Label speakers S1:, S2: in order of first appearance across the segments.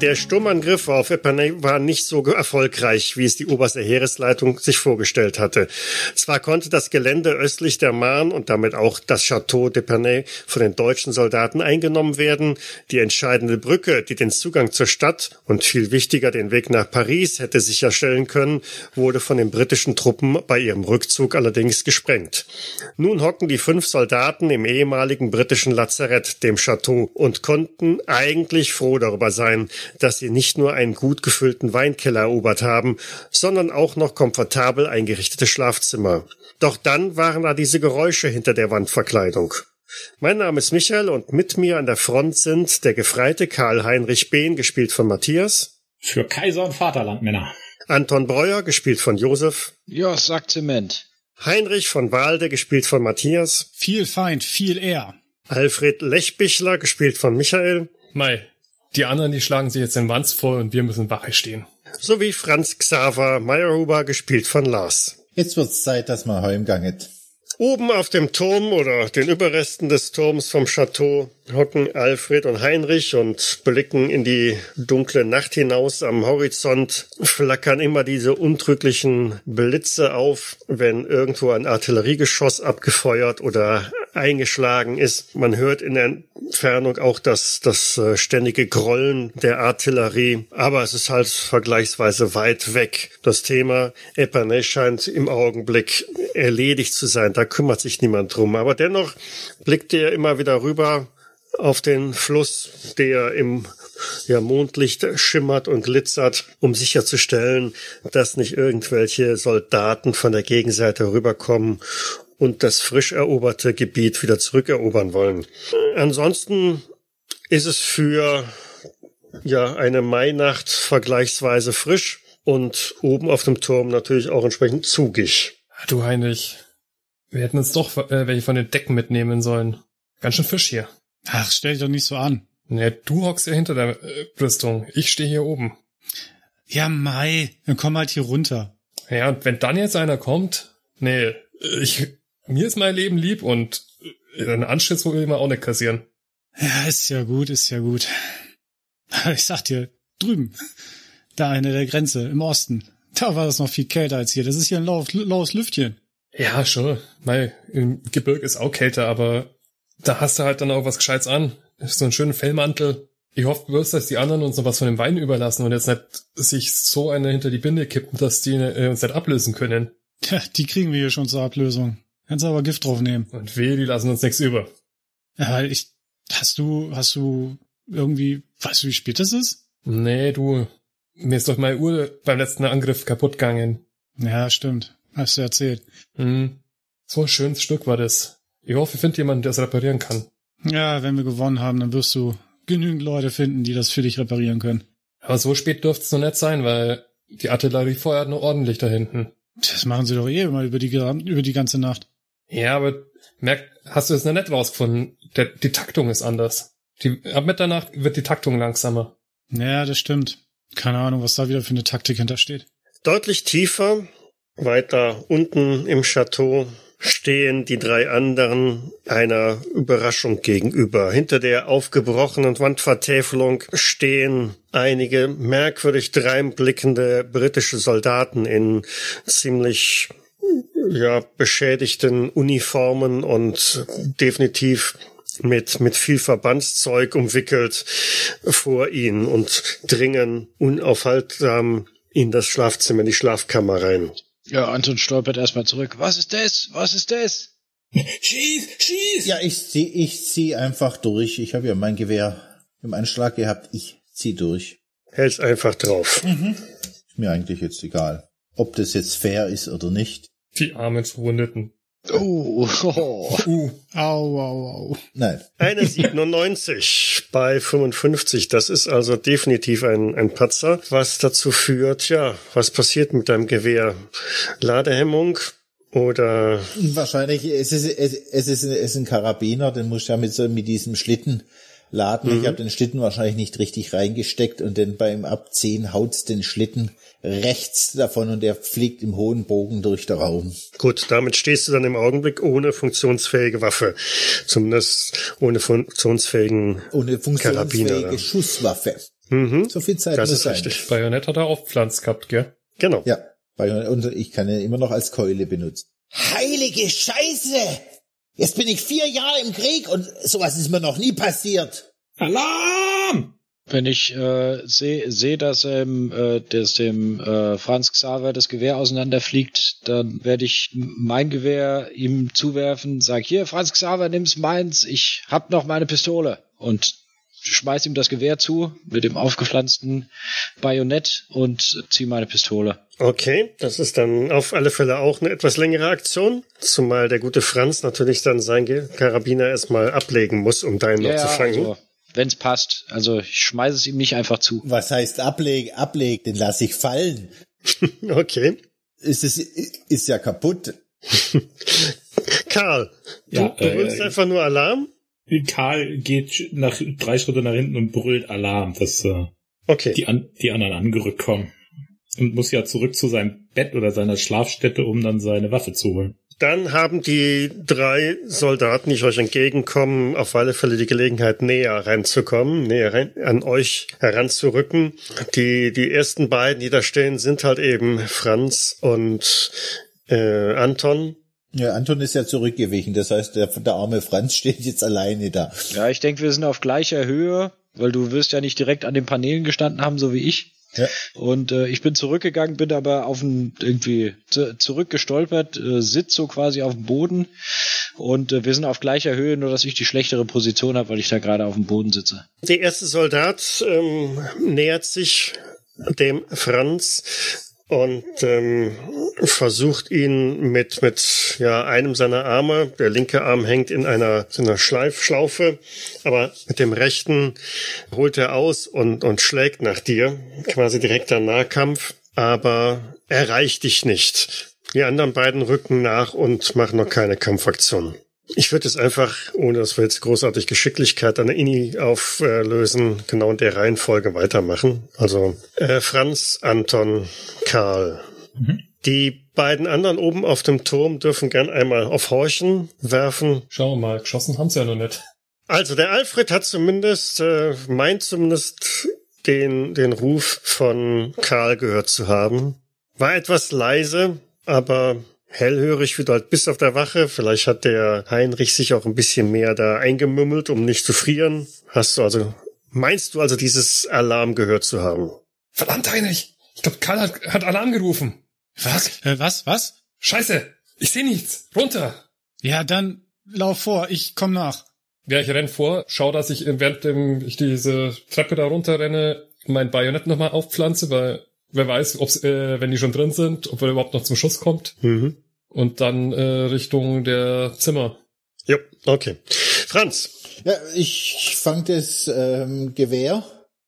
S1: Der Sturmangriff auf Epanay war nicht so erfolgreich, wie es die oberste Heeresleitung sich vorgestellt hatte. Zwar konnte das Gelände östlich der Marne und damit auch das Château d'Epanay von den deutschen Soldaten eingenommen werden, die entscheidende Brücke, die den Zugang zur Stadt und viel wichtiger den Weg nach Paris hätte sicherstellen können, wurde von den britischen Truppen bei ihrem Rückzug allerdings gesprengt. Nun hocken die fünf Soldaten im ehemaligen britischen Lazarett, dem Château, und konnten eigentlich froh darüber sein, dass sie nicht nur einen gut gefüllten Weinkeller erobert haben, sondern auch noch komfortabel eingerichtete Schlafzimmer. Doch dann waren da diese Geräusche hinter der Wandverkleidung. Mein Name ist Michael und mit mir an der Front sind der gefreite Karl Heinrich Behn, gespielt von Matthias.
S2: Für Kaiser und Vaterland, Männer.
S1: Anton Breuer, gespielt von Josef.
S3: Ja, sagt Zement.
S1: Heinrich von Walde, gespielt von Matthias.
S4: Viel Feind, viel eher.
S1: Alfred Lechbichler, gespielt von Michael.
S5: Mai, die anderen, die schlagen sich jetzt den Wanz voll und wir müssen Wache stehen.
S1: Sowie Franz Xaver Meyerhuber, gespielt von Lars.
S6: Jetzt wird's Zeit, dass man heimganget.
S1: Oben auf dem Turm oder den Überresten des Turms vom Château hocken Alfred und Heinrich und blicken in die dunkle Nacht hinaus. Am Horizont flackern immer diese untrüglichen Blitze auf, wenn irgendwo ein Artilleriegeschoss abgefeuert oder eingeschlagen ist. Man hört in der Entfernung auch das, das äh, ständige Grollen der Artillerie, aber es ist halt vergleichsweise weit weg. Das Thema Epanay scheint im Augenblick erledigt zu sein. Da kümmert sich niemand drum. Aber dennoch blickt er immer wieder rüber auf den Fluss, der im ja, Mondlicht schimmert und glitzert, um sicherzustellen, dass nicht irgendwelche Soldaten von der Gegenseite rüberkommen und das frisch eroberte Gebiet wieder zurückerobern wollen. Ansonsten ist es für ja eine Mainacht vergleichsweise frisch und oben auf dem Turm natürlich auch entsprechend zugig.
S5: Du Heinrich, wir hätten uns doch äh, welche von den Decken mitnehmen sollen. Ganz schön Fisch hier.
S4: Ach, stell dich doch nicht so an.
S5: Ne, du hockst ja hinter der äh, Brüstung. Ich stehe hier oben.
S4: Ja, Mai, dann komm halt hier runter.
S5: Ja, und wenn dann jetzt einer kommt, nee, ich, mir ist mein Leben lieb und äh, einen Anschluss will ich mal auch nicht kassieren.
S4: Ja, ist ja gut, ist ja gut. Aber ich sag dir, drüben, da hinter der Grenze, im Osten, da war das noch viel kälter als hier. Das ist hier ein lau laues Lüftchen.
S5: Ja, schon. Mei, im Gebirg ist auch kälter, aber da hast du halt dann auch was Gescheites an. So einen schönen Fellmantel. Ich hoffe bloß, dass die anderen uns noch was von dem Wein überlassen und jetzt nicht sich so eine hinter die Binde kippen, dass die äh, uns nicht ablösen können.
S4: Tja, die kriegen wir hier schon zur Ablösung. Kannst aber Gift draufnehmen.
S5: Und weh, die lassen uns nichts über.
S4: Ja, ich, hast du, hast du irgendwie, weißt du, wie spät es ist?
S5: Nee, du, mir ist doch meine Uhr beim letzten Angriff kaputt gegangen.
S4: Ja, stimmt. Hast du erzählt.
S5: Mhm. So ein schönes Stück war das. Ich hoffe, ich finde jemanden, der es reparieren kann.
S4: Ja, wenn wir gewonnen haben, dann wirst du genügend Leute finden, die das für dich reparieren können.
S5: Aber so spät dürfte es noch nicht sein, weil die Artillerie feuert noch ordentlich da hinten.
S4: Das machen sie doch eh immer über die, über die ganze Nacht.
S5: Ja, aber merkt, hast du es noch nicht rausgefunden? Der, die Taktung ist anders. Die, ab Mitternacht wird die Taktung langsamer.
S4: Ja, das stimmt. Keine Ahnung, was da wieder für eine Taktik hintersteht.
S1: Deutlich tiefer, weiter unten im Chateau, stehen die drei anderen einer Überraschung gegenüber. Hinter der aufgebrochenen Wandvertäfelung stehen einige merkwürdig dreinblickende britische Soldaten in ziemlich ja, beschädigten Uniformen und definitiv mit, mit viel Verbandszeug umwickelt vor ihnen und dringen unaufhaltsam in das Schlafzimmer, in die Schlafkammer rein.
S3: Ja, Anton stolpert erstmal zurück. Was ist das? Was ist das?
S6: Schieß, schieß! Ja, ich zieh, ich zieh einfach durch. Ich habe ja mein Gewehr im Anschlag gehabt. Ich zieh durch.
S1: Hält's einfach drauf. Mhm.
S6: Ist mir eigentlich jetzt egal, ob das jetzt fair ist oder nicht.
S5: Die armen Verwundeten.
S3: Oh, oh.
S4: Uh. Au, au, au.
S6: Nein.
S1: Eine 97 bei 55. Das ist also definitiv ein, ein Patzer, was dazu führt, ja, was passiert mit deinem Gewehr? Ladehemmung oder
S6: Wahrscheinlich, es ist, es, es ist, es ist ein Karabiner, den musst du ja mit so, mit diesem Schlitten laden.
S1: Mhm.
S6: Ich habe den Schlitten wahrscheinlich nicht richtig reingesteckt und dann beim Abziehen haut's den Schlitten rechts davon und der fliegt im hohen Bogen durch den Raum.
S1: Gut, damit stehst du dann im Augenblick ohne funktionsfähige Waffe. Zumindest ohne funktionsfähigen Karabiner, ja.
S6: Ohne funktionsfähige Schusswaffe.
S1: mhm.
S6: So viel Zeit
S1: Das
S6: muss
S1: ist
S6: sein.
S1: richtig.
S5: Bajonett hat er auch Pflanz gehabt, gell?
S1: Genau.
S6: Ja, Bajonett. Und ich kann ihn immer noch als Keule benutzen. Heilige Scheiße! Jetzt bin ich vier Jahre im Krieg und sowas ist mir noch nie passiert.
S2: Alarm!
S3: Wenn ich äh, sehe, seh, dass, ähm, äh, dass dem äh, Franz Xaver das Gewehr auseinanderfliegt, dann werde ich m- mein Gewehr ihm zuwerfen, sag hier, Franz Xaver, nimm's meins, ich hab noch meine Pistole und schmeiß ihm das Gewehr zu mit dem aufgepflanzten Bajonett und zieh meine Pistole.
S1: Okay, das ist dann auf alle Fälle auch eine etwas längere Aktion, zumal der gute Franz natürlich dann sein Ge- Karabiner erstmal ablegen muss, um deinen noch zu fangen.
S3: also, wenn's passt. Also ich schmeiß es ihm nicht einfach zu.
S6: Was heißt ablegen? Ablegen, den lasse ich fallen.
S1: Okay.
S6: Ist es, ist ja kaputt.
S1: Karl,
S2: Ja,
S1: du, du
S2: äh,
S1: rührst
S2: äh,
S1: einfach nur Alarm?
S2: Karl geht sch- nach drei Schritte nach hinten und brüllt Alarm, dass äh,
S1: Okay.
S2: die, an, die anderen angerückt kommen. Und muss ja zurück zu seinem Bett oder seiner Schlafstätte, um dann seine Waffe zu holen.
S1: Dann haben die drei Soldaten, die euch entgegenkommen, auf alle Fälle die Gelegenheit, näher reinzukommen, näher rein, an euch heranzurücken. Die, die ersten beiden, die da stehen, sind halt eben Franz und äh, Anton.
S6: Ja, Anton ist ja zurückgewichen. Das heißt, der, der arme Franz steht jetzt alleine da.
S3: Ja, ich denke, wir sind auf gleicher Höhe, weil du wirst ja nicht direkt an den Paneelen gestanden haben, so wie ich.
S6: Ja.
S3: Und äh, ich bin zurückgegangen, bin aber auf den irgendwie zu, zurückgestolpert, äh, sitz so quasi auf dem Boden und äh, wir sind auf gleicher Höhe, nur dass ich die schlechtere Position habe, weil ich da gerade auf dem Boden sitze.
S1: Der erste Soldat ähm, nähert sich dem Franz und ähm, versucht ihn mit mit ja einem seiner Arme, der linke Arm hängt in einer in einer Schleifschlaufe, aber mit dem rechten holt er aus und und schlägt nach dir, quasi direkter Nahkampf, aber erreicht dich nicht. Die anderen beiden rücken nach und machen noch keine Kampfaktion. Ich würde es einfach, ohne dass wir jetzt großartig Geschicklichkeit an der INI auflösen, genau in der Reihenfolge weitermachen. Also äh, Franz, Anton, Karl. Die beiden anderen oben auf dem Turm dürfen gern einmal auf Horchen werfen.
S5: Schauen wir mal, geschossen haben sie ja noch nicht.
S1: Also der Alfred hat zumindest, äh, meint zumindest den, den Ruf von Karl gehört zu haben. War etwas leise, aber hellhörig wieder halt bis auf der Wache. Vielleicht hat der Heinrich sich auch ein bisschen mehr da eingemümmelt, um nicht zu frieren. Hast du also, meinst du also dieses Alarm gehört zu haben?
S5: Verdammt, Heinrich! Ich glaube, Karl hat, hat Alarm gerufen. Was?
S4: Äh, was, was?
S5: Scheiße! Ich sehe nichts! Runter!
S4: Ja, dann lauf vor, ich komm nach.
S5: Ja, ich renn vor, schau, dass ich während dem, ich diese Treppe da runterrenne, mein Bajonett nochmal aufpflanze, weil wer weiß, ob's, äh, wenn die schon drin sind, ob er überhaupt noch zum Schuss kommt.
S1: Mhm.
S5: Und dann äh, Richtung der Zimmer.
S1: Ja, okay. Franz,
S6: Ja, ich fang das ähm, Gewehr,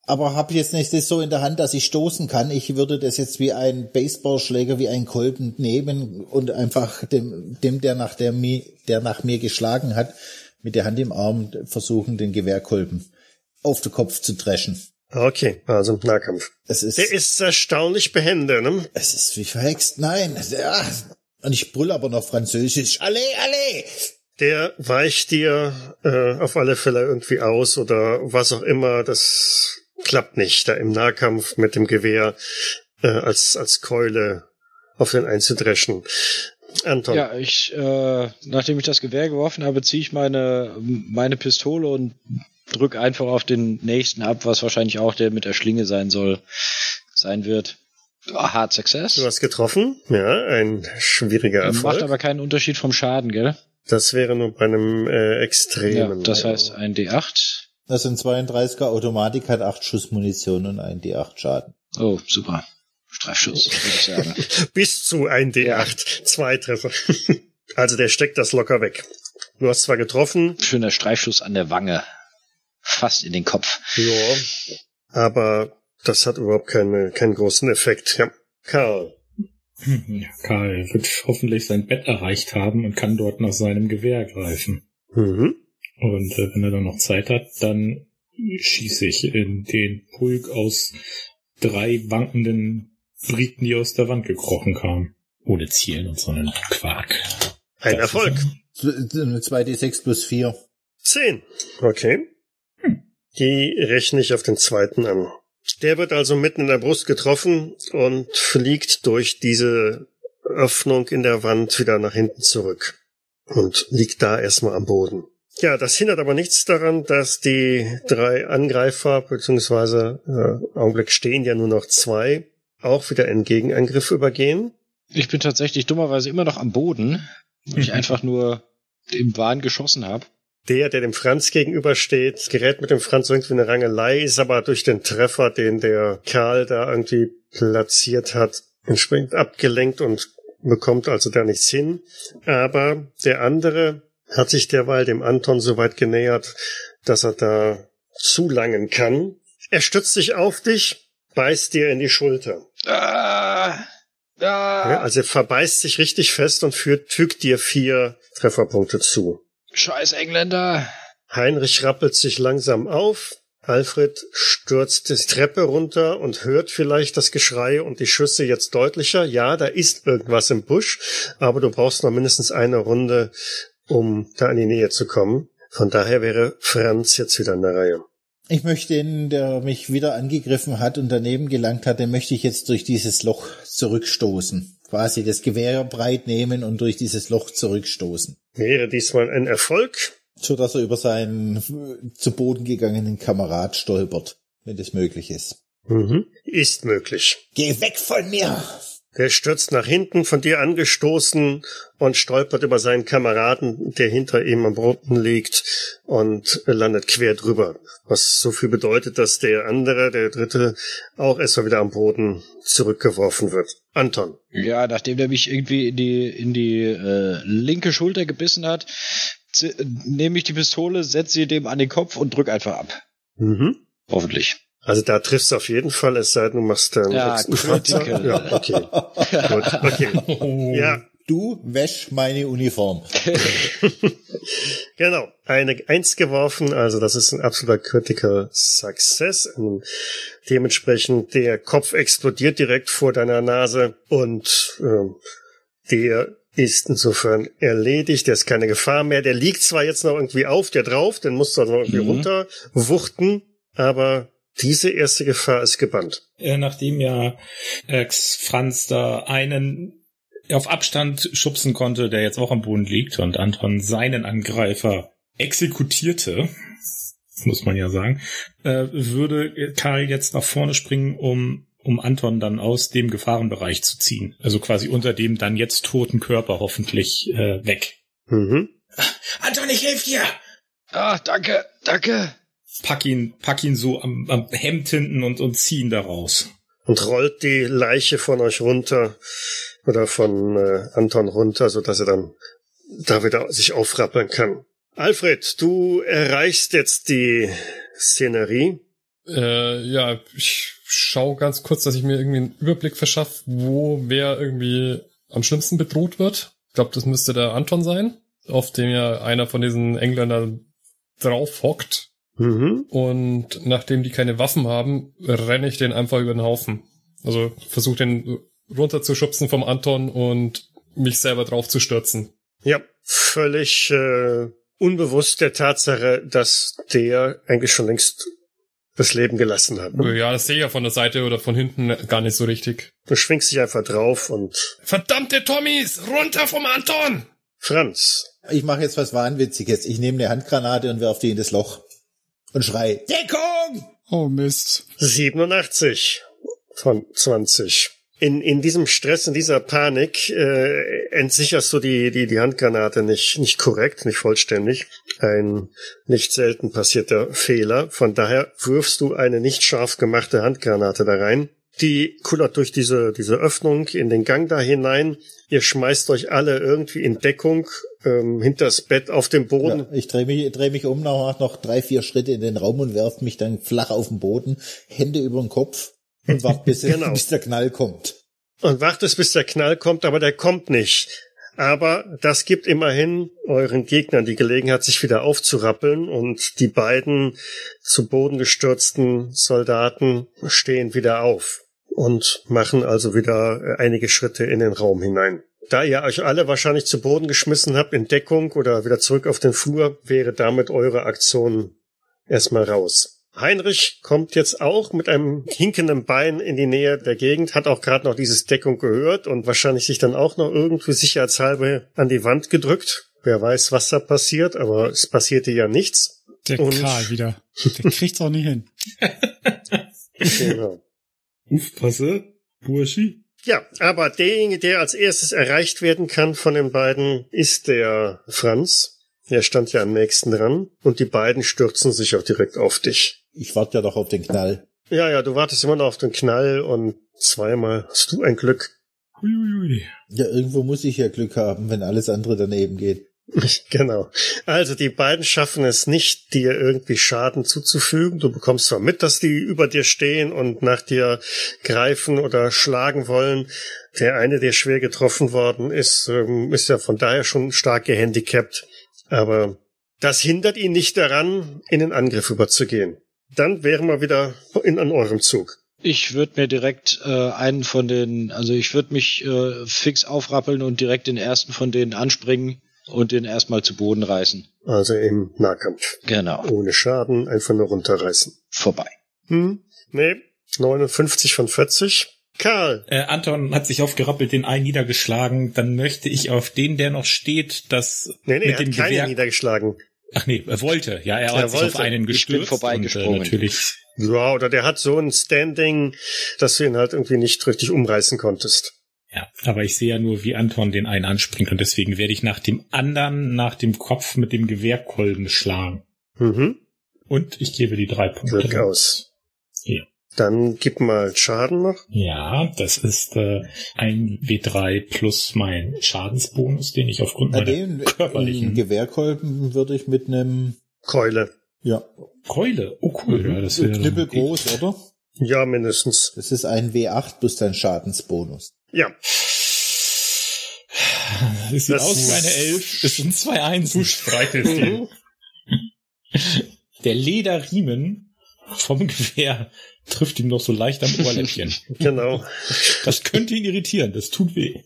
S6: aber habe jetzt nicht das so in der Hand, dass ich stoßen kann. Ich würde das jetzt wie ein Baseballschläger, wie ein Kolben nehmen und einfach dem, dem der, nach der, mi- der nach mir geschlagen hat, mit der Hand im Arm versuchen, den Gewehrkolben auf den Kopf zu dreschen.
S1: okay, also Nahkampf.
S6: Es ist,
S1: Der ist erstaunlich behende, ne?
S6: es ist wie verhext. Nein, ja. Und ich brüll aber noch französisch. Allez, allez!
S1: Der weicht dir äh, auf alle Fälle irgendwie aus oder was auch immer. Das klappt nicht, da im Nahkampf mit dem Gewehr äh, als, als Keule auf den einzudreschen. Anton,
S3: Ja, ich, äh, nachdem ich das Gewehr geworfen habe, ziehe ich meine, meine Pistole und drück einfach auf den nächsten ab, was wahrscheinlich auch der mit der Schlinge sein soll, sein wird. Ah, Hard Success.
S1: du hast getroffen. Ja, ein schwieriger
S3: Macht
S1: Erfolg.
S3: aber keinen Unterschied vom Schaden, gell?
S1: das wäre nur bei einem äh,
S3: Ja,
S1: extremen.
S3: das heißt ein D8.
S6: Das sind 32er Automatik, hat 8 Schuss Munition und ein D8 Schaden.
S3: Oh,
S1: äh,
S3: super. Streifschuss, würde ich sagen.
S1: Bis zu ein D8. Zwei Treffer. Also der steckt das locker weg. Du hast zwar getroffen,
S3: Schöner Streifschuss an der Wange. Fast in den Kopf.
S1: ja, aber das hat überhaupt keine, keinen großen Effekt. Ja. Karl,
S2: Hm, Ja, Karl wird hoffentlich sein Bett erreicht haben und kann dort nach seinem Gewehr greifen.
S1: mhm.
S2: Und äh, wenn er dann noch Zeit hat, dann schieße ich in den Pulk aus drei wankenden Briten, die aus der Wand gekrochen kamen. Ohne Zielen und so einen Quark.
S1: ein
S2: Das ist-
S1: Erfolg.
S6: Z- eine 2d6 plus 4.
S1: Zehn. Okay. Die rechne ich auf den zweiten an. Der wird also mitten in der Brust getroffen und fliegt durch diese Öffnung in der Wand wieder nach hinten zurück und liegt da erstmal am Boden. Ja, das hindert aber nichts daran, dass die drei Angreifer, beziehungsweise äh, im Augenblick stehen ja nur noch zwei, auch wieder in Gegenangriff übergehen.
S3: Ich bin tatsächlich dummerweise immer noch am Boden, weil ich einfach nur im Wahn geschossen habe.
S1: Der, der dem Franz gegenübersteht, gerät mit dem Franz irgendwie in eine Rangelei, ist aber durch den Treffer, den der Karl da irgendwie platziert hat, entsprechend abgelenkt und bekommt also da nichts hin. Aber der andere hat sich derweil dem Anton so weit genähert, dass er da zulangen kann. Er stützt sich auf dich, beißt dir in die Schulter.
S3: Ah, ah.
S1: Ja, also er verbeißt sich richtig fest und führt, fügt dir vier Trefferpunkte zu.
S3: Scheiß Engländer.
S1: Heinrich rappelt sich langsam auf. Alfred stürzt die Treppe runter und hört vielleicht das Geschrei und die Schüsse jetzt deutlicher. Ja, da ist irgendwas im Busch, aber du brauchst noch mindestens eine Runde, um da in die Nähe zu kommen. Von daher wäre Franz jetzt wieder in der Reihe.
S6: Ich möchte den, der mich wieder angegriffen hat und daneben gelangt hat, den möchte ich jetzt durch dieses Loch zurückstoßen. Quasi das Gewehr breit nehmen und durch dieses Loch zurückstoßen.
S1: Wäre diesmal ein Erfolg.
S6: So dass er über seinen äh, zu Boden gegangenen Kamerad stolpert, wenn das möglich ist.
S1: Mhm. Ist möglich.
S6: Geh weg von mir!
S1: Der stürzt nach hinten, von dir angestoßen und stolpert über seinen Kameraden, der hinter ihm am Boden liegt und landet quer drüber. Was so viel bedeutet, dass der andere, der dritte, auch erstmal wieder am Boden zurückgeworfen wird. Anton.
S3: Ja, nachdem der mich irgendwie in die, in die äh, linke Schulter gebissen hat, z- äh, nehme ich die Pistole, setze sie dem an den Kopf und drück einfach ab.
S1: Mhm.
S3: Hoffentlich.
S1: Also da triffst du auf jeden Fall, es sei denn, du machst dann
S3: Ja, critical.
S1: Ja, okay. Gut, okay. Ja,
S6: Du wäsch meine Uniform.
S1: Genau, eine Eins geworfen, also das ist ein absoluter Critical Success. Und dementsprechend der Kopf explodiert direkt vor deiner Nase und ähm, der ist insofern erledigt, der ist keine Gefahr mehr. Der liegt zwar jetzt noch irgendwie auf, der drauf, den musst du also irgendwie
S2: Mhm.
S1: runter wuchten, aber diese erste Gefahr ist gebannt.
S2: äh, nachdem ja äh, Franz da einen auf Abstand schubsen konnte, der jetzt auch am Boden liegt und Anton seinen Angreifer exekutierte, muss man ja sagen, äh, würde Karl jetzt nach vorne springen, um um Anton dann aus dem Gefahrenbereich zu ziehen. Also quasi unter dem dann jetzt toten Körper hoffentlich äh, weg.
S1: Mhm.
S2: Anton, ich helf dir!
S3: Ah, danke, danke.
S2: Pack ihn, pack ihn so am, am Hemd hinten und, und zieh ihn da raus.
S1: Und rollt die Leiche von euch runter oder von äh, Anton runter, so dass er dann da wieder sich aufrappeln kann. Alfred, du erreichst jetzt die Szenerie.
S5: Äh, ja, ich schau ganz kurz, dass ich mir irgendwie einen Überblick verschaffe, wo wer irgendwie am schlimmsten bedroht wird. Ich glaube, das müsste der Anton sein, auf dem ja einer von diesen Engländern drauf hockt.
S1: Mhm.
S5: Und nachdem die keine Waffen haben, renne ich den einfach über den Haufen. Also versuche den runterzuschubsen vom Anton und mich selber drauf zu stürzen.
S1: Ja, völlig äh, unbewusst der Tatsache, dass der eigentlich schon längst das Leben gelassen hat.
S5: Ja, das sehe ich ja von der Seite oder von hinten gar nicht so richtig.
S1: Du schwingst dich einfach drauf und
S5: Verdammte Tommys, runter vom Anton!
S1: Franz,
S6: Ich mache jetzt was Wahnwitziges. Ich nehme eine Handgranate und werf die in das Loch. Und schrei, Deckung!
S4: Oh Mist.
S1: 87 von 20. In, in diesem Stress, in dieser Panik äh, entsicherst du die, die, die Handgranate nicht, nicht korrekt, nicht vollständig. Ein nicht selten passierter Fehler. Von daher wirfst du eine nicht scharf gemachte Handgranate da rein. Die kullert durch diese, diese Öffnung in den Gang da hinein. Ihr schmeißt euch alle irgendwie in Deckung, ähm, hinters Bett auf den Boden.
S6: Ja, ich drehe mich, dreh mich um, mach noch drei, vier Schritte in den Raum und werf mich dann flach auf den Boden, Hände über den Kopf und warte, bis,
S1: Genau.
S6: bis der Knall kommt.
S1: und wartest, bis der Knall kommt, aber der kommt nicht. Aber das gibt immerhin euren Gegnern die Gelegenheit, sich wieder aufzurappeln und die beiden zu Boden gestürzten Soldaten stehen wieder auf und machen also wieder äh, einige Schritte in den Raum hinein. Da ihr euch alle wahrscheinlich zu Boden geschmissen habt in Deckung oder wieder zurück auf den Flur, wäre damit eure Aktion erstmal raus. Heinrich kommt jetzt auch mit einem hinkenden Bein in die Nähe der Gegend, hat auch gerade noch dieses Deckung gehört und wahrscheinlich sich dann auch noch irgendwie sicherheitshalber an die Wand gedrückt. Wer weiß, was da passiert, aber es passierte ja nichts.
S4: Der
S1: Und-
S4: Karl wieder. Der kriegt's auch nicht hin.
S1: Genau.
S2: Aufpasse, Burschi.
S1: Ja, aber derjenige, der als erstes erreicht werden kann von den beiden, ist der Franz. Der stand ja am nächsten dran und die beiden stürzen sich auch direkt auf dich.
S6: Ich warte ja doch auf den Knall.
S1: Ja, ja, du wartest immer noch auf den Knall und zweimal hast du ein Glück.
S2: Uiuiui.
S6: Ja, irgendwo muss ich ja Glück haben, wenn alles andere daneben geht.
S1: Genau. Also die beiden schaffen es nicht, dir irgendwie Schaden zuzufügen. Du bekommst zwar mit, dass die über dir stehen und nach dir greifen oder schlagen wollen. Der eine, der schwer getroffen worden ist, ähm, ist ja von daher schon stark gehandicapt. Aber das hindert ihn nicht daran, in den Angriff überzugehen. Dann wären wir wieder in, an eurem Zug.
S3: Ich würde mir direkt äh, einen von den, also ich würde mich äh, fix aufrappeln und direkt den ersten von denen anspringen und den erstmal zu Boden reißen.
S1: Also im Nahkampf.
S3: Genau.
S1: Ohne Schaden, einfach nur runterreißen.
S3: Vorbei.
S1: Hm? Nee. 59 von 40. Karl,
S2: Äh, Anton hat sich aufgerappelt, den einen niedergeschlagen. Dann möchte ich auf den, der noch steht, das
S1: Nee, nee,
S2: mit
S1: er
S2: dem
S1: hat keinen
S2: Gewehr.
S1: niedergeschlagen.
S2: Ach nee, er wollte. Ja, er,
S1: Er
S2: hat sich auf
S1: wollte.
S2: einen
S3: Ich bin
S2: gestürzt. Und,
S3: vorbeigesprungen.
S2: äh, natürlich.
S1: Ja, oder der hat so ein Standing, dass du ihn halt irgendwie nicht richtig umreißen konntest.
S2: Ja, aber ich sehe ja nur, wie Anton den einen anspringt und deswegen werde ich nach dem anderen, nach dem Kopf mit dem Gewehrkolben schlagen.
S1: Mhm.
S2: Und ich gebe die drei Punkte.
S1: Glück aus.
S2: Ja.
S1: Dann gib mal Schaden noch.
S2: Ja, das ist äh, ein W3 plus mein Schadensbonus, den ich aufgrund
S6: Na,
S2: meiner
S6: den
S2: körperlichen-
S6: ähm, Gewehrkolben würde ich mit einem,
S1: Keule.
S6: ja,
S2: Keule. Oh cool, ja, das wäre
S6: Knüppel groß, oder?
S1: Ja, mindestens.
S6: Das ist ein W8 plus dein Schadensbonus.
S1: Ja.
S2: Es sieht
S1: Das-
S2: aus wie eine Elf. Es sind zwei
S5: Du
S2: Einsen.
S5: streichelst ihn.
S1: Mhm.
S2: Der Lederriemen vom Gewehr trifft ihm noch so leicht am Ohrläppchen.
S1: Genau.
S2: Das könnte ihn irritieren. Das tut weh.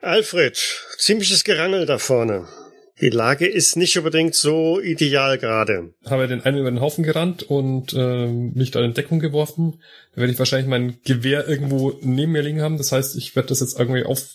S1: Alfred, ziemliches Gerangel da vorne. Die Lage ist nicht unbedingt so ideal gerade.
S5: Habe den einen über den Haufen gerannt und äh, mich da in Deckung geworfen. Da werde ich wahrscheinlich mein Gewehr irgendwo neben mir liegen haben. Das heißt, ich werde das jetzt irgendwie auf,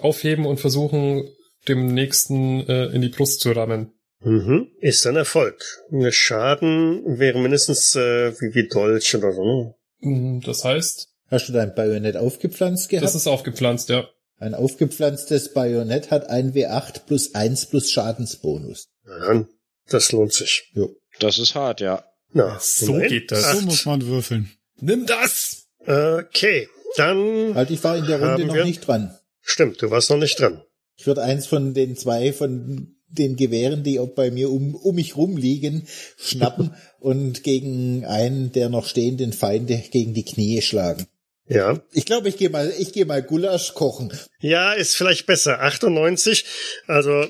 S5: aufheben und versuchen, dem nächsten äh, in die Brust zu rammen.
S1: Mhm. Ist ein Erfolg. Eine Schaden wäre mindestens äh, wie, wie Dolch oder so.
S5: Mm, Das heißt,
S6: Hast du dein Bajonett aufgepflanzt gehabt?
S5: das ist aufgepflanzt, ja.
S6: ein aufgepflanztes Bajonett hat ein W8 plus 1 plus Schadensbonus.
S1: Na dann, das lohnt sich.
S3: Das ist hart, ja.
S1: Na,
S5: So
S1: immerhin.
S5: geht das.
S1: Acht.
S4: So muss man würfeln.
S5: Nimm das!
S1: Okay, dann
S6: Halt, ich war in der Runde
S1: Haben
S6: noch
S1: wir-
S6: nicht dran.
S1: stimmt, du warst noch nicht dran.
S6: Ich würde eins von den zwei von den Gewehren, die auch bei mir um, um mich rumliegen, schnappen und gegen einen der noch stehenden Feinde gegen die Knie schlagen.
S1: Ja.
S6: Ich glaube, ich gehe mal, ich gehe mal Gulasch kochen.
S1: Ja, ist vielleicht besser. 98. Also,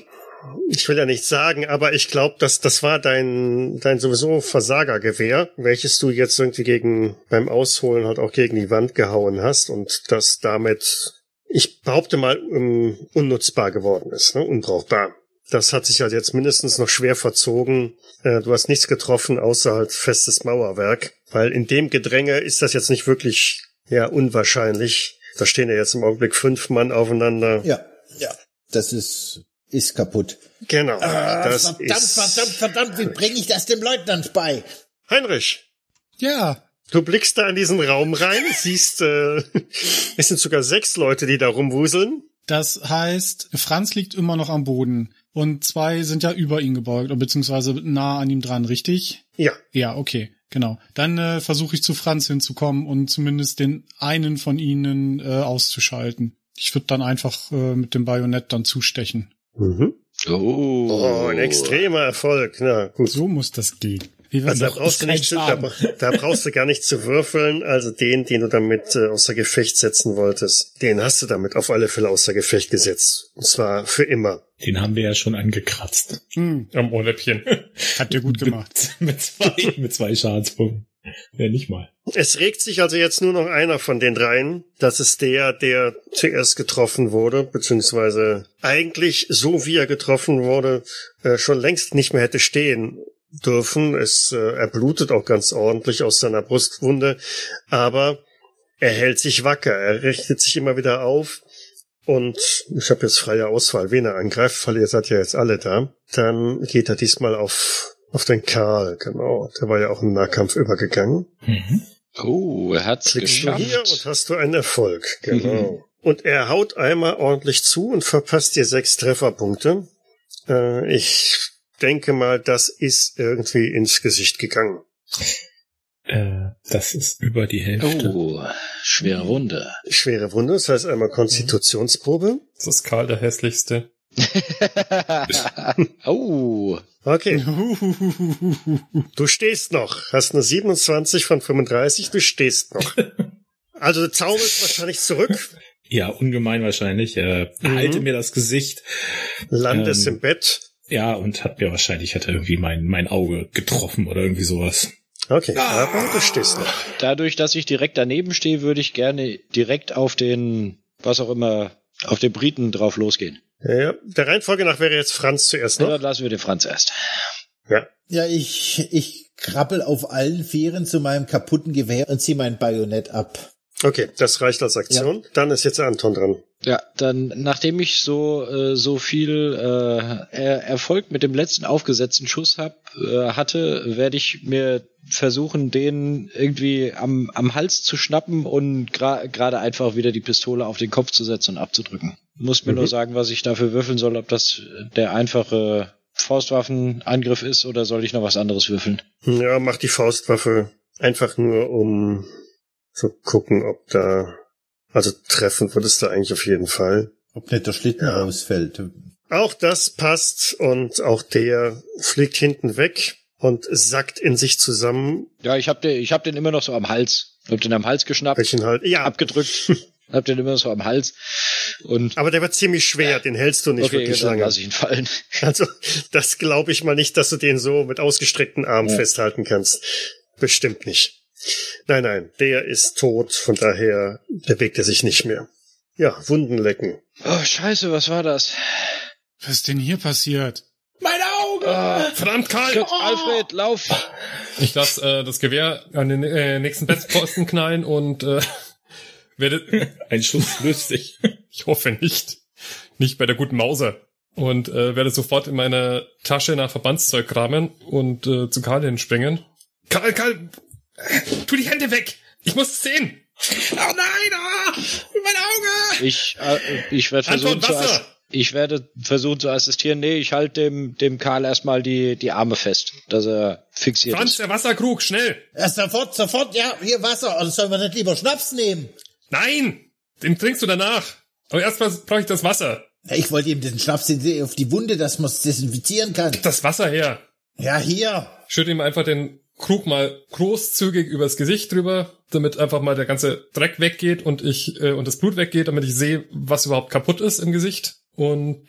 S1: ich will ja nichts sagen, aber ich glaube, dass das war dein, dein sowieso Versagergewehr, welches du jetzt irgendwie gegen, beim Ausholen halt auch gegen die Wand gehauen hast und das damit, ich behaupte mal, ähm, unnutzbar geworden ist, ne? unbrauchbar. Das hat sich halt jetzt mindestens noch schwer verzogen. Äh, Du hast nichts getroffen, außer halt festes Mauerwerk. Weil in dem Gedränge ist das jetzt nicht wirklich, ja, unwahrscheinlich. Da stehen ja jetzt im Augenblick fünf Mann aufeinander.
S6: Ja, ja. Das ist, ist kaputt.
S1: Genau. das
S6: Ah, verdammt,
S1: ist
S6: verdammt, verdammt, wie bringe ich das dem Leutnant bei?
S1: Heinrich,
S4: Ja,
S1: du blickst da in diesen Raum rein, siehst, äh, es sind sogar sechs Leute, die da rumwuseln.
S4: das heißt, Franz liegt immer noch am Boden. Und zwei sind ja über ihn gebeugt, oder beziehungsweise nah an ihm dran, richtig?
S1: Ja,
S4: Ja, okay. Genau. Dann äh, versuche ich zu Franz hinzukommen und zumindest den einen von ihnen äh, auszuschalten. Ich würde dann einfach äh, mit dem Bajonett dann zustechen.
S1: Mhm.
S3: Oh,
S1: Oh, ein extremer Erfolg. Na gut.
S4: So muss das gehen. Wie wir
S1: Also da
S4: noch-
S1: brauchst, du
S4: kein
S1: nicht, zu- da,
S4: Schaden.
S1: bra- da brauchst du gar nicht zu würfeln. Also den, den du damit äh, außer Gefecht setzen wolltest, den hast du damit auf alle Fälle außer Gefecht gesetzt. Und zwar für immer.
S2: Den haben wir ja schon angekratzt.
S4: Hm,
S5: Am Ohrläppchen.
S4: habt ihr gut gemacht.
S2: Mit, mit zwei, mit zwei Schadenspunkten. Ja, nicht mal.
S1: Es regt sich also jetzt nur noch einer von den dreien. Das ist der, der zuerst getroffen wurde, beziehungsweise eigentlich so wie er getroffen wurde, äh, schon längst nicht mehr hätte stehen dürfen. Es, äh, er blutet auch ganz ordentlich aus seiner Brustwunde, aber er hält sich wacker. Er richtet sich immer wieder auf. Und ich habe jetzt freie Auswahl, wen er angreift, weil ihr seid ja jetzt alle da. Dann geht er diesmal auf, auf den Karl, genau. Der war ja auch im Nahkampf übergegangen.
S2: Mhm.
S3: oh er hat's
S1: Klickst du hier und
S3: geschafft.
S1: hast du einen Erfolg.
S3: Genau.
S1: Und er haut einmal ordentlich zu und verpasst dir sechs Trefferpunkte. Äh, ich denke mal, das ist irgendwie ins Gesicht gegangen.
S2: Äh, das ist über die
S1: Genau.
S2: Hälfte.
S3: Oh, schwere Runde.
S1: Schwere Wunde, das heißt einmal Konstitutionsprobe.
S5: Das ist Karl der hässlichste.
S3: oh,
S1: Okay, du stehst noch. Hast eine 27 von 35, du stehst noch. Also du zauberst wahrscheinlich zurück,
S2: Ja, ungemein wahrscheinlich. Äh,
S1: Mhm.
S2: Halte mir das Gesicht.
S1: landest
S2: Ähm.
S1: im Bett.
S2: Ja, und hat mir wahrscheinlich, hat er irgendwie mein, mein Auge getroffen oder irgendwie sowas.
S1: Okay, aber du stehst noch.
S3: dadurch, dass ich direkt daneben stehe, würde ich gerne direkt auf den, was auch immer, auf den Briten drauf losgehen.
S1: Ja, der Reihenfolge nach wäre jetzt Franz zuerst
S3: Ja,
S1: noch.
S3: Dann lassen wir den Franz erst.
S6: Ja, ich, ich krabbel auf allen Vieren zu meinem kaputten Gewehr und zieh mein Bajonett ab.
S1: Okay, das reicht als Aktion. Dann ist jetzt Anton dran.
S3: Ja, dann nachdem ich so äh, so viel äh, Er- Erfolg mit dem letzten aufgesetzten Schuss hab, äh, hatte, werde ich mir versuchen, den irgendwie am, am Hals zu schnappen und gra- gerade einfach wieder die Pistole auf den Kopf zu setzen und abzudrücken. Muss mir nur sagen, was ich dafür würfeln soll, ob das der einfache Faustwaffenangriff ist oder soll ich noch was anderes würfeln?
S1: Ja, mach die Faustwaffe einfach nur, um zu gucken, ob da. Also treffen würdest du eigentlich auf jeden Fall.
S6: Ob nicht der Schlitten
S1: Ja.
S6: rausfällt.
S1: Auch das passt und auch der fliegt hinten weg und sackt in sich zusammen.
S3: Ja, ich hab den, ich hab den immer noch so am Hals. Hab den am Hals geschnappt,
S1: Welchen halt. Ja,
S3: abgedrückt, hab den immer noch so am Hals und
S1: aber der war ziemlich schwer, den hältst du nicht
S3: okay, genau.
S1: wirklich
S3: dann
S1: lange.
S3: lasse ich ihn fallen.
S1: Also, das glaube ich mal nicht, dass du den so mit ausgestreckten Armen festhalten kannst. Bestimmt nicht. Nein, nein, der ist tot, von daher bewegt er sich nicht mehr. Ja, Wunden lecken.
S3: Oh, scheiße, was war das?
S4: Was ist denn hier passiert?
S2: Mein Auge!
S3: Ah,
S5: Verdammt, Karl!
S3: Gott, Alfred, lauf!
S5: Ich lasse äh, das Gewehr an den äh, nächsten Bettposten knallen und äh, werde,
S2: Ein Schuss löst sich.
S5: ich hoffe nicht, nicht bei der guten Mauser. Und äh, werde sofort in meine Tasche nach Verbandszeug kramen und äh, zu Karl hinspringen. Karl, Karl, äh, tu die Hände weg! Ich muss es sehen!
S2: Oh nein! Ah, mein Auge!
S3: Ich, äh, ich werde versuchen,
S5: Anton,
S3: zu
S5: Wasser!
S3: ass- ich werde versuchen zu assistieren. Nee, ich halte dem, dem Karl erstmal die, die Arme fest, dass er fixiert
S5: Franz,
S3: ist.
S5: der Wasserkrug, schnell!
S6: Ja, sofort, sofort, ja, hier Wasser. Oder sollen wir nicht lieber Schnaps nehmen?
S5: Nein! Den trinkst du danach! Aber erstmal brauche ich das Wasser.
S6: Ja, Ich wollte ihm den Schnaps in- auf die Wunde, dass man es desinfizieren kann.
S5: Das Wasser her!
S6: Ja, hier.
S5: schütt ihm einfach den Krug mal großzügig übers Gesicht drüber, damit einfach mal der ganze Dreck weggeht und ich äh, und das Blut weggeht, damit ich sehe, was überhaupt kaputt ist im Gesicht und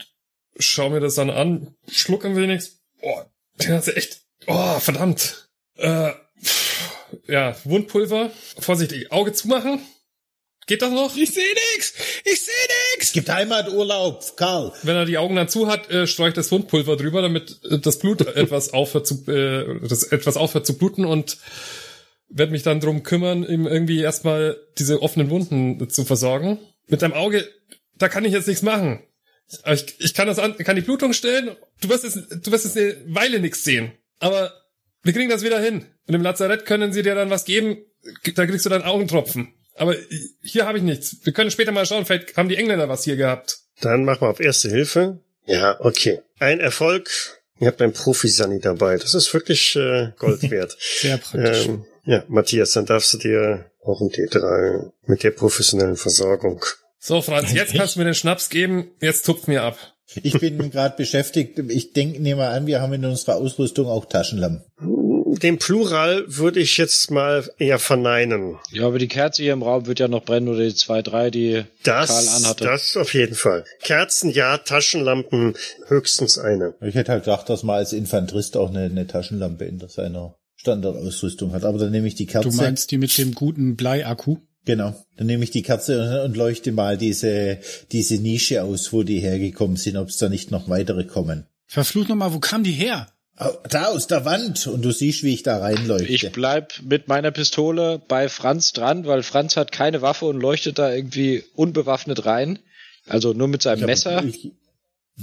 S5: schau mir das dann an, schluck ein wenig. Oh, den hat's echt. Oh, verdammt. Äh, pff, ja, Wundpulver. Vorsichtig, Auge zumachen. Geht das noch?
S2: Ich sehe nix! Ich sehe nix!
S6: Es gibt Heimaturlaub, Karl.
S5: Wenn er die Augen dann zu hat, äh, streue ich das Wundpulver drüber, damit äh, das Blut etwas aufhört zu, äh, das etwas aufhört zu bluten und werde mich dann drum kümmern, ihm irgendwie erstmal diese offenen Wunden zu versorgen. Mit deinem Auge, da kann ich jetzt nichts machen. Aber ich, ich kann das an, kann die Blutung stellen. Du wirst jetzt, du wirst jetzt eine Weile nichts sehen. Aber wir kriegen das wieder hin. Und im Lazarett können sie dir dann was geben. Da kriegst du dann Augentropfen. Aber hier habe ich nichts. Wir können später mal schauen. Vielleicht haben die Engländer was hier gehabt.
S1: Dann mach mal auf erste Hilfe. Ja, okay. Ein Erfolg Ihr habt einen Profisani dabei. Das ist wirklich äh, Gold wert.
S4: Sehr praktisch.
S1: ähm, ja, Matthias, dann darfst du dir auch ein D3 mit der professionellen Versorgung.
S5: So, Franz, jetzt kannst du mir den Schnaps geben, jetzt tupft mir ab.
S6: Ich bin gerade beschäftigt. Ich denke, nehme mal an, wir haben in unserer Ausrüstung auch Taschenlampen.
S1: Den Plural würde ich jetzt mal eher verneinen.
S3: Ja, aber die Kerze hier im Raum wird ja noch brennen oder die zwei, drei, die Karl
S1: Das,
S3: anhatte.
S1: das auf jeden Fall. Kerzen ja, Taschenlampen höchstens eine.
S6: Ich hätte halt gedacht, dass man als Infanterist auch eine, eine Taschenlampe in seiner Standardausrüstung hat. Aber dann nehme ich die Kerze.
S4: Du meinst die mit dem guten Bleiakku?
S6: Genau. Dann nehme ich die Kerze und leuchte mal diese, diese Nische aus, wo die hergekommen sind, ob es da nicht noch weitere kommen.
S4: Verflucht nochmal, wo kam die her?
S6: Au, Da aus der Wand und du siehst, wie ich da reinleuchte.
S3: Ich bleib mit meiner Pistole bei Franz dran, weil Franz hat keine Waffe und leuchtet da irgendwie unbewaffnet rein. Also nur mit seinem Messer.
S6: Ich-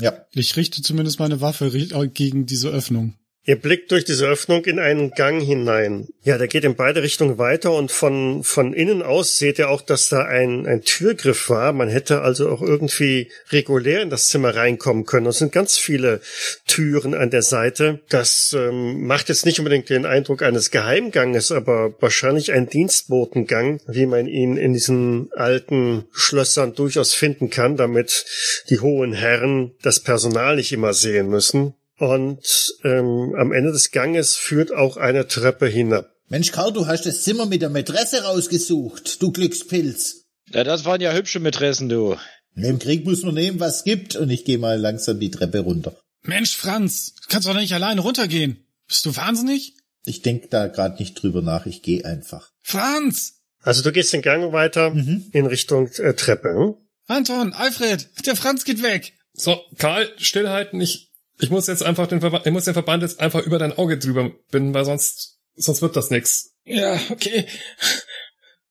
S6: ja,
S4: Ich richte zumindest meine Waffe ri- äh, gegen diese Öffnung.
S1: Ihr blickt durch diese Öffnung in einen Gang hinein. Ja, der geht in beide Richtungen weiter und von, von innen aus seht ihr auch, dass da ein, ein Türgriff war. Man hätte also auch irgendwie regulär in das Zimmer reinkommen können. Es sind ganz viele Türen an der Seite. Das ähm, macht jetzt nicht unbedingt den Eindruck eines Geheimganges, aber wahrscheinlich ein Dienstbotengang, wie man ihn in diesen alten Schlössern durchaus finden kann, damit die hohen Herren das Personal nicht immer sehen müssen. Und ähm, am Ende des Ganges führt auch eine Treppe hinab.
S6: Mensch, Karl, du hast das Zimmer mit der Mätresse rausgesucht, du Glückspilz.
S3: Ja, das waren ja hübsche Mätressen, du.
S6: Im Krieg muss man nehmen, was gibt. Und ich gehe mal langsam die Treppe runter.
S4: Mensch, Franz, du kannst doch nicht alleine runtergehen. Bist du wahnsinnig?
S6: Ich denk da gerade nicht drüber nach, ich gehe einfach.
S4: Franz!
S1: Also du gehst den Gang weiter in Richtung äh, Treppe. Hm?
S4: Anton, Alfred, der Franz geht weg.
S5: So, Karl, stillhalten, ich, ich muss jetzt einfach den Verband, ich muss den Verband jetzt einfach über dein Auge drüber binden, weil sonst, sonst wird das nix.
S2: Ja, okay.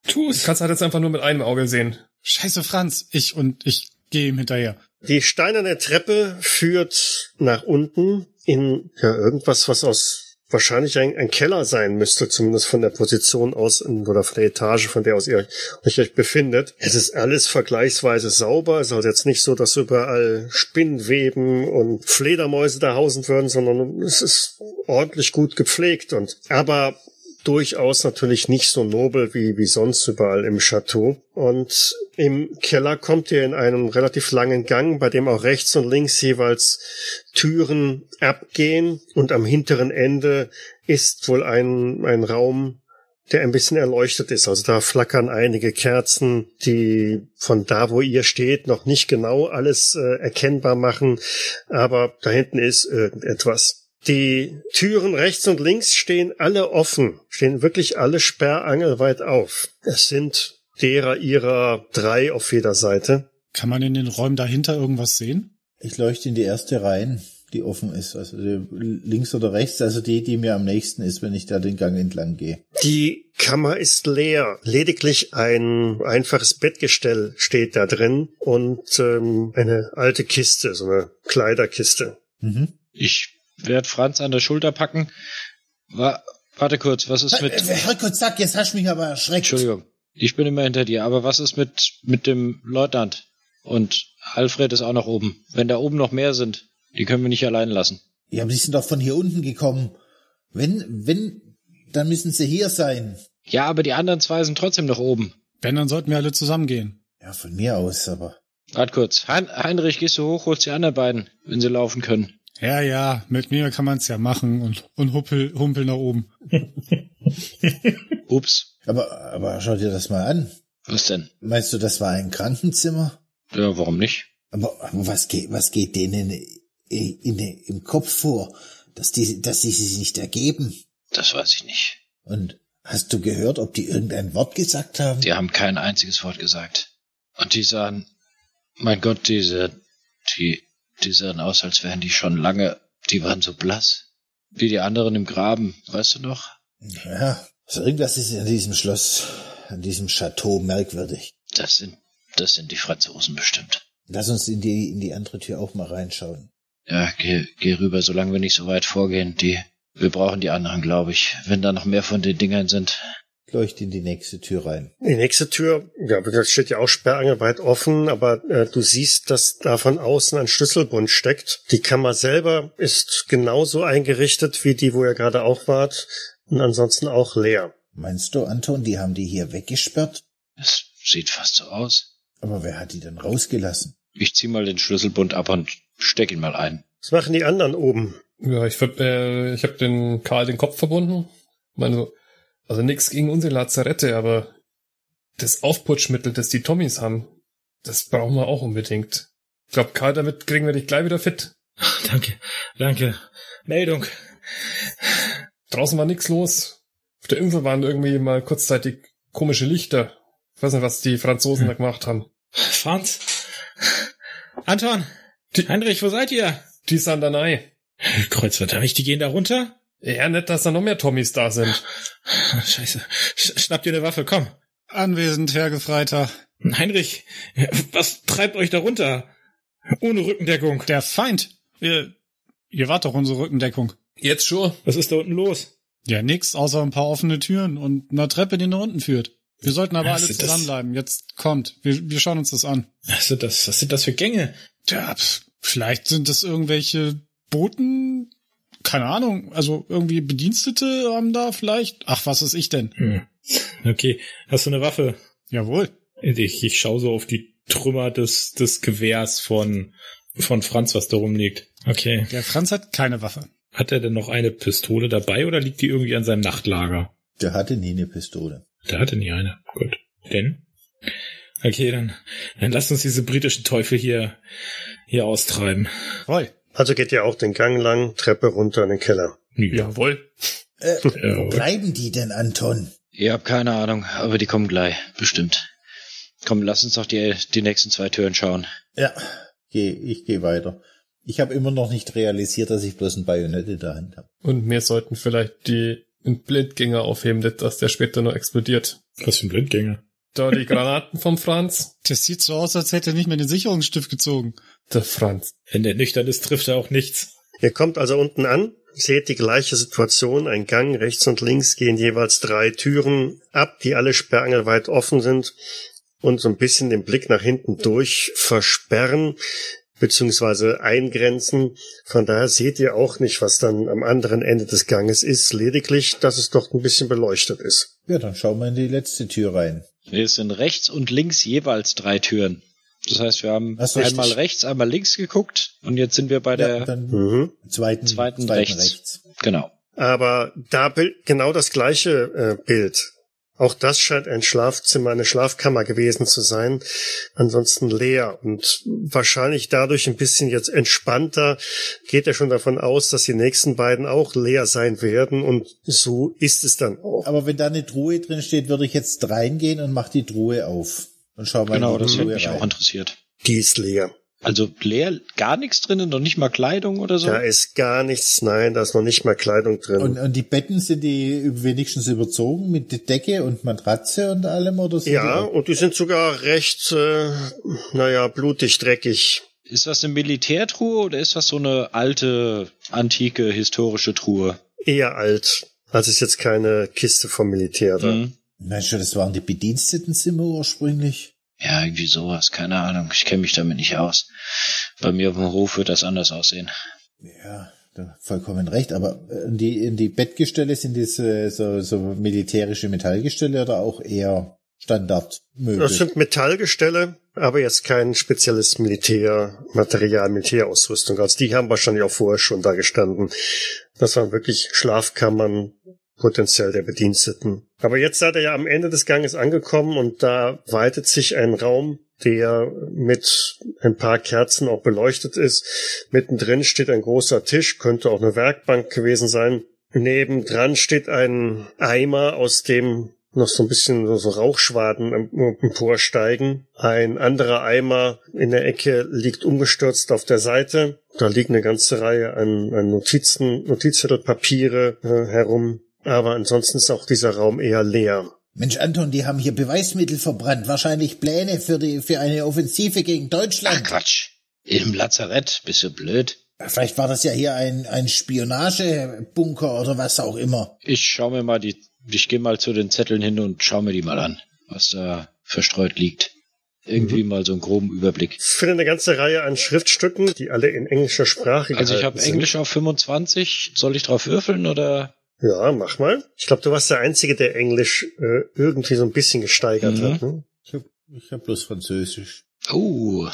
S5: Du
S2: Tu's.
S5: kannst halt jetzt einfach nur mit einem Auge sehen.
S4: Scheiße, Franz. Ich und ich gehe ihm hinterher.
S1: Die steinerne Treppe führt nach unten in ja, irgendwas, was aus wahrscheinlich ein, ein Keller sein müsste, zumindest von der Position aus in, oder von der Etage, von der aus ihr euch euch befindet. Es ist alles vergleichsweise sauber. Es ist also jetzt nicht so, dass überall Spinnweben und Fledermäuse da hausen würden, sondern es ist ordentlich gut gepflegt und aber durchaus natürlich nicht so nobel wie, wie sonst überall im Chateau. Und im Keller kommt ihr in einem relativ langen Gang, bei dem auch rechts und links jeweils Türen abgehen und am hinteren Ende ist wohl ein, ein Raum, der ein bisschen erleuchtet ist. Also da flackern einige Kerzen, die von da, wo ihr steht, noch nicht genau alles äh, erkennbar machen, aber da hinten ist irgendetwas. Die Türen rechts und links stehen alle offen, stehen wirklich alle sperrangelweit auf. Es sind derer ihrer drei auf jeder Seite.
S4: Kann man in den Räumen dahinter irgendwas sehen?
S6: Ich leuchte in die erste rein, die offen ist. Also die, links oder rechts, also die, die mir am nächsten ist, wenn ich da den Gang entlang gehe.
S1: Die Kammer ist leer. Lediglich ein einfaches Bettgestell steht da drin und ähm, eine alte Kiste, so eine Kleiderkiste.
S6: Mhm.
S3: Ich werd Franz an der Schulter packen. Wa warte kurz, was ist mit...
S6: Herrgott, sag, jetzt hast du mich aber erschreckt.
S3: Entschuldigung, ich bin immer hinter dir, aber was ist mit, mit dem Leutnant? Und Alfred ist auch noch oben. Wenn da oben noch mehr sind, die können wir nicht allein lassen.
S6: Ja, aber die sind doch von hier unten gekommen. Wenn, wenn, dann müssen sie hier sein.
S3: Ja, aber die anderen zwei sind trotzdem noch oben.
S4: Wenn, dann sollten wir alle zusammengehen.
S6: Ja, von mir aus, aber.
S3: Warte kurz. Hein Heinrich, gehst du hoch, holst die anderen beiden, wenn sie laufen können.
S4: Ja, ja, mit mir kann man's ja machen und, und humpel, humpel nach oben.
S3: Ups,
S6: Aber, aber schau dir das mal an.
S3: was denn?
S6: Meinst du, das war ein Krankenzimmer?
S3: Ja, warum nicht?
S6: Aber, aber was geht, was geht denen in, in, im Kopf vor, dass die, dass sie sich nicht ergeben?
S3: Das weiß ich nicht.
S6: Und hast du gehört, ob die irgendein Wort gesagt haben?
S3: Die haben kein einziges Wort gesagt. Und die sahen, mein Gott, diese, die, die sahen aus, als wären die schon lange, die waren so blass. Wie die anderen im Graben, weißt du noch?
S6: Ja. Also irgendwas ist in diesem Schloss, an diesem Chateau merkwürdig.
S3: Das sind, das sind die Franzosen bestimmt.
S6: Lass uns in die, in die andere Tür auch mal reinschauen.
S3: Ja, geh, geh rüber, solange wir nicht so weit vorgehen. Die, wir brauchen die anderen, glaube ich, wenn da noch mehr von den Dingern sind.
S6: leuchtet in die nächste Tür rein.
S1: Die nächste Tür, ja, das steht ja auch sperrangelweit offen, aber äh, du siehst, dass da von außen ein Schlüsselbund steckt. Die Kammer selber ist genauso eingerichtet wie die, wo ihr gerade auch wart, und ansonsten auch leer.
S6: Meinst du, Anton, die haben die hier weggesperrt?
S3: Es sieht fast so aus.
S6: Aber wer hat die denn rausgelassen?
S3: Ich zieh mal den Schlüsselbund ab und steck ihn mal ein.
S1: Was machen die anderen oben?
S5: Ja, ich, ver- äh, ich habe den Karl den Kopf verbunden. Ich Meine so, also nichts gegen unsere Lazarette, aber das Aufputschmittel, das die Tommys haben, das brauchen wir auch unbedingt. Ich glaube, Karl, damit kriegen wir dich gleich wieder fit.
S2: Danke, danke. Meldung.
S5: Draußen war nichts los. Auf der Insel waren irgendwie mal kurzzeitig komische Lichter. Ich weiß nicht, was die Franzosen da gemacht haben.
S2: Franz? Anton? Heinrich, wo seid ihr?
S5: Die sind da rein.
S2: Äh, Kreuzverteidig, die gehen da runter?
S5: Ja, nett, dass da noch mehr Tommys da sind.
S2: Ah, Scheiße. Sch schnapp dir eine Waffe, komm.
S4: Anwesend, Herr Gefreiter.
S2: Heinrich, was treibt euch da runter? Ohne Rückendeckung.
S4: Der Feind. Ihr, ihr wart doch unsere Rückendeckung.
S5: Jetzt schon.
S2: Was ist da unten los?
S4: Ja, nix, außer ein paar offene Türen und einer Treppe, die nach unten führt. Wir sollten aber
S2: Ja,
S4: alle
S2: sind das-
S4: zusammenbleiben. Jetzt kommt. Wir, wir schauen uns das an.
S2: Was sind das, was sind das für Gänge?
S4: Ja, pf, vielleicht sind das irgendwelche Boten? Keine Ahnung. Also irgendwie Bedienstete haben da vielleicht. Ach, was ist ich denn?
S2: Hm. Okay, hast du eine Waffe?
S4: Jawohl.
S2: Ich, ich schaue so auf die Trümmer des, des Gewehrs von, von Franz, was da rumliegt. Okay.
S4: Der Franz hat keine Waffe.
S2: Hat er denn noch eine Pistole dabei oder liegt die irgendwie an seinem Nachtlager?
S6: Der hatte nie eine Pistole.
S2: Der hatte nie eine. Gut. Denn? Okay, dann, dann lasst uns diese britischen Teufel hier, hier austreiben.
S4: Roy.
S1: Also geht ihr auch den Gang lang, Treppe runter in den Keller.
S5: Jawohl.
S2: Ja,
S6: Bleiben die denn, Anton?
S3: Ihr habt keine Ahnung, aber die kommen gleich, bestimmt. Komm, lass uns doch die, die nächsten zwei Türen schauen.
S6: Ja, geh, ich gehe weiter. Ich habe immer noch nicht realisiert, dass ich bloß ein Bajonett in der Hand habe.
S5: Und wir sollten vielleicht die einen Blindgänger aufheben, nicht, dass der später noch explodiert.
S2: was für ein Blindgänger.
S5: Da die Granaten vom Franz.
S4: Das sieht so aus, als hätte er nicht mehr den Sicherungsstift gezogen.
S5: Der Franz.
S2: Wenn der nüchtern ist, trifft er auch nichts.
S1: Ihr kommt also unten an, seht die gleiche Situation, ein Gang, rechts und links gehen jeweils drei Türen ab, die alle sperrangelweit offen sind und so ein bisschen den Blick nach hinten durch versperren beziehungsweise eingrenzen. Von daher seht ihr auch nicht, was dann am anderen Ende des Ganges ist, lediglich, dass es dort ein bisschen beleuchtet ist.
S6: Ja, dann schauen wir in die letzte Tür rein.
S3: Es sind rechts und links jeweils drei Türen. Das heißt, wir haben
S6: Das ist richtig.
S3: einmal rechts, einmal links geguckt und jetzt sind wir bei
S6: ja,
S3: der. Hm.
S6: dann
S1: Mhm.
S6: zweiten,
S3: Zweiten
S6: zweiten
S3: rechts. genau.
S1: Aber da bil- genau das gleiche äh, Bild. Auch das scheint ein Schlafzimmer, eine Schlafkammer gewesen zu sein. Ansonsten leer und wahrscheinlich dadurch ein bisschen jetzt entspannter. Geht er schon davon aus, dass die nächsten beiden auch leer sein werden und so ist es dann auch.
S6: Aber wenn da eine Truhe drin steht, würde ich jetzt reingehen und mach die Truhe auf. Und schau mal
S3: Genau,
S6: in die
S3: das hätte
S6: Truhe
S3: mich auch
S6: rein.
S3: interessiert.
S1: Die ist leer.
S3: Also leer, gar nichts drinnen, noch nicht mal Kleidung oder so.
S1: Da ist gar nichts. Nein, da ist noch nicht mal Kleidung drin.
S6: Und, und die Betten sind die wenigstens überzogen mit Decke und Matratze und allem oder sind
S1: ja,
S6: die auch-
S1: und die sind sogar recht, äh, naja, blutig, dreckig.
S3: Ist das eine Militärtruhe oder ist das so eine alte, antike, historische Truhe?
S1: Eher alt. Also ist jetzt keine Kiste vom Militär da.
S3: Mhm.
S6: Meinst du, das waren die Bedienstetenzimmer ursprünglich?
S3: Ja, irgendwie sowas, keine Ahnung. Ich kenne mich damit nicht aus. Bei mir auf dem Hof wird das anders aussehen.
S6: Ja, da vollkommen recht. Aber äh, in die, in die Bettgestelle sind diese so, so militärische Metallgestelle oder auch eher
S1: Das
S6: Standardmöbel?
S1: sind Metallgestelle, aber jetzt kein spezielles Militärmaterial, Militärausrüstung. Also die haben wahrscheinlich auch vorher schon da gestanden. Das waren wirklich Schlafkammern potenziell der Bediensteten. Aber jetzt seid ihr ja am Ende des Ganges angekommen und da weitet sich ein Raum, der mit ein paar Kerzen auch beleuchtet ist. Mittendrin steht ein großer Tisch, könnte auch eine Werkbank gewesen sein. Nebendran steht ein Eimer, aus dem noch so ein bisschen so, so Rauchschwaden em- emporsteigen. Ein anderer Eimer in der Ecke liegt umgestürzt auf der Seite. Da liegt eine ganze Reihe an, an Notizen, Notizzettelpapiere äh, herum. Aber ansonsten ist auch dieser Raum eher leer.
S6: Mensch, Anton, die haben hier Beweismittel verbrannt. Wahrscheinlich Pläne für die, für eine Offensive gegen
S3: Ach
S6: Deutschland.
S3: Quatsch. Im Lazarett, bist du blöd?
S6: Vielleicht war das ja hier ein, ein Spionagebunker oder was auch immer.
S3: Ich schaue mir mal die ich gehe mal zu den Zetteln hin und schaue mir die mal an, was da verstreut liegt. Irgendwie
S6: Mhm.
S3: mal so einen groben Überblick.
S1: Ich finde eine ganze Reihe an Schriftstücken, die alle in englischer Sprache
S3: Also
S6: äh,
S3: ich
S1: gehalten
S3: habe
S1: sind.
S3: Englisch auf 25. Soll ich drauf würfeln oder?
S1: Ja, mach mal. Ich glaube, du warst der Einzige, der Englisch äh, irgendwie so ein bisschen gesteigert
S3: Mhm.
S1: hat. Ne?
S6: Ich habe ich hab bloß Französisch.
S3: Oh,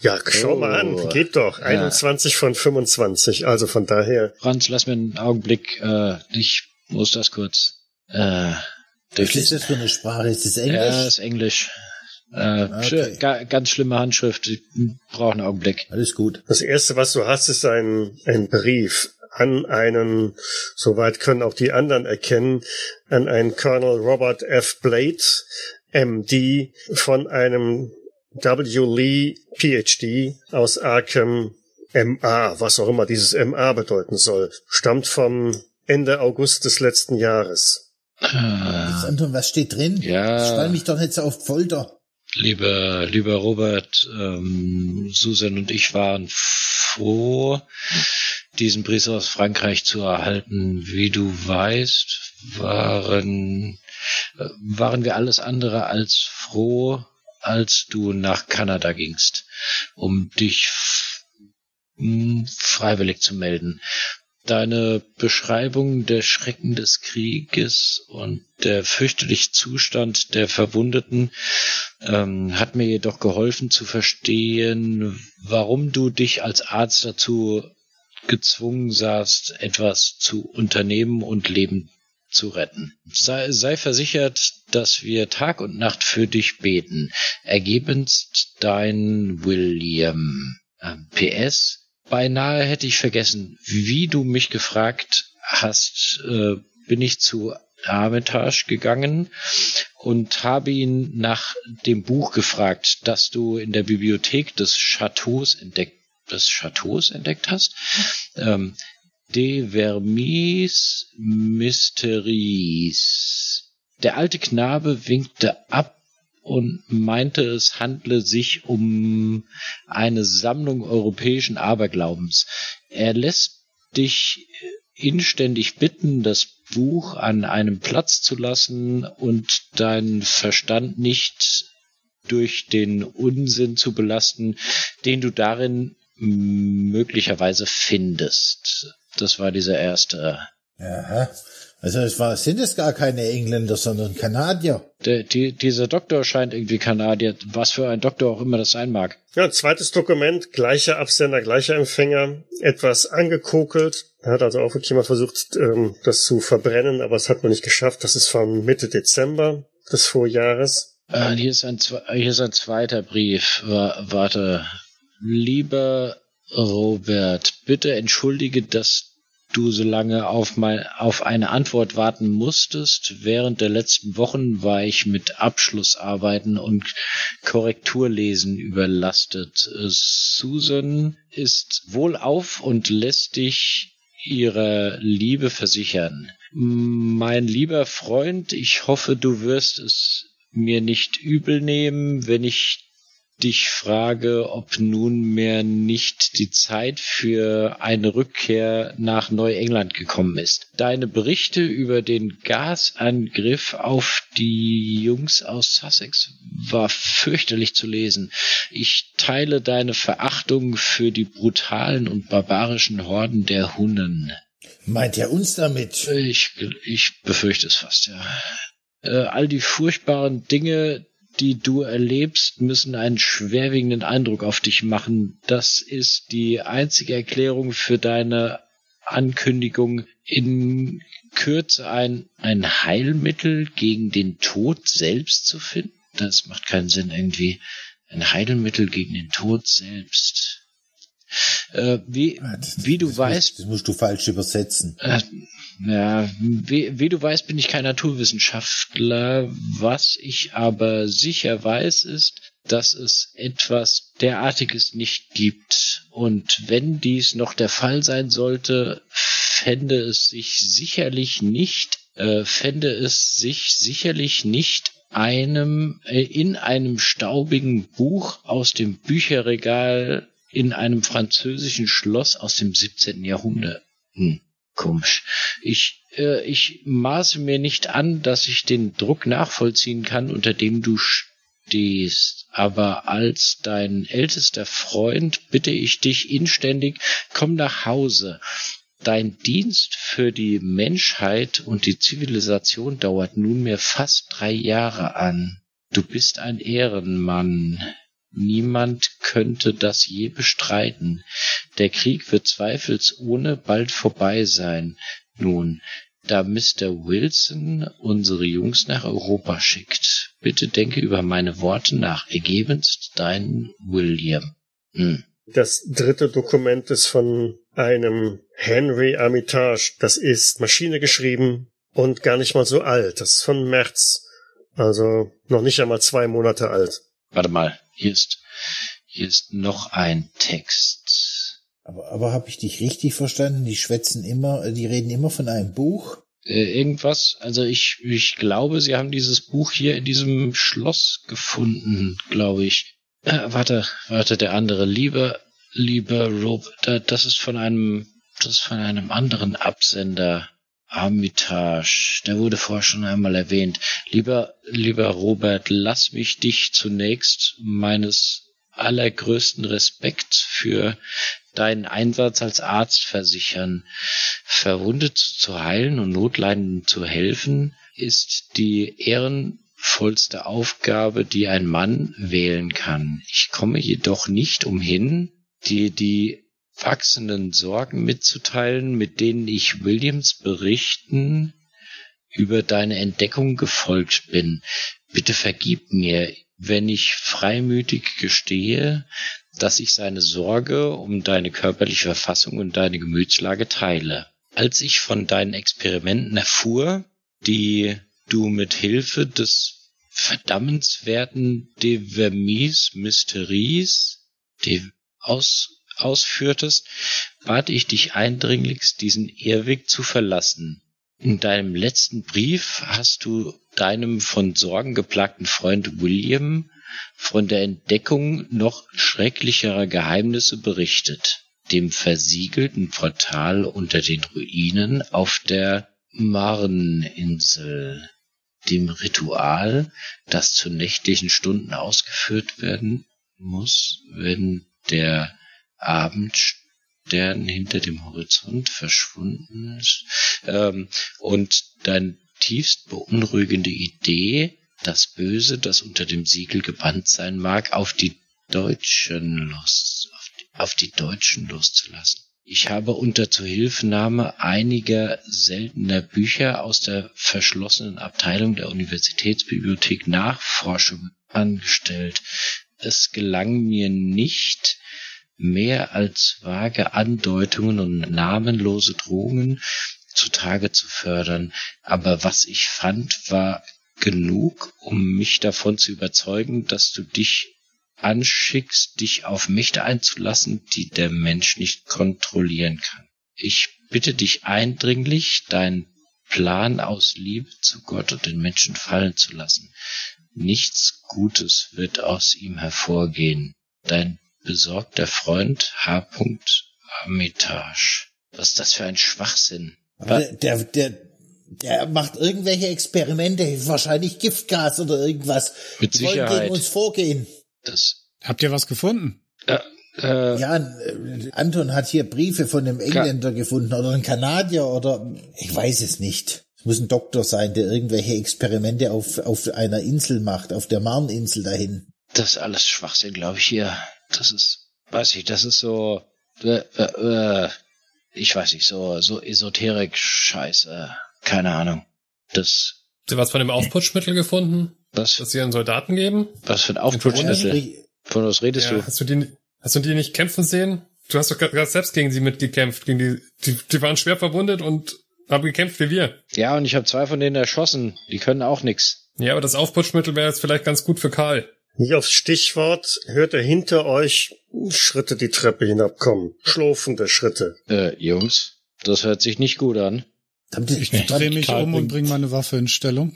S1: Ja, schau
S6: Oh.
S1: mal an. Geht doch.
S3: Ja.
S1: 21 von 25. Also von daher.
S3: Franz, lass mir einen Augenblick. Äh, ich muss das kurz. Äh,
S6: Was ist
S3: durchlesen.
S6: das für eine Sprache? Ist das
S3: Ja,
S6: Englisch?
S3: ist Englisch. Äh,
S6: Okay.
S3: ga, ganz schlimme Handschrift. Ich brauche einen Augenblick.
S6: Alles gut.
S1: Das erste, was du hast, ist ein, ein Brief an einen, soweit können auch die anderen erkennen, an einen Colonel Robert F. Blade, MD, von einem W. Lee, PhD aus Arkham, MA, was auch immer dieses MA bedeuten soll, stammt vom Ende August des letzten Jahres.
S3: Äh,
S6: Das Anton, was steht drin?
S3: Ja.
S6: Stall mich doch nicht so auf Folter.
S3: Lieber, lieber Robert, ähm, Susan und ich waren froh, diesen Brief aus Frankreich zu erhalten. Wie du weißt, waren, äh, waren wir alles andere als froh, als du nach Kanada gingst, um dich f- m, hm, freiwillig zu melden. Deine Beschreibung der Schrecken des Krieges und der fürchterliche Zustand der Verwundeten ähm, hat mir jedoch geholfen zu verstehen, warum du dich als Arzt dazu gezwungen sahst, etwas zu unternehmen und Leben zu retten. Sei, sei versichert, dass wir Tag und Nacht für dich beten. Ergebenst dein William. Ähm, PS. Beinahe hätte ich vergessen, wie du mich gefragt hast, äh, bin ich zu Armitage gegangen und habe ihn nach dem Buch gefragt, das du in der Bibliothek des Chateaus entdeckt, des Chateaus entdeckt hast. Ähm, De Vermis Mysteries. Der alte Knabe winkte ab und meinte, es handle sich um eine Sammlung europäischen Aberglaubens. Er lässt dich inständig bitten, das Buch an einem Platz zu lassen und deinen Verstand nicht durch den Unsinn zu belasten, den du darin möglicherweise findest. Das war dieser erste.
S6: Aha. Also es war, sind es gar keine Engländer, sondern Kanadier.
S3: Der, die, dieser Doktor scheint irgendwie Kanadier, was für ein Doktor auch immer das sein mag.
S1: Ja, zweites Dokument, gleicher Absender, gleicher Empfänger, etwas angekokelt. Da hat also auch wirklich mal versucht, ähm, das zu verbrennen, aber es hat man nicht geschafft. Das ist von Mitte Dezember des Vorjahres.
S3: Äh, hier, ist ein, zwe- hier ist ein zweiter Brief. Wa- Warte. Lieber Robert, bitte entschuldige, dass du so lange auf, mein, auf eine Antwort warten musstest. Während der letzten Wochen war ich mit Abschlussarbeiten und Korrekturlesen überlastet. Äh, Susan ist wohlauf und lässt dich ihrer Liebe versichern. Mein lieber Freund, ich hoffe, du wirst es mir nicht übel nehmen, wenn ich dich frage, ob nunmehr nicht die Zeit für eine Rückkehr nach Neuengland gekommen ist. Deine Berichte über den Gasangriff auf die Jungs aus Sussex war fürchterlich zu lesen. Ich teile deine Verachtung für die brutalen und barbarischen Horden der Hunnen.
S6: Meint er uns damit?
S3: Ich, ich befürchte es fast, ja. Äh, all die furchtbaren Dinge, die du erlebst, müssen einen schwerwiegenden Eindruck auf dich machen. Das ist die einzige Erklärung für deine Ankündigung, in Kürze ein, ein Heilmittel gegen den Tod selbst zu finden. Das macht keinen Sinn irgendwie. Ein Heilmittel gegen den Tod selbst. Äh, wie, wie du
S6: das
S3: weißt,
S6: Musst, das musst du falsch übersetzen.
S3: äh, ja, wie, wie du weißt, bin ich kein Naturwissenschaftler. Was ich aber sicher weiß, ist, dass es etwas derartiges nicht gibt. Und wenn dies noch der Fall sein sollte, fände es sich sicherlich nicht, äh, fände es sich sicherlich nicht einem äh, in einem staubigen Buch aus dem Bücherregal in einem französischen Schloss aus dem 17. Jahrhundert. Hm. Komisch. Ich, äh, ich maße mir nicht an, dass ich den Druck nachvollziehen kann, unter dem du stehst. Aber als dein ältester Freund bitte ich dich inständig, komm nach Hause. Dein Dienst für die Menschheit und die Zivilisation dauert nunmehr fast drei Jahre an. Du bist ein Ehrenmann. Niemand könnte das je bestreiten. Der Krieg wird zweifelsohne bald vorbei sein. Nun, da Mr. Wilson unsere Jungs nach Europa schickt. Bitte denke über meine Worte nach. Ergebenst dein William. Hm.
S1: Das dritte Dokument ist von einem Henry Armitage. Das ist Maschine geschrieben und gar nicht mal so alt. Das ist von März. Also noch nicht einmal zwei Monate alt.
S3: Warte mal, hier ist, hier ist noch ein Text.
S6: Aber, aber habe ich dich richtig verstanden? Die schwätzen immer, äh, die reden immer von einem Buch.
S3: Äh, irgendwas, also ich, ich glaube, sie haben dieses Buch hier in diesem Schloss gefunden, glaube ich. Äh, warte, warte, der andere. Lieber, lieber Rob, da, das ist von einem, das ist von einem anderen Absender. Armitage, der wurde vorher schon einmal erwähnt. Lieber, lieber Robert, lass mich dich zunächst meines allergrößten Respekts für deinen Einsatz als Arzt versichern. Verwundet zu heilen und Notleidenden zu helfen, ist die ehrenvollste Aufgabe, die ein Mann wählen kann. Ich komme jedoch nicht umhin, dir die wachsenden Sorgen mitzuteilen, mit denen ich Williams Berichten über deine Entdeckung gefolgt bin. Bitte vergib mir, wenn ich freimütig gestehe, dass ich seine Sorge um deine körperliche Verfassung und deine Gemütslage teile. Als ich von deinen Experimenten erfuhr, die du mit Hilfe des verdammenswerten De Vermis Mysteries De aus ausführtest, bat ich dich eindringlichst, diesen Irrweg zu verlassen. In deinem letzten Brief hast du deinem von Sorgen geplagten Freund William von der Entdeckung noch schrecklicherer Geheimnisse berichtet, dem versiegelten Portal unter den Ruinen auf der Marninsel, dem Ritual, das zu nächtlichen Stunden ausgeführt werden muss, wenn der Abendstern hinter dem Horizont verschwunden ist. Ähm, und deine tiefst beunruhigende Idee, das Böse, das unter dem Siegel gebannt sein mag, auf die Deutschen los, auf die, auf die Deutschen loszulassen. Ich habe unter Zuhilfenahme einiger seltener Bücher aus der verschlossenen Abteilung der Universitätsbibliothek Nachforschung angestellt. Es gelang mir nicht, mehr als vage Andeutungen und namenlose Drohungen zutage zu fördern, aber was ich fand, war genug, um mich davon zu überzeugen, dass du dich anschickst, dich auf Mächte einzulassen, die der Mensch nicht kontrollieren kann. Ich bitte dich eindringlich, deinen Plan aus Liebe zu Gott und den Menschen fallen zu lassen. Nichts Gutes wird aus ihm hervorgehen. Dein besorgter Freund H. Armitage. Was ist das für ein Schwachsinn?
S6: Aber der, der, der, der macht irgendwelche Experimente, wahrscheinlich Giftgas oder irgendwas.
S3: Mit
S6: Die wollen
S3: Sicherheit.
S6: gegen uns vorgehen.
S3: Das,
S4: Habt ihr was gefunden?
S3: äh, äh,
S6: Ja, äh, Anton hat hier Briefe von einem Engländer gefunden oder einem Kanadier oder ich weiß es nicht. Es muss ein Doktor sein, der irgendwelche Experimente auf, auf einer Insel macht, auf der Marninsel dahin.
S3: das ist alles Schwachsinn, glaube ich, hier. Das ist, weiß ich, das ist so, äh, äh, äh, ich weiß nicht, so, so esoterik Scheiße. Keine Ahnung. Das,
S5: Habt ihr was von dem Aufputschmittel gefunden,
S3: was,
S5: das sie an Soldaten geben?
S3: was für ein
S6: Ja,
S3: Aufputschmittel.
S6: sprich-
S3: Von was redest du?
S5: Hast du die, hast du die nicht kämpfen sehen? Du hast doch gerade selbst gegen sie mitgekämpft. Gegen die, die, die waren schwer verwundet und haben gekämpft wie wir.
S3: Ja, und ich habe zwei von denen erschossen. Die können auch nix.
S5: Ja, aber das Aufputschmittel wäre jetzt vielleicht ganz gut für Karl.
S1: Nicht aufs Stichwort hört er hinter euch Schritte die Treppe hinabkommen. Schlurfende Schritte.
S3: Äh, Jungs, das hört sich nicht gut an.
S6: Habt ihr-
S4: Ich drehe mich
S2: Karl
S4: um und
S2: bringt-
S4: bringe meine Waffe in Stellung.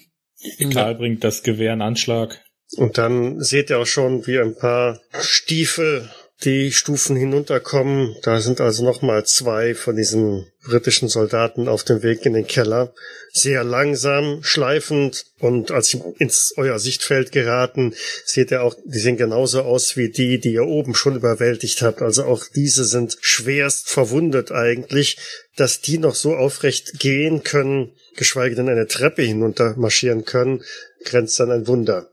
S2: Karl bringt das Gewehr in Anschlag.
S1: Und dann seht ihr auch schon, wie ein paar Stiefel die Stufen hinunterkommen. Da sind also nochmal zwei von diesen britischen Soldaten auf dem Weg in den Keller. Sehr langsam, schleifend und als sie ins euer Sichtfeld geraten, seht ihr auch, die sehen genauso aus wie die, die ihr oben schon überwältigt habt. Also auch diese sind schwerst verwundet eigentlich, dass die noch so aufrecht gehen können, geschweige denn eine Treppe hinunter marschieren können, grenzt an ein Wunder.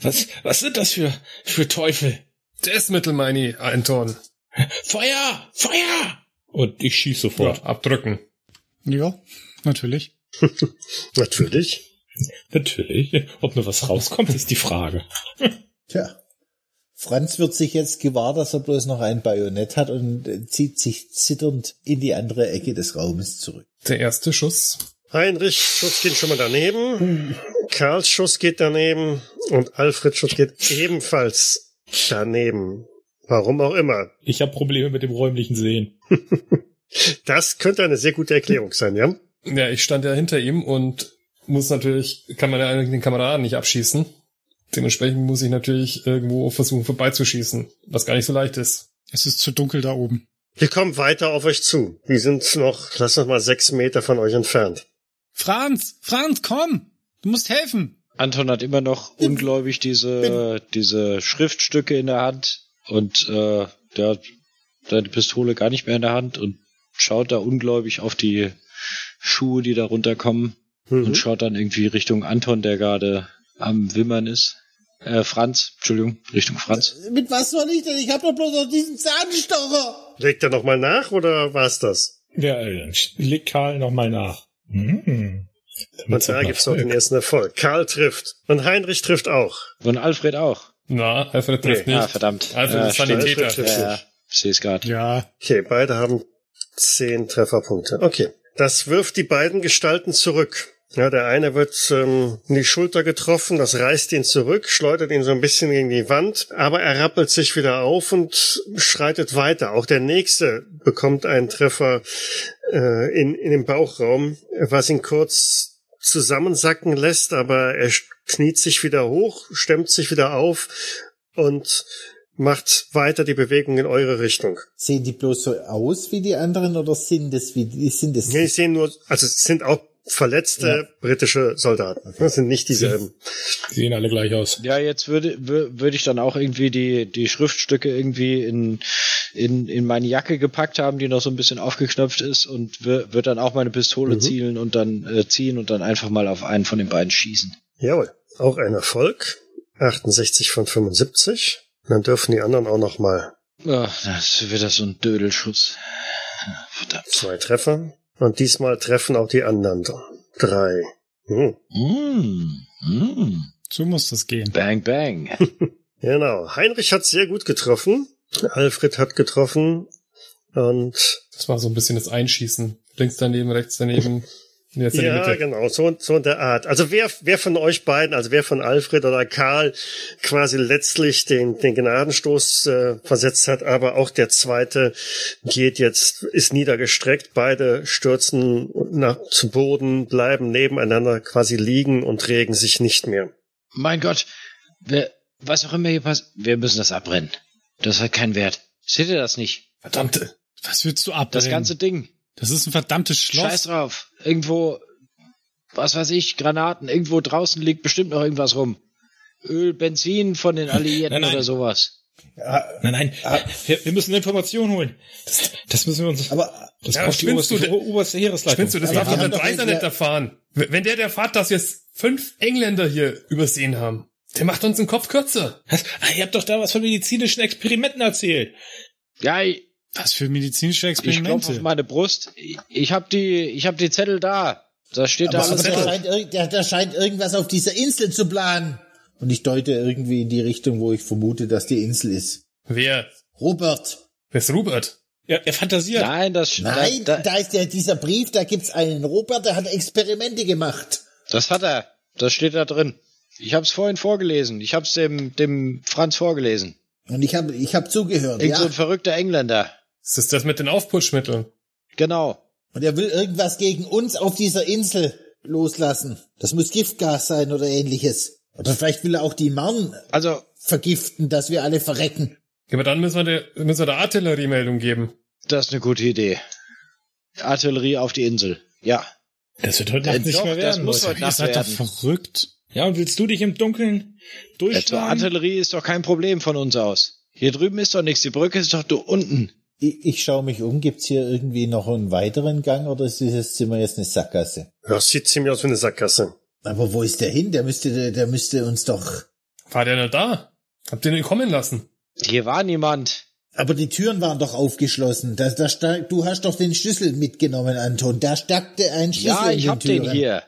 S2: Was, was sind das für, für Teufel?
S5: Deathmittel, meine Anton.
S2: Feuer! Feuer! Und ich schieß sofort.
S5: Ja, abdrücken.
S4: Ja, natürlich.
S1: Natürlich.
S2: Natürlich. Ob nur was rauskommt, ist die Frage.
S6: Tja. Franz wird sich jetzt gewahr, dass er bloß noch ein Bajonett hat und äh, zieht sich zitternd in die andere Ecke des Raumes zurück.
S5: Der erste Schuss.
S1: Heinrich Schuss geht schon mal daneben. Karls Schuss geht daneben. Und Alfred Schuss geht ebenfalls daneben. Warum auch immer.
S2: Ich habe Probleme mit dem räumlichen Sehen.
S1: Das könnte eine sehr gute Erklärung sein, ja?
S5: Ja, ich stand ja hinter ihm und muss natürlich, kann man ja den Kameraden nicht abschießen. Dementsprechend muss ich natürlich irgendwo versuchen vorbeizuschießen, was gar nicht so leicht ist.
S4: Es ist zu dunkel da oben.
S1: Wir kommen weiter auf euch zu. Die sind noch, lass noch mal sechs Meter von euch entfernt.
S4: Franz, Franz, komm! Du musst helfen!
S3: Anton hat immer noch ungläubig diese, diese Schriftstücke in der Hand und äh, der hat seine Pistole gar nicht mehr in der Hand und schaut da ungläubig auf die Schuhe, die da runterkommen und schaut dann irgendwie Richtung Anton, der gerade am Wimmern ist. Äh, Franz, Entschuldigung, Richtung Franz.
S6: Mit was soll ich denn? Ich habe doch bloß noch diesen Zahnstocher.
S1: Legt er nochmal nach oder war's das?
S2: Ja, äh, leg Karl nochmal nach. Hm. ne?
S1: Und da gibt's noch den ersten Erfolg. Karl trifft. Und Heinrich trifft auch.
S3: Und Alfred auch.
S5: Na, Alfred trifft
S3: Ah,
S5: nicht.
S3: verdammt.
S5: Alfred
S3: ja,
S5: ist
S3: stimmt.
S5: Sanitäter.
S1: Alfred trifft
S3: ja,
S1: nicht.
S3: ja. Seh's grad.
S4: Ja,
S1: Okay, beide haben zehn Trefferpunkte. Okay. Das wirft die beiden Gestalten zurück. Ja, der eine wird ähm, in die Schulter getroffen, das reißt ihn zurück, schleudert ihn so ein bisschen gegen die Wand, aber er rappelt sich wieder auf und schreitet weiter. Auch der nächste bekommt einen Treffer äh, in, in den Bauchraum, was ihn kurz zusammensacken lässt, aber er kniet sich wieder hoch, stemmt sich wieder auf und macht weiter die Bewegung in eure Richtung.
S6: Sehen die bloß so aus wie die anderen oder sind es wie die sind es?
S1: Nee, ich sehe nur, also es sind auch verletzte britische Soldaten. Das sind nicht dieselben.
S2: Die sehen alle gleich aus.
S3: Ja, jetzt würde wür- würde ich dann auch irgendwie die die Schriftstücke irgendwie in in in meine Jacke gepackt haben, die noch so ein bisschen aufgeknöpft ist und wür- würde dann auch meine
S4: Mhm.
S3: Pistole zielen und dann äh, ziehen und dann einfach mal auf einen von den beiden schießen.
S1: Jawohl. Auch ein Erfolg. 68 von 75. Und dann dürfen die anderen auch noch mal
S3: Ah, das wird das so ein Dödelschuss. Verdammt.
S1: zwei Treffer. Und diesmal treffen auch die anderen drei. Hm.
S3: Mm, mm.
S4: so muss das gehen.
S3: Bang bang.
S1: Genau. Heinrich hat sehr gut getroffen. Alfred hat getroffen. Und
S5: Das war so ein bisschen das Einschießen. Links daneben, rechts daneben. Und Jetzt in die
S1: ja,
S5: Mitte.
S1: genau, so, so in der Art. Also wer, wer von euch beiden, also wer von Alfred oder Karl quasi letztlich den, den Gnadenstoß äh, versetzt hat, aber auch der zweite geht jetzt, ist niedergestreckt, beide stürzen nach, zu Boden, bleiben nebeneinander quasi liegen und regen sich nicht mehr.
S3: Mein Gott, wer, was auch immer hier passt, wir müssen das abbrennen. Das hat keinen Wert. Seht ihr das nicht?
S5: Verdammte.
S4: Was willst du abbrennen?
S3: Das ganze Ding.
S4: Das ist ein verdammtes Schloss.
S3: Scheiß drauf. Irgendwo, was weiß ich, Granaten. Irgendwo draußen liegt bestimmt noch irgendwas rum. Öl, Benzin von den Alliierten
S2: Nein, nein.
S3: oder sowas.
S2: Nein, nein.
S5: Ah.
S2: Wir, wir müssen Informationen holen. Das, das müssen wir uns.
S6: Aber
S2: Das
S5: Ja,
S2: braucht die
S5: spinnst
S2: oberste,
S5: du denn?
S2: oberste Heeresleitung.
S5: Spinnst du, das
S6: Ja,
S5: darf
S6: wir
S5: doch der
S6: haben doch
S5: Dreiser
S6: ein-
S5: nicht erfahren. W- Wenn der der Fahrt, dass jetzt fünf Engländer hier übersehen haben, der macht uns den Kopf kürzer.
S2: Was? Ah, ihr habt doch da was von medizinischen Experimenten erzählt.
S3: Ja, ich,
S4: Was für medizinische
S3: ich klopfe auf
S4: Experimente.
S3: meine Brust. Ich, ich hab die, ich hab die Zettel da. Da steht
S6: Aber,
S3: da
S6: aber
S3: alles
S6: der,
S3: drauf.
S6: scheint, irg- der, der scheint irgendwas auf dieser Insel zu planen. Und ich deute irgendwie in die Richtung, wo ich vermute, dass die Insel ist.
S5: Wer?
S6: Robert,
S5: Wer ist Robert?
S2: Ja, er fantasiert.
S3: Nein, das,
S6: nein,
S3: da,
S6: da,
S3: da,
S6: ist ja dieser Brief, da gibt's einen Robert, der hat Experimente gemacht.
S3: das hat er. Das steht da drin. Ich hab's vorhin vorgelesen. Ich hab's dem, dem Franz vorgelesen.
S6: Und ich habe ich hab zugehört,
S3: Irgend so
S6: ja.
S3: ein verrückter Engländer.
S5: Ist das das mit den Aufputschmitteln?
S3: Genau.
S6: Und er will irgendwas gegen uns auf dieser Insel loslassen. Das muss Giftgas sein oder ähnliches. Oder vielleicht will er auch die Marn
S3: Also,
S6: vergiften, dass wir alle verrecken.
S5: Ja, aber dann müssen wir der, müssen wir der Artillerie Meldung geben.
S3: Das ist eine gute Idee. Artillerie auf die Insel. Ja.
S2: Das wird heute
S3: Äh,
S2: Nacht nicht
S3: doch,
S2: mehr
S3: das
S2: werden.
S3: muss
S2: Leute.
S3: heute
S4: Ihr
S3: Nacht
S4: seid doch
S3: werden.
S4: verrückt.
S2: Ja, und willst du dich im Dunkeln
S3: Etwa
S2: durchschlagen?
S3: Äh, Artillerie ist doch kein Problem von uns aus. Hier drüben ist doch nichts, die Brücke ist doch da unten.
S6: Ich, ich schaue mich um, gibt's hier irgendwie noch einen weiteren Gang oder ist dieses Zimmer jetzt eine Sackgasse?
S1: Ja, es sieht ziemlich aus wie eine Sackgasse.
S6: Aber wo ist der hin? Der müsste, der, der müsste uns doch.
S5: War der denn da? Habt ihr den kommen lassen?
S3: Hier war niemand.
S6: Aber die Türen waren doch aufgeschlossen. Da, da sta- du hast doch den Schlüssel mitgenommen, Anton. Da steckte ein Schlüssel
S3: ja,
S6: in
S3: ich
S6: den
S3: hab
S6: Türen.
S3: den hier.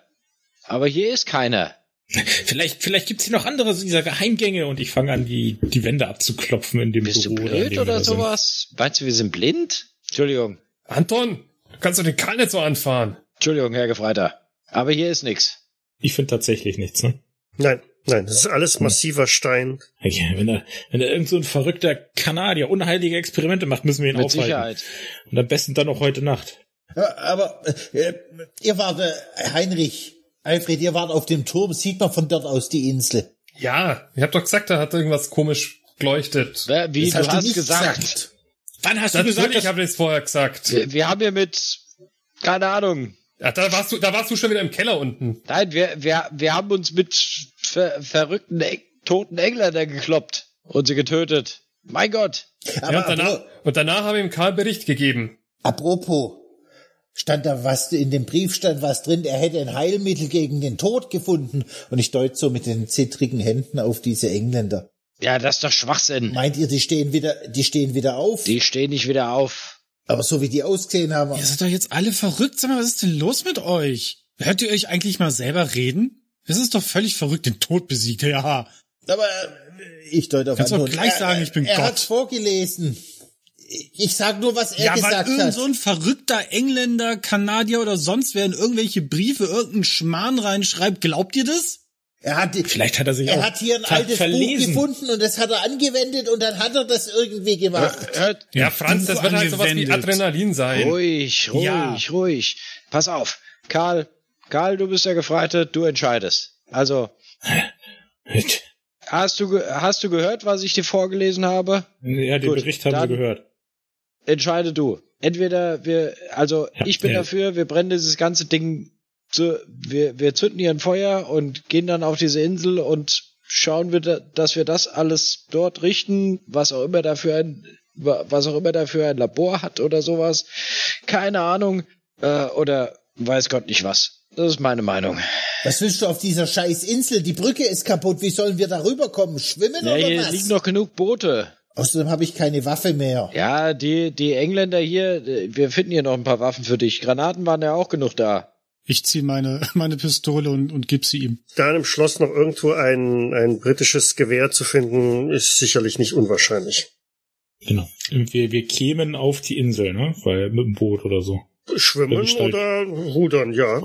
S3: Aber hier ist keiner.
S2: Vielleicht, vielleicht gibt's hier noch andere dieser Geheimgänge und ich fange an, die, die Wände abzuklopfen in dem
S3: Bist du
S2: Büro. in dem
S3: blöd
S2: wir
S3: oder
S2: da sind.
S3: sowas? Meinst du, wir sind blind? Entschuldigung.
S5: Anton, du kannst du den Karl nicht so anfahren?
S3: Entschuldigung, Herr Gefreiter. Aber hier ist nichts.
S2: Ich finde tatsächlich nichts, ne?
S1: Nein, nein, das ist
S2: Hm.
S1: alles massiver Stein.
S2: Okay, wenn da, wenn da irgend so ein verrückter Kanadier unheilige Experimente macht, müssen wir ihn
S3: Mit
S2: aufhalten.
S3: Sicherheit.
S2: Und am besten dann noch heute Nacht.
S6: Ja, Aber äh, ihr wart, äh, Heinrich, Alfred, ihr wart auf dem Turm. Sieht man von dort aus die Insel.
S5: Ja, ich hab doch gesagt, da hat irgendwas komisch geleuchtet.
S3: Wer- Wie,
S6: Das
S3: du hast
S6: nicht
S3: gesagt.
S2: Wann hast du gesagt,
S5: Natürlich
S2: dass,
S5: habe ich das vorher gesagt.
S3: Wir, wir haben hier mit, keine Ahnung.
S5: Ja, da warst du, da warst du schon wieder im Keller unten.
S3: Nein, wir, wir, wir haben uns mit ver, verrückten, Eng- toten Engländern gekloppt und sie getötet. Mein Gott.
S6: Aber
S5: Ja, und danach, und danach habe ich ihm Karl Bericht gegeben.
S6: apropos, stand da was, in dem Brief stand was drin, er hätte ein Heilmittel gegen den Tod gefunden. Und ich deut so mit den zittrigen Händen auf diese Engländer.
S3: Ja, das ist doch Schwachsinn.
S6: Meint ihr, die stehen wieder, die stehen wieder auf?
S3: Die stehen nicht wieder auf.
S6: Aber so wie die ausgesehen haben,
S4: Ihr seid doch jetzt alle verrückt. Sag mal, was ist denn los mit euch? Hört ihr euch eigentlich mal selber reden? Das ist doch völlig verrückt, den Tod besiegt. Ja,
S6: Aber äh, ich deute auf
S4: Kannst doch
S6: Anton.
S4: gleich
S6: er,
S4: sagen, ich bin
S6: er Er
S4: Gott.
S6: hat's vorgelesen. Ich sag nur, was er
S4: ja weil
S6: gesagt
S4: irgend
S6: hat.
S4: so ein verrückter Engländer, Kanadier oder sonst wer in irgendwelche Briefe irgendeinen Schmarrn reinschreibt. Glaubt ihr das?
S6: er hat,
S2: vielleicht hat er sich
S6: er
S2: auch
S6: hat hier ein
S2: ver-
S6: altes
S2: verlesen.
S6: Buch gefunden und das hat er angewendet und dann hat er das irgendwie gemacht.
S3: Hört,
S5: Ja, Franz, das
S4: Buch
S5: wird halt sowas wie
S4: angewendet.
S5: Adrenalin sein.
S3: ruhig, ruhig,
S4: Ja.
S3: ruhig. Pass auf. Karl, Karl, du bist der Gefreite, du entscheidest. Also, hast du, ge- hast du gehört, was ich dir vorgelesen habe?
S2: Ja, den
S3: Gut,
S2: Bericht haben
S3: dann-
S2: wir gehört.
S3: entscheide du. Entweder wir, also
S2: Ja,
S3: ich bin
S2: ja.
S3: dafür, wir brennen dieses ganze Ding zu, wir, wir zünden hier ein Feuer und gehen dann auf diese Insel und schauen wir, da, dass wir das alles dort richten, was auch immer dafür ein, wa- was auch immer dafür ein Labor hat oder sowas. Keine Ahnung, äh, oder weiß Gott nicht was. Das ist meine Meinung.
S6: Was willst du auf dieser scheiß Insel? Die Brücke ist kaputt. Wie sollen wir da rüberkommen? Schwimmen
S3: Ja,
S6: oder
S3: hier
S6: was?
S3: liegen noch genug Boote.
S6: Außerdem habe ich keine Waffe mehr.
S3: Ja, die, die Engländer hier, äh, wir finden hier noch ein paar Waffen für dich. Granaten waren ja auch genug da.
S4: Ich zieh meine, meine Pistole und, und gib sie ihm.
S1: Da in einem Schloss noch irgendwo ein, ein britisches Gewehr zu finden, ist sicherlich nicht unwahrscheinlich.
S2: Genau. Und wir, wir kämen auf die Insel, ne? Weil mit dem Boot oder so. Ja,
S1: Schwimmen
S2: die Steine.
S1: oder rudern, ja.
S2: Ja,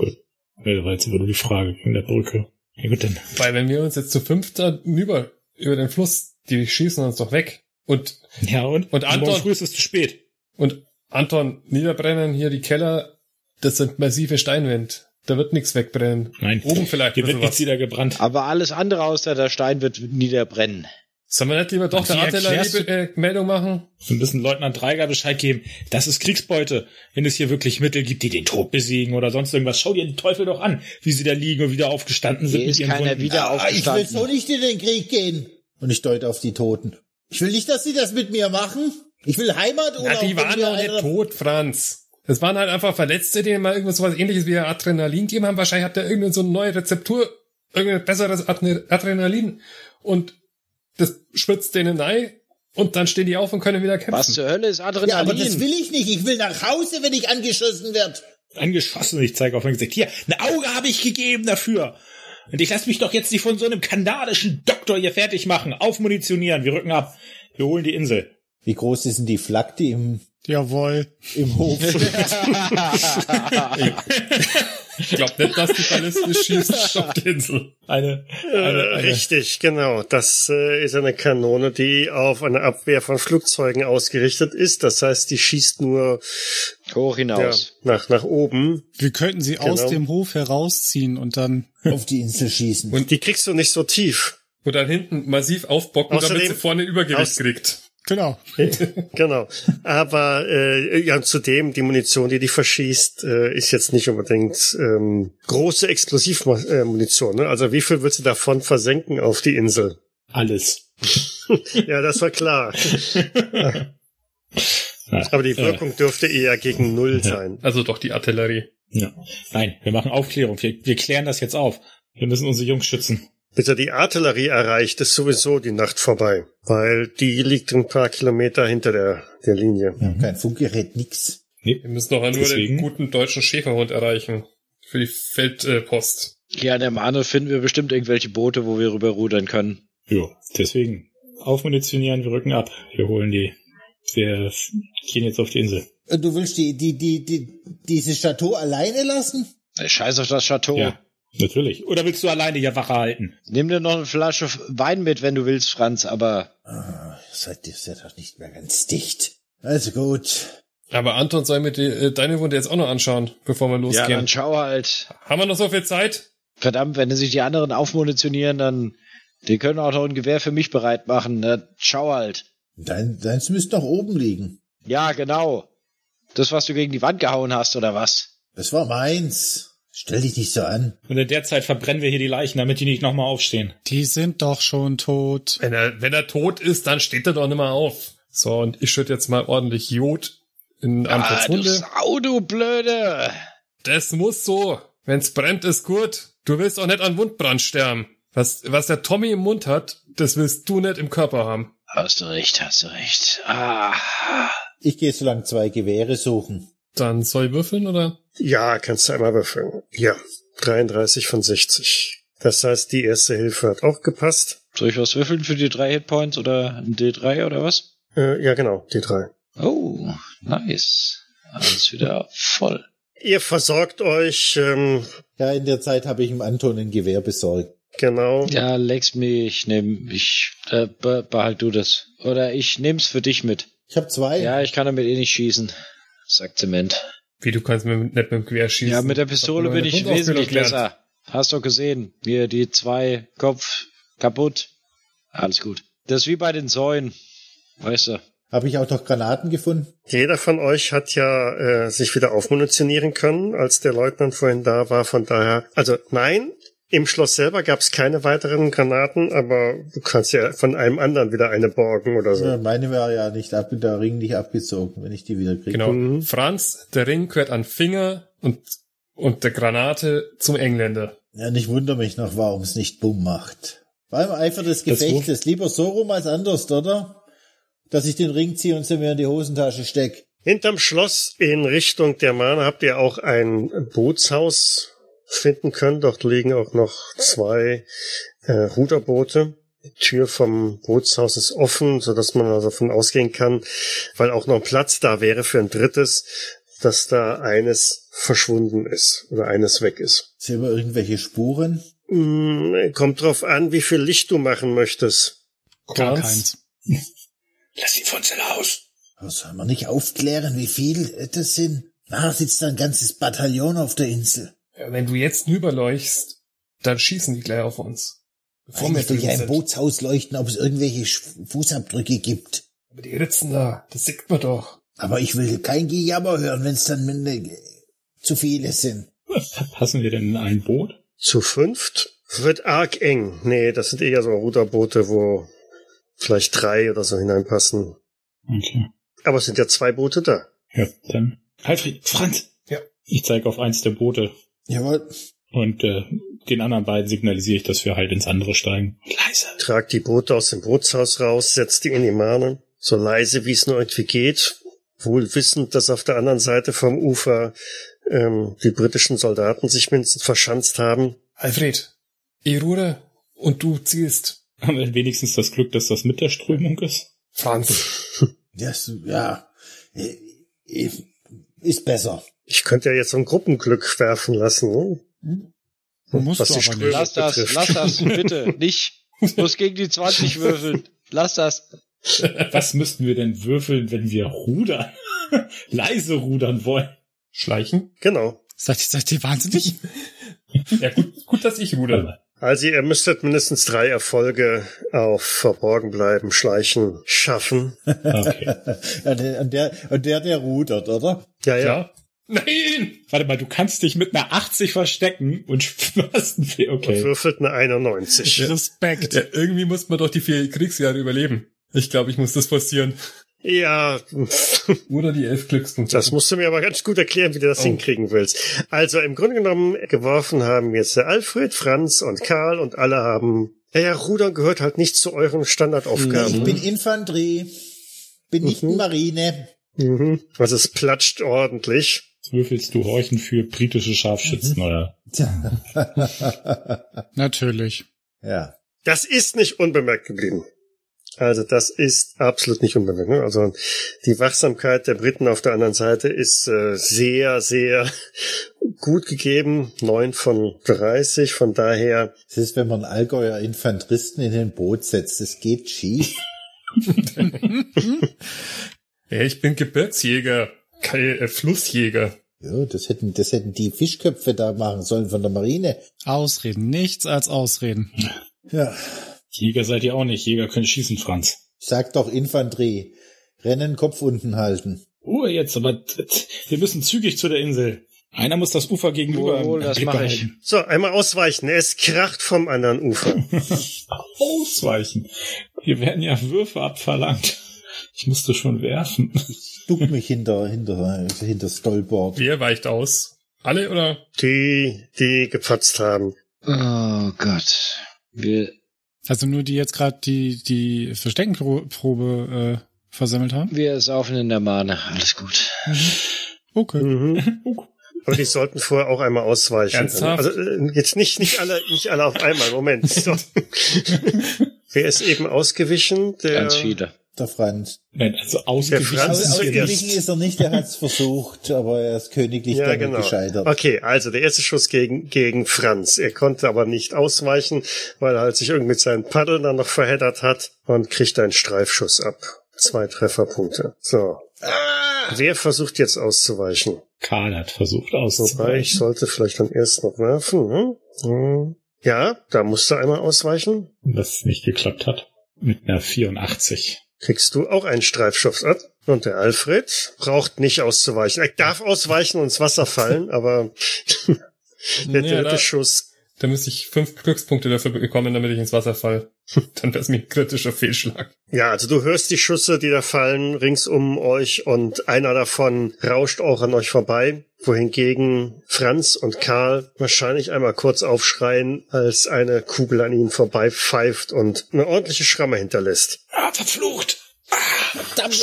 S2: Weil jetzt würde die Frage in der Brücke. Ja gut, dann.
S5: Weil wenn wir uns jetzt zu fünft da über, über den Fluss, die schießen uns doch weg. Und,
S2: Ja, und,
S5: Und Anton-
S2: morgen früh ist es zu spät.
S5: und Anton, niederbrennen hier die Keller, das sind massive Steinwände. Da wird nichts wegbrennen.
S2: Nein.
S5: Oben vielleicht ein
S2: Hier wird
S5: bisschen
S2: nichts
S5: was.
S2: wieder gebrannt.
S3: Aber alles andere außer der Stein wird niederbrennen.
S5: Sollen wir nicht lieber doch
S2: Und
S5: der
S2: wie erklärst
S5: Artillerie äh, Meldung machen?
S2: Wir müssen Leutnant Dreiger Bescheid geben. Das ist Kriegsbeute. Wenn es hier wirklich Mittel gibt, die den Tod besiegen oder sonst irgendwas, schau dir den Teufel doch an, wie sie da liegen und wieder aufgestanden sind
S3: Hier ist
S2: mit ihren
S3: keiner
S2: Wunden.
S3: wieder
S6: Ah, ich will so
S3: aufgestanden.
S6: nicht in den Krieg gehen. Und ich deute auf die Toten. Ich will nicht, dass sie das mit mir machen. Ich will
S5: Na,
S6: Heimaturlaub.
S5: die
S6: wenn
S5: waren
S6: mir
S5: doch nicht
S6: einer-
S5: tot, Franz. Das waren halt einfach Verletzte, denen mal irgendwas sowas ähnliches wie Adrenalin gegeben haben. Wahrscheinlich hat der irgendeine so eine neue Rezeptur, irgendein besseres Adne- Adrenalin. Und das spritzt denen rein und dann stehen die auf und können wieder kämpfen.
S3: Was zur Hölle ist
S6: Ja, aber das
S3: Adrenalin?
S6: will ich nicht. Ich will nach Hause, wenn ich angeschossen werde.
S2: angeschossen. Ich zeige auf mein Gesicht. Hier, ein Auge habe ich gegeben dafür. Und ich lasse mich doch jetzt nicht von so einem kanadischen Doktor hier fertig machen. Aufmunitionieren. Wir rücken ab. Wir holen die Insel.
S6: Wie groß ist denn die Flak, die im,
S4: Jawohl.
S6: im Hof
S5: Ich glaube nicht, dass die Ballisten schießt auf die Insel.
S2: Eine,
S1: Äh,
S2: eine, eine
S1: richtig, genau. Das äh, ist eine Kanone, die auf eine Abwehr von Flugzeugen ausgerichtet ist. Das heißt, die schießt nur
S3: Hoch
S1: ja,
S3: hinaus.
S1: nach, nach oben.
S4: Wir könnten sie aus
S1: Genau.
S4: dem Hof herausziehen und dann.
S6: auf die Insel schießen?
S5: Und-
S1: Die kriegst du nicht so tief.
S5: Und dann hinten massiv aufbocken, damit
S1: Außerdem-
S5: sie vorne Übergewicht
S1: aus-
S5: kriegt.
S4: Genau.
S1: genau. Aber äh, ja, und zudem die Munition, die die verschießt, äh, ist jetzt nicht unbedingt ähm, große Explosivmunition. Ne? Also wie viel wird sie davon versenken auf die Insel?
S2: Alles.
S1: ja, das war klar.
S2: Na,
S1: Aber die Wirkung dürfte eher gegen Null sein.
S5: Also doch die Artillerie.
S2: Ja. Nein, wir machen Aufklärung. Wir, wir klären das jetzt auf. Wir müssen unsere Jungs schützen.
S1: Bis er die Artillerie erreicht, ist sowieso die Nacht vorbei, weil die liegt ein paar Kilometer hinter der, der Linie.
S6: Kein Funkgerät, nix.
S5: Wir müssen doch nur
S2: Deswegen?
S5: den guten deutschen Schäferhund erreichen. Für die Feldpost.
S3: Hier an der Mahne finden wir bestimmt irgendwelche Boote, wo wir rüberrudern können.
S2: Ja, deswegen. Aufmunitionieren, wir rücken ab. Wir holen die. Wir gehen jetzt auf die Insel.
S6: Äh, Du willst die, die, die, die, dieses Chateau alleine lassen?
S3: Äh, Scheiß auf das Chateau.
S2: Ja, natürlich. Oder willst du alleine hier Wache halten?
S3: Nimm dir noch eine Flasche Wein mit, wenn du willst, Franz, aber
S6: Seid ihr seid doch nicht mehr ganz dicht. Also gut.
S5: Aber Anton soll mir die, äh, deine Wunde jetzt auch noch anschauen, bevor wir
S3: ja,
S5: losgehen.
S3: dann schau halt.
S5: Haben wir noch so viel Zeit?
S3: Verdammt, wenn sich die anderen aufmunitionieren, dann die können auch noch ein Gewehr für mich bereit machen. Na, schau halt.
S6: Dein, deins müsste noch oben liegen.
S3: Ja, genau. Das, was du gegen die Wand gehauen hast, oder was?
S6: Das war meins. Stell dich nicht so an.
S2: Und in der Zeit verbrennen wir hier die Leichen, damit die nicht nochmal aufstehen.
S4: Die sind doch schon tot.
S5: Wenn er, wenn er tot ist, dann steht er doch nicht mehr auf. So, und ich schütte jetzt mal ordentlich Jod in Antons
S3: Ah, du
S5: Wunde.
S3: Sau, du Blöde.
S5: Das muss so. Wenn's brennt, ist gut. Du willst auch nicht an Wundbrand sterben. Was, was der Tommy im Mund hat, das willst du nicht im Körper haben.
S3: Hast du recht, hast du recht. Ah.
S6: Ich gehe so lang zwei Gewehre suchen.
S5: Dann soll ich würfeln, oder?
S1: Ja, kannst du einmal würfeln. Ja, 33 von 60. Das heißt, die erste Hilfe hat auch gepasst.
S3: Soll ich was würfeln für die drei Hitpoints oder ein D3 oder was?
S1: Äh, ja, genau, die drei.
S3: Oh, nice. Alles wieder voll.
S1: Ihr versorgt euch, ähm,
S6: Ja, in der Zeit habe ich dem Anton ein Gewehr besorgt.
S1: genau.
S3: Ja, lex mich, nehm, ich, äh, be behalt du das. Oder ich nehm's für dich mit.
S6: Ich habe zwei.
S3: Ja, ich kann damit eh nicht schießen, sagt Zement.
S5: Wie, du kannst mit, nicht mit dem Gewehr schießen.
S3: Ja, mit der
S5: Hat
S3: Pistole
S5: mir meine
S3: bin ich
S5: Grundausbildung
S3: wesentlich
S5: gelernt.
S3: besser. Hast doch gesehen, hier die zwei Kopf kaputt. Alles gut. Das ist wie bei den Säuen, weißt du.
S6: Habe ich auch noch Granaten gefunden?
S1: Jeder von euch hat ja äh, sich wieder aufmunitionieren können, als der Leutnant vorhin da war. Von daher, also nein, im Schloss selber gab es keine weiteren Granaten, aber du kannst ja von einem anderen wieder eine borgen oder so.
S6: Ja, meine war ja nicht ab, der Ring nicht abgezogen, wenn ich die wieder kriege.
S5: Genau.
S4: Mhm.
S5: Franz, der Ring gehört an Finger und, und der Granate zum Engländer.
S6: Ja, und ich wundere mich noch, warum es nicht Bumm macht. Beim Eifer des
S2: Das
S6: Gefechtes. Lieber so rum als anders, oder? Dass ich den Ring ziehe und sie mir in die Hosentasche steck.
S1: Hinterm Schloss in Richtung der Mahne habt ihr auch ein Bootshaus finden können. Dort liegen auch noch zwei äh, Ruderboote. Die Tür vom Bootshaus ist offen, sodass man also davon ausgehen kann, weil auch noch Platz da wäre für ein drittes, dass da eines verschwunden ist oder eines weg ist.
S6: Sehen wir irgendwelche Spuren?
S1: Hm, kommt drauf an, wie viel Licht du machen möchtest.
S4: Gar
S5: Franz,
S4: keins.
S2: Lass die Funzel aus.
S6: Aber sollen wir nicht aufklären, wie viel äh, das sind? Na, sitzt da ein ganzes Bataillon auf der Insel.
S5: Äh, Wenn du jetzt rüberleuchst, dann schießen die gleich auf uns. Bevor wir
S6: Eigentlich Also will ich
S5: drüben
S6: ein
S5: sind.
S6: Bootshaus leuchten, ob es irgendwelche Sch- Fußabdrücke gibt.
S5: Aber die Ritzen da, das sieht man doch.
S6: Aber ich will kein Gejammer hören, wenn es dann minde- äh, zu viele sind.
S2: Passen wir denn in ein Boot?
S1: Zu fünft wird arg eng. Nee, das sind eher so Ruderboote, wo vielleicht drei oder so hineinpassen.
S2: Okay.
S1: Aber es sind ja zwei Boote da.
S2: Ja, dann. Alfred, Franz!
S5: Ja.
S2: Ich zeige auf eins der Boote
S6: Jawohl.
S2: und äh, den anderen beiden signalisiere ich, dass wir halt ins andere steigen. Leise.
S1: Tragt die Boote aus dem Bootshaus raus, setzt die in die Mahne, so leise wie es nur irgendwie geht, wohl wissend, dass auf der anderen Seite vom Ufer ähm, die britischen Soldaten sich mindestens verschanzt haben.
S5: Alfred, ich ruder und du zielst.
S2: Haben wir wenigstens das Glück, dass das mit der Strömung ist?
S5: Franz.
S6: Das, ja, äh, äh, ist besser.
S1: Ich könnte ja jetzt so ein Gruppenglück werfen lassen. Ne?
S4: Musst
S1: Was
S4: du
S1: die
S4: aber
S1: Strömung-
S4: nicht.
S3: Lass das,
S1: betrifft.
S3: lass das, bitte, nicht. Ich muss gegen die 20 würfeln. Lass das.
S2: Was müssten wir denn würfeln, wenn wir rudern? Leise rudern wollen.
S5: Schleichen?
S1: Genau.
S4: Seid ihr, seid ihr wahnsinnig?
S5: Ja, gut, gut, dass ich ruder.
S1: Also ihr müsstet mindestens drei Erfolge auf Verborgen bleiben, Schleichen schaffen.
S2: Okay.
S6: Und der, und der, und der, der rudert, oder?
S1: Ja, ja.
S5: Ja. Nein!
S2: Warte mal, du kannst dich mit einer 80 verstecken und was?
S1: Und
S2: Okay.
S1: würfelt eine 91.
S4: Respekt.
S5: Ja, irgendwie muss man doch die vier Kriegsjahre überleben. Ich glaube, ich muss das passieren.
S1: Ja,
S5: Oder die elf Glückspunkte.
S1: das musst du mir aber ganz gut erklären, wie du das hinkriegen willst. Also im Grunde genommen geworfen haben jetzt der Alfred, Franz und Karl und alle haben. Naja, Rudern gehört halt nicht zu euren Standardaufgaben.
S6: Ich bin Infanterie, bin nicht Marine.
S1: Mhm. Also es platscht ordentlich.
S2: Jetzt würfelst du horchen für britische Scharfschützen,
S3: Mhm.
S2: oder?
S4: Natürlich.
S6: Ja.
S1: Das ist nicht unbemerkt geblieben. Also das ist absolut nicht unbemerkt. ne? Also die Wachsamkeit der Briten auf der anderen Seite ist äh, sehr, sehr gut gegeben. Neun von 30. Von daher,
S6: Es ist, wenn man einen Allgäuer Infanteristen in ein Boot setzt, das geht schief.
S5: Ja, ich bin Gebirgsjäger. Kein, äh, Flussjäger.
S6: Ja, das hätten, das hätten die Fischköpfe da machen sollen von der Marine.
S4: Ausreden. Nichts als Ausreden.
S6: Ja.
S2: Jäger seid ihr auch nicht. Jäger können schießen, Franz.
S6: Sag doch Infanterie. Rennen, Kopf unten halten.
S2: Ruhe jetzt, aber t- t- wir müssen zügig zu der Insel. Einer muss das Ufer gegenüber.
S3: Wohl, wohl, das mach ich.
S1: so, einmal ausweichen. Es kracht vom anderen Ufer.
S2: Ausweichen. Hier werden ja Würfe abverlangt. Ich musste schon werfen.
S6: Ich duck mich hinter, hinter, hinter Stolbord.
S5: Wer weicht aus? Alle oder?
S1: Die, die gepatzt haben.
S3: Oh Gott. Wir,
S4: Also nur die jetzt gerade die, die Versteckenprobe äh, versammelt haben.
S3: wir saufen in der Mahne. Alles gut.
S4: Okay.
S1: Mhm. Aber die sollten vorher auch einmal ausweichen.
S5: Ernsthaft?
S1: Also äh, jetzt nicht, nicht alle, nicht alle auf einmal. Moment. So. Wer ist eben ausgewichen? Der,
S3: Ganz viele.
S6: Der Franz.
S2: Nein, also
S1: Franz
S2: ausgewichen
S1: ist
S2: sind wir
S1: zuerst.
S6: Ausgewichen
S2: nicht.
S6: ist er nicht, er hat's versucht, aber er ist königlich
S1: Ja,
S6: damit
S1: genau.
S6: gescheitert.
S1: Okay, also der erste Schuss gegen, gegen Franz. Er konnte aber nicht ausweichen, weil er halt sich irgendwie mit seinem Paddel dann noch verheddert hat und kriegt einen Streifschuss ab. Zwei Trefferpunkte. So.
S6: Ah!
S1: Wer versucht jetzt auszuweichen?
S2: Karl hat versucht
S1: Wobei, ich
S2: auszuweichen.
S1: sollte vielleicht dann erst noch werfen. Hm? Hm. Ja, da musst du einmal ausweichen.
S2: Das nicht geklappt hat. Mit einer 84.
S1: kriegst du auch einen Streifschuss ab. Und der Alfred braucht nicht auszuweichen. Er darf ausweichen und ins Wasser fallen, aber der
S5: Ja,
S1: dritte
S5: da-
S1: Schuss.
S5: Da müsste ich fünf Glückspunkte dafür bekommen, damit ich ins Wasser fall. Dann wär's mir ein kritischer Fehlschlag.
S1: Ja, also du hörst die Schüsse, die da fallen, rings um euch und einer davon rauscht auch an euch vorbei. Wohingegen Franz und Karl wahrscheinlich einmal kurz aufschreien, als eine Kugel an ihnen vorbei pfeift und eine ordentliche Schramme hinterlässt.
S2: Ah, verflucht!
S6: Verdammt,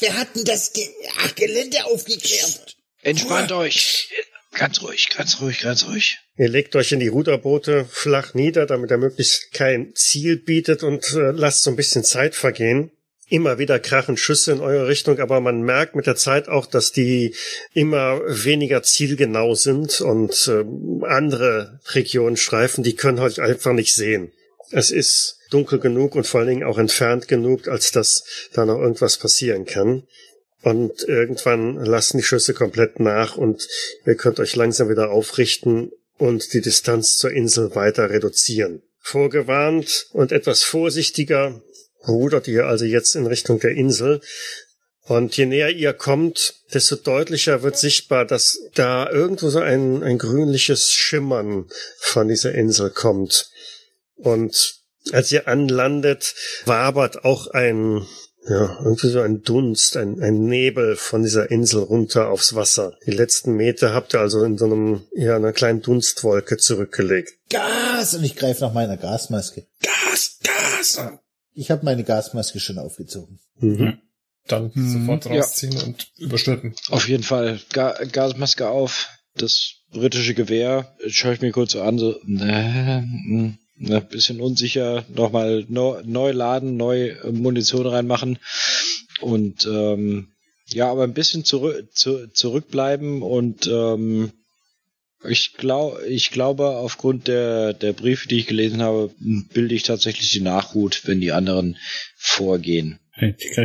S6: wer hat denn das Ge Ach, Gelände aufgeklärt?
S3: Entspannt euch. Ganz ruhig, ganz ruhig, ganz ruhig.
S1: Ihr legt euch in die Ruderboote flach nieder, damit er möglichst kein Ziel bietet und äh, lasst so ein bisschen Zeit vergehen. Immer wieder krachen Schüsse in eure Richtung, aber man merkt mit der Zeit auch, dass die immer weniger zielgenau sind und ähm, andere Regionen streifen, die können euch einfach nicht sehen. Es ist dunkel genug und vor allen Dingen auch entfernt genug, als dass da noch irgendwas passieren kann. Und irgendwann lassen die Schüsse komplett nach und ihr könnt euch langsam wieder aufrichten und die Distanz zur Insel weiter reduzieren. Vorgewarnt und etwas vorsichtiger rudert ihr also jetzt in Richtung der Insel. Und je näher ihr kommt, desto deutlicher wird sichtbar, dass da irgendwo so ein, ein grünliches Schimmern von dieser Insel kommt. Und als ihr anlandet, wabert auch ein, ja, irgendwie so ein Dunst, ein, ein Nebel von dieser Insel runter aufs Wasser. Die letzten Meter habt ihr also in so einem, ja, einer kleinen Dunstwolke zurückgelegt.
S6: Gas! Und ich greife nach meiner Gasmaske.
S2: Gas, Gas!
S6: Ich habe meine Gasmaske schon aufgezogen.
S1: Mhm.
S5: Dann
S4: Mhm.
S5: sofort
S3: Ja.
S5: rausziehen und überstülpen.
S3: Auf jeden Fall. Ga Gasmaske auf. Das britische Gewehr. Schau ich mir kurz so an. So, ne, hm, ne, bisschen unsicher. Nochmal neu, neu laden, neu äh, Munition reinmachen. Und ähm, ja, aber ein bisschen zurück, zu, zurückbleiben und ähm, ich, glaub, ich glaube, aufgrund der, der Briefe, die ich gelesen habe, bilde ich tatsächlich die Nachhut, wenn die anderen vorgehen.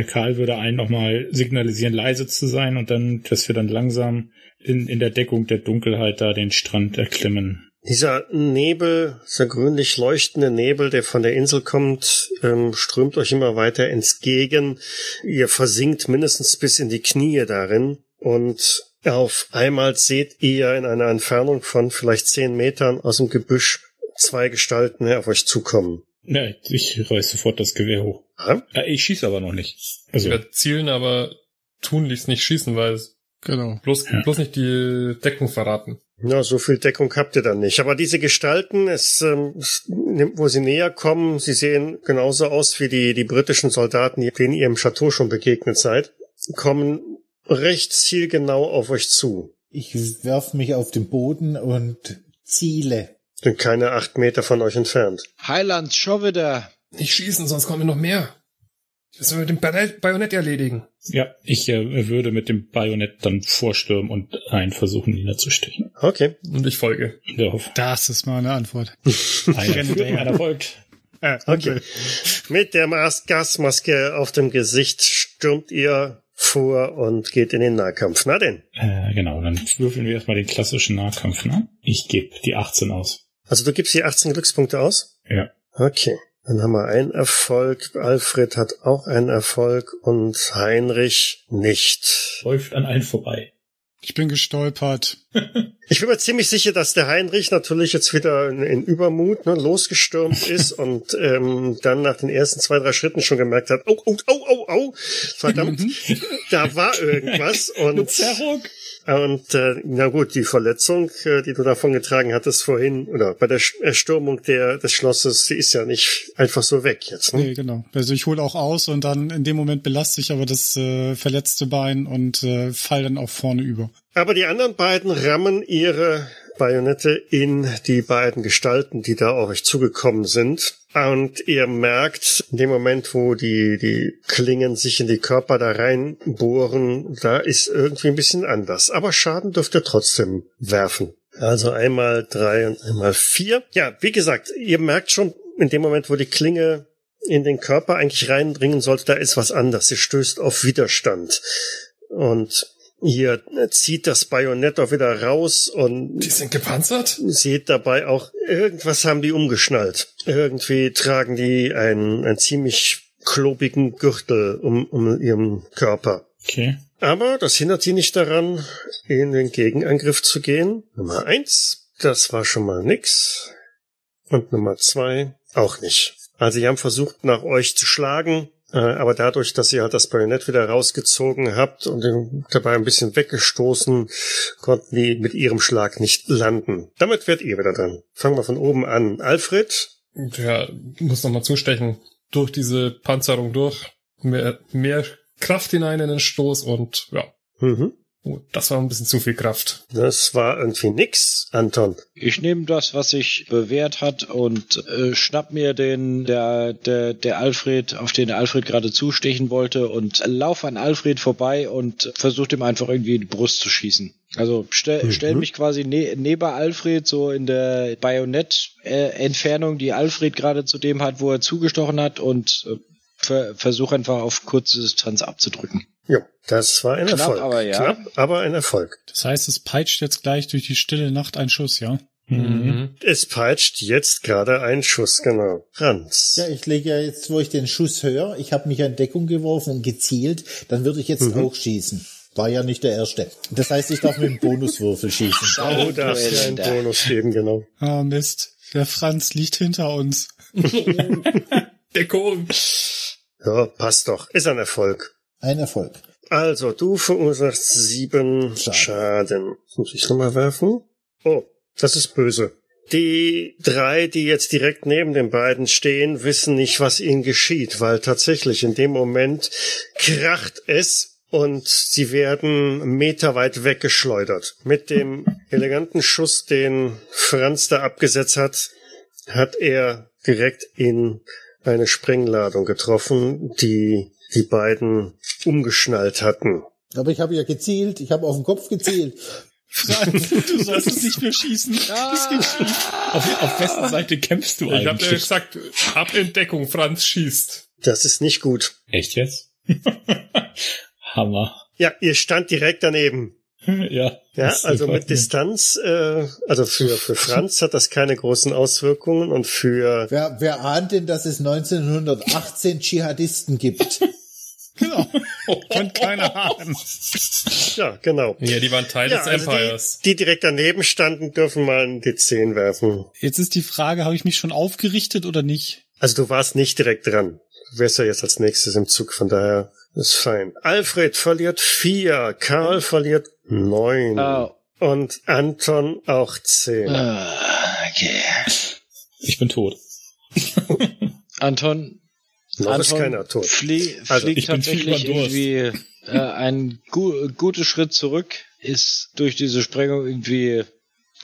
S2: Karl würde allen nochmal signalisieren, leise zu sein und dann, dass wir dann langsam in, in der Deckung der Dunkelheit da den Strand erklimmen.
S1: Dieser Nebel, dieser grünlich leuchtende Nebel, der von der Insel kommt, ähm, strömt euch immer weiter entgegen. Ihr versinkt mindestens bis in die Knie darin und auf einmal seht ihr in einer Entfernung von vielleicht zehn Metern aus dem Gebüsch zwei Gestalten auf euch zukommen.
S2: Ja, ich reiß sofort das Gewehr hoch.
S1: Ja?
S2: Äh, Ich schieße aber noch nicht.
S5: Ich
S2: Also,
S5: werde zielen, aber tunlichst nicht schießen, weil es
S4: Genau.
S5: bloß, bloß nicht die Deckung verraten.
S1: Na, so viel Deckung habt ihr dann nicht. Aber diese Gestalten, es, ähm, es nimmt, wo sie näher kommen, sie sehen genauso aus wie die, die britischen Soldaten, die- denen ihr im Chateau schon begegnet seid, kommen recht zielgenau auf euch zu.
S6: Ich werf mich auf den Boden und ziele.
S1: Sind keine acht Meter von euch entfernt.
S3: Heiland Schoweder.
S5: Nicht schießen, sonst kommen noch mehr. Das müssen wir mit dem Bajonett- Bajonett erledigen.
S2: ja, ich äh, würde mit dem Bajonett dann vorstürmen und einen versuchen, niederzustechen.
S1: Okay.
S5: Und ich folge.
S2: In der Hoffnung,
S4: Das ist meine Antwort.
S2: einer, führt, einer folgt.
S4: Äh,
S1: Okay. Mit der Mas Gasmaske auf dem Gesicht stürmt ihr vor und geht in den Nahkampf. Na denn?
S2: Äh, genau, dann würfeln wir erstmal den klassischen Nahkampf, ne? Ich gebe die 18 aus.
S1: Also du gibst die 18 Glückspunkte aus?
S2: Ja.
S1: Okay. Dann haben wir einen Erfolg. Alfred hat auch einen Erfolg und Heinrich nicht.
S2: Läuft an allen vorbei.
S4: Ich bin gestolpert.
S1: Ich bin mir ziemlich sicher, dass der Heinrich natürlich jetzt wieder in, in Übermut ne, losgestürmt ist und ähm, dann nach den ersten zwei, drei Schritten schon gemerkt hat, oh, oh, oh, oh, oh, verdammt, da war irgendwas. Und
S2: Zerruck!
S1: Und äh, na gut, die Verletzung, äh, die du davon getragen hattest vorhin, oder bei der Sch- Erstürmung der, des Schlosses, die ist ja nicht einfach so weg jetzt. Ne?
S4: Nee, genau. Also ich hole auch aus und dann in dem Moment belaste ich aber das äh, verletzte Bein und äh, fall dann auch vorne über.
S1: Aber die anderen beiden rammen ihre Bajonette in die beiden Gestalten, die da auf euch zugekommen sind. Und ihr merkt, in dem Moment, wo die, die Klingen sich in die Körper da reinbohren, da ist irgendwie ein bisschen anders. Aber Schaden dürft ihr trotzdem werfen. Also einmal drei und einmal vier. Ja, wie gesagt, ihr merkt schon, in dem Moment, wo die Klinge in den Körper eigentlich reindringen sollte, da ist was anders. Sie stößt auf Widerstand. Und ihr zieht das Bajonett auch wieder raus
S5: Die
S1: und
S5: sind gepanzert?
S1: seht dabei auch, irgendwas haben die umgeschnallt. Irgendwie tragen die einen, einen ziemlich klobigen Gürtel um, um ihren Körper.
S2: Okay.
S1: Aber das hindert sie nicht daran, in den Gegenangriff zu gehen. Nummer eins, das war schon mal nix. Und Nummer zwei, auch nicht. Also sie haben versucht, nach euch zu schlagen, äh, aber dadurch, dass ihr halt das Bajonett wieder rausgezogen habt und den- dabei ein bisschen weggestoßen, konnten die mit ihrem Schlag nicht landen. Damit werdet ihr wieder dran. Fangen wir von oben an. Alfred,
S5: Ja, muss nochmal zustechen. Durch diese Panzerung durch. Mehr, mehr Kraft hinein in den Stoß und ja.
S1: mhm.
S5: Oh, das war ein bisschen zu viel Kraft.
S1: das war irgendwie nix. Anton,
S3: Ich nehme das, was sich bewährt hat und äh, schnapp mir den, der, der, der Alfred, auf den der Alfred gerade zustechen wollte und lauf an Alfred vorbei und versuche ihm einfach irgendwie in die Brust zu schießen. Also stell,
S1: Mhm.
S3: stell mich quasi ne, neben Alfred so in der Bajonett-Entfernung, die Alfred gerade zu dem hat, wo er zugestochen hat und äh, ver, versuche einfach auf kurze Distanz abzudrücken.
S1: ja, das war ein
S3: Knapp,
S1: Erfolg.
S3: aber ja.
S1: Knapp, aber ein Erfolg.
S4: Das heißt, es peitscht jetzt gleich durch die stille Nacht ein Schuss, ja?
S5: Mhm.
S1: Es peitscht jetzt gerade ein Schuss, genau. Franz.
S6: Ja, ich lege ja jetzt, wo ich den Schuss höre, ich habe mich an Deckung geworfen und gezielt, dann würde ich jetzt auch schießen. War ja nicht der erste. Das heißt, ich darf mit dem Bonuswürfel schießen.
S1: oh, da hast du einen Bonus geben, genau.
S4: Ah, Mist. Der Franz liegt hinter uns.
S5: Deckung!
S1: Ja, passt doch. Ist ein Erfolg.
S6: Ein Erfolg.
S1: Also, du verursachst sieben
S6: Schaden.
S1: Schaden. Das muss ich nochmal werfen? Oh, das ist böse. Die drei, die jetzt direkt neben den beiden stehen, wissen nicht, was ihnen geschieht, weil tatsächlich in dem Moment kracht es und sie werden meterweit weggeschleudert. Mit dem eleganten Schuss, den Franz da abgesetzt hat, hat er direkt in eine Sprengladung getroffen, die die beiden umgeschnallt hatten.
S6: Aber ich habe ja gezielt, ich habe auf den Kopf gezielt.
S4: Franz, du solltest nicht mehr schießen.
S1: Ah.
S4: Das geht schief.
S2: Auf, auf wessen Seite kämpfst du
S5: Ich hab dir
S2: eigentlich?
S5: gesagt, ab in Deckung, Franz schießt.
S1: Das ist nicht gut.
S2: Echt jetzt? Hammer.
S1: Ja, ihr stand direkt daneben.
S2: ja.
S1: Ja, also mit Distanz, äh, also für, für Franz hat das keine großen Auswirkungen und für
S6: Wer, wer ahnt denn, dass es 1918 Dschihadisten gibt?
S4: Genau. Kann keiner haben.
S1: ja, genau.
S5: Ja, die waren Teil
S1: Ja,
S5: des
S1: also
S5: Empires.
S1: die, die direkt daneben standen, dürfen mal einen D10 werfen.
S4: Jetzt ist die Frage, habe ich mich schon aufgerichtet oder nicht?
S1: Also du warst nicht direkt dran. Du wärst ja jetzt als nächstes im Zug, von daher ist fein. Alfred verliert vier, Karl verliert neun
S3: Oh.
S1: und Anton auch zehn.
S3: Ah, Okay.
S2: Ich bin tot.
S3: Anton,
S1: Noch ist
S3: Anton
S1: keiner tot.
S3: Flie
S1: Also,
S3: fliegt
S2: ich bin
S3: tatsächlich
S2: viel über Durst.
S3: irgendwie äh, einen gu guten Schritt zurück, ist durch diese Sprengung irgendwie,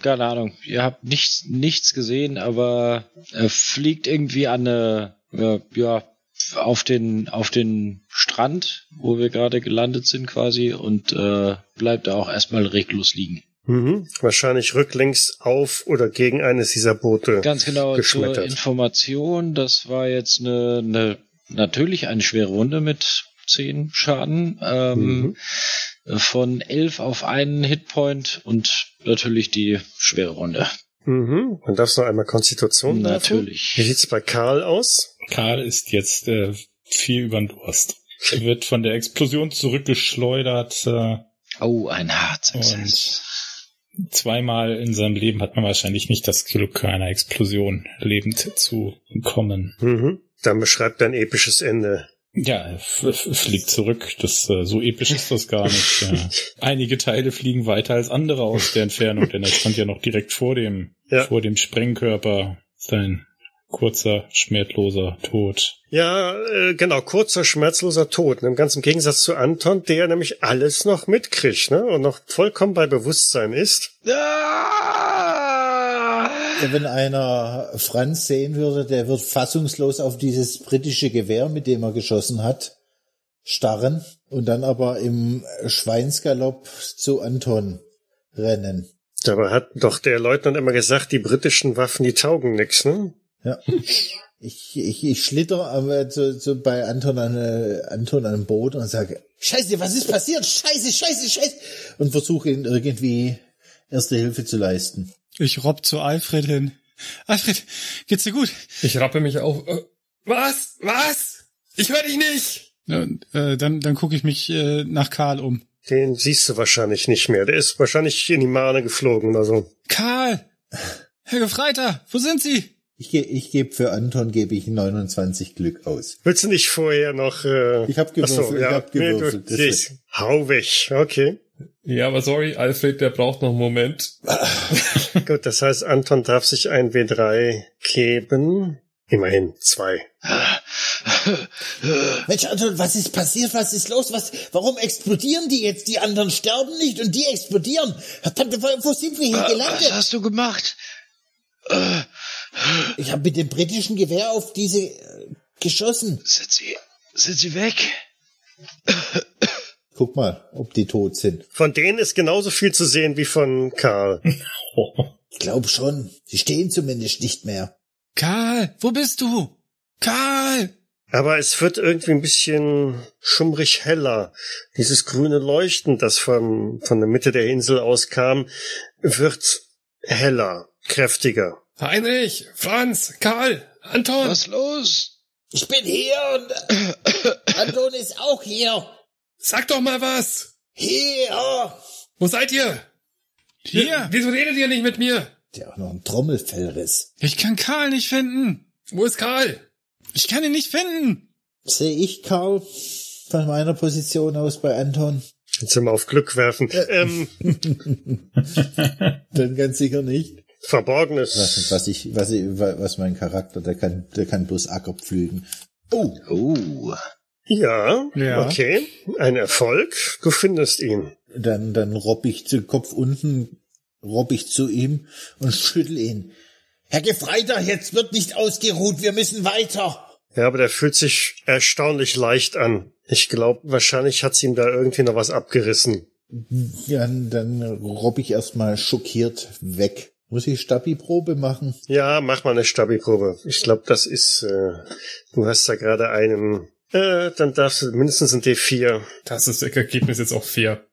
S3: keine Ahnung, ihr habt nichts, nichts gesehen, aber er fliegt irgendwie an eine, äh, ja, auf den, auf den Strand, wo wir gerade gelandet sind quasi und äh, bleibt da auch erstmal reglos liegen.
S1: Mhm. Wahrscheinlich rücklings auf oder gegen eines dieser Boote.
S3: Ganz genau zur
S1: geschmettert.
S3: Information, das war jetzt eine, eine natürlich eine schwere Runde mit 10 Schaden. Ähm, Von 11 auf einen Hitpoint und natürlich die schwere Runde.
S1: Mhm. Dann darfst du noch einmal Konstitution werfen. Wie
S3: natürlich.
S1: sieht's bei Karl aus?
S2: Karl ist jetzt äh, viel über den Durst. Er wird von der Explosion zurückgeschleudert. Äh,
S3: Oh, ein harter
S2: Und-
S3: Satz.
S2: zweimal in seinem Leben hat man wahrscheinlich nicht das Glück, einer Explosion lebend zu kommen.
S1: Mhm. Dann beschreibt dein episches Ende.
S2: Ja, er f- f- fliegt zurück. Das äh, so episch ist das gar nicht. Ja. Einige Teile fliegen weiter als andere aus der Entfernung, denn er stand ja noch direkt vor dem
S1: Ja.
S2: vor dem Sprengkörper. Sein kurzer schmerzloser Tod.
S1: Ja, äh, genau, kurzer, schmerzloser Tod. ne? Ganz im Gegensatz zu Anton, der nämlich alles noch mitkriegt ne? und noch vollkommen bei Bewusstsein ist.
S6: Ja, Wenn einer Franz sehen würde, der wird fassungslos auf dieses britische Gewehr, mit dem er geschossen hat, starren und dann aber im Schweinsgalopp zu Anton rennen.
S1: Dabei hat doch der Leutnant immer gesagt, die britischen Waffen, die taugen nix, ne?
S6: Ja. Ich, ich, ich schlitter aber zu, zu, bei Anton an, äh, Anton an dem Boot und sage, Scheiße, was ist passiert? Scheiße, Scheiße, Scheiße. Und versuche ihn irgendwie erste Hilfe zu leisten.
S4: Ich robb zu Alfred hin. Alfred, geht's dir gut?
S5: Ich rappe mich auf. Äh, Was? Was? Ich höre dich nicht!
S4: Ja, äh, dann dann gucke ich mich äh, nach Karl um.
S1: Den siehst du wahrscheinlich nicht mehr. Der ist wahrscheinlich in die Mahne geflogen oder so.
S4: Karl! Herr Gefreiter, wo sind Sie?
S6: Ich, ge- ich gebe für Anton gebe ich 29 Glück aus.
S1: Willst du nicht vorher noch... Äh...
S6: Ich hab gewürfelt,
S1: Ach so,
S6: ich
S1: ja.
S6: hab gewürfelt,
S1: Nee, du, siehst, hau weg, okay.
S5: Ja, aber sorry, Alfred, der braucht noch einen Moment.
S1: Gut, das heißt, Anton darf sich ein W3 geben. Immerhin zwei.
S6: Mensch, Anton, was ist passiert? Was ist los? Was, warum explodieren die jetzt? Die anderen sterben nicht und die explodieren. Verdammt, wo wo sind wir hier
S3: äh, Was
S6: gelandet?
S3: hast du gemacht?
S6: Ich habe mit dem britischen Gewehr auf diese äh, geschossen.
S3: Sind sie, sind sie weg?
S6: Guck mal, ob die tot sind.
S1: Von denen ist genauso viel zu sehen wie von Karl.
S6: Ich glaube schon. Sie stehen zumindest nicht mehr.
S4: Karl, wo bist du? Karl!
S1: Aber es wird irgendwie ein bisschen schummrig heller. Dieses grüne Leuchten, das von, von der Mitte der Insel auskam, wird heller, kräftiger.
S5: Heinrich, Franz, Karl, Anton!
S3: Was los?
S6: Ich bin hier und äh, Anton ist auch hier.
S5: Sag doch mal was!
S6: Hier.
S5: Wo seid ihr? Äh,
S4: Hier!
S5: Wieso redet ihr nicht mit mir?
S6: Der auch noch ein Trommelfellriss.
S4: Ich kann Karl nicht finden!
S5: Wo ist Karl?
S4: Ich kann ihn nicht finden!
S6: Sehe ich Karl von meiner Position aus bei Anton?
S1: Jetzt immer auf Glück werfen. Ähm,
S6: Dann ganz sicher nicht.
S1: Verborgenes.
S6: Was, was ich, was ich, was mein Charakter, der kann, der kann bloß Acker pflügen. Oh,
S3: Oh.
S1: Ja,
S4: Ja.
S1: okay. Ein Erfolg. Du findest ihn.
S6: dann, dann robb ich zu Kopf unten, robb ich zu ihm und schüttel ihn. Herr Gefreiter, jetzt wird nicht ausgeruht, wir müssen weiter.
S1: Ja, aber der fühlt sich erstaunlich leicht an. Ich glaube, wahrscheinlich hat's ihm da irgendwie noch was abgerissen.
S6: Dann, dann robb ich erstmal schockiert weg. Muss ich Stabi-Probe machen?
S1: Ja, mach mal eine Stabi-Probe. Ich glaube, das ist. Äh, du hast da gerade einen. Äh, dann darfst du mindestens ein D4.
S5: Das ist das Ergebnis jetzt auch fair.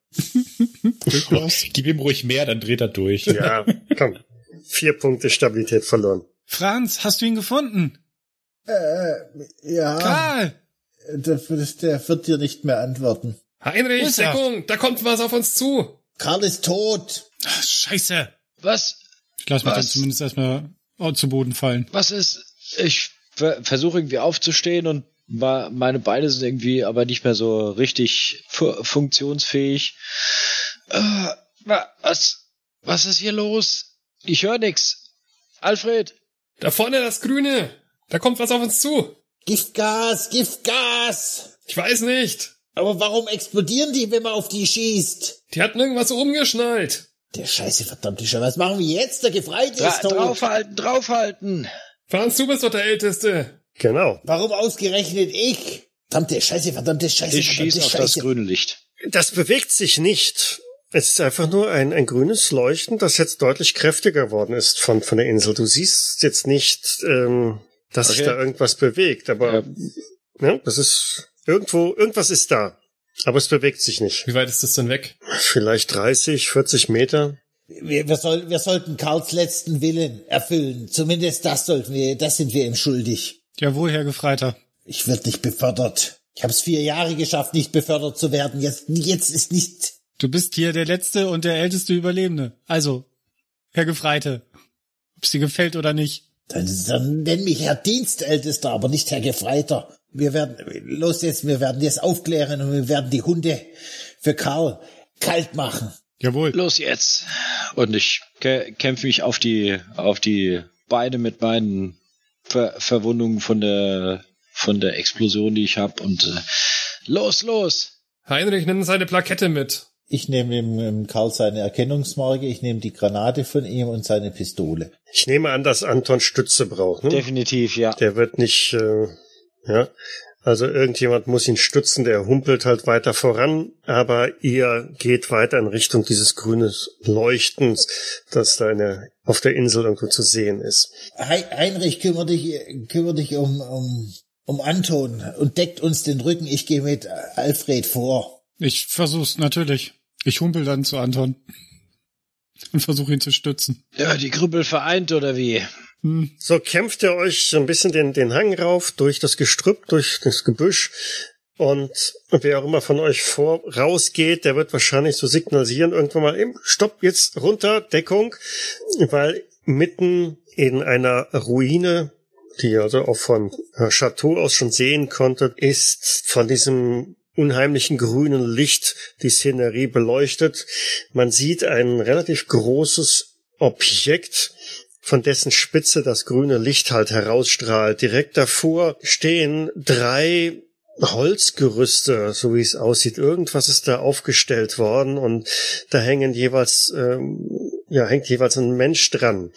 S2: Gib ihm ruhig mehr, dann dreht er durch.
S1: Ja, komm. Vier Punkte Stabilität verloren.
S4: Franz, hast du ihn gefunden?
S6: Äh, ja.
S5: Ah.
S4: Karl!
S6: Der, der wird dir nicht mehr antworten.
S5: Heinrich,
S4: Ist er?
S5: Deckung, da kommt was auf uns zu.
S6: Karl ist tot.
S4: Ach, scheiße.
S3: Was?
S4: Ich lasse mich dann
S3: Was?
S4: zumindest erstmal oh, zu Boden fallen.
S3: Was ist? Ich ver versuche irgendwie aufzustehen und ma- meine Beine sind irgendwie aber nicht mehr so richtig fu funktionsfähig. Äh, wa- was? Was ist hier los? Ich höre nix. Alfred,
S5: Da vorne das Grüne. Da kommt was auf uns zu.
S6: Giftgas, Giftgas.
S5: Ich weiß nicht.
S6: Aber warum explodieren die, wenn man auf die schießt?
S5: Die hatten irgendwas umgeschnallt.
S6: Der scheiße verdammte Scheiße. Was machen wir jetzt? Der Gefreite
S3: dra
S6: ist tot.
S3: draufhalten, draufhalten.
S5: Franz, du bist doch der Älteste.
S1: Genau.
S6: Warum ausgerechnet ich? Verdammte Scheiße, verdammte Scheiße,
S3: Ich
S6: verdammte
S3: schieße auf das
S6: Scheiße.
S3: grüne Licht.
S1: Das bewegt sich nicht. Es ist einfach nur ein, ein grünes Leuchten, das jetzt deutlich kräftiger geworden ist von, von der Insel. Du siehst jetzt nicht, ähm, dass sich
S3: Okay.
S1: da irgendwas bewegt, aber
S3: Ja.
S1: ne, das ist irgendwo, irgendwas ist da. Aber es bewegt sich nicht.
S5: Wie weit ist das denn weg?
S1: Vielleicht 30, 40 Meter.
S6: wir, wir, soll, wir sollten Karls letzten Willen erfüllen. Zumindest das sollten wir, das sind wir ihm schuldig.
S4: Jawohl, Herr Gefreiter.
S6: Ich werde nicht befördert. Ich habe es vier Jahre geschafft, nicht befördert zu werden. Jetzt, jetzt ist nicht.
S4: Du bist hier der letzte und der älteste Überlebende. Also, Herr Gefreite, ob's dir gefällt oder nicht.
S6: Dann, dann nenn mich Herr Dienstältester, aber nicht Herr Gefreiter. Wir werden, los jetzt, wir werden jetzt aufklären und wir werden die Hunde für Karl kalt machen.
S4: Jawohl.
S3: Los jetzt. Und ich kä kämpfe mich auf die, auf die Beine mit meinen Ver Verwundungen von der, von der Explosion, die ich habe. Und äh, los, los.
S5: Heinrich nimmt seine Plakette mit.
S6: Ich nehme dem, ähm, Karl seine Erkennungsmarke, ich nehme die Granate von ihm und seine Pistole.
S1: Ich nehme an, dass Anton Stütze braucht. Ne?
S3: Definitiv, ja.
S1: Der wird nicht, äh, ja. Also irgendjemand muss ihn stützen, der humpelt halt weiter voran, aber ihr geht weiter in Richtung dieses grünes Leuchtens, das da in der, auf der Insel irgendwo zu sehen ist.
S6: Hei- Heinrich, kümmere dich, äh, kümmere dich um, um, um Anton und deckt uns den Rücken. Ich gehe mit äh, Alfred vor.
S4: Ich versuch's natürlich. Ich humpel dann zu Anton und versuche ihn zu stützen.
S3: Ja, die Krüppel vereint oder wie?
S4: Hm.
S1: So kämpft ihr euch so ein bisschen den, den Hang rauf, durch das Gestrüpp, durch das Gebüsch. Und wer auch immer von euch vor rausgeht, der wird wahrscheinlich so signalisieren, irgendwann mal, eben, stopp, jetzt runter, Deckung, weil mitten in einer Ruine, die ihr also auch von äh, Chateau aus schon sehen konntet, ist von diesem unheimlichen grünen Licht die Szenerie beleuchtet. Man sieht ein relativ großes Objekt, von dessen Spitze das grüne Licht halt herausstrahlt. Direkt davor stehen drei Holzgerüste, so wie es aussieht. Irgendwas ist da aufgestellt worden und da hängen jeweils, ähm, ja, hängt jeweils ein Mensch dran.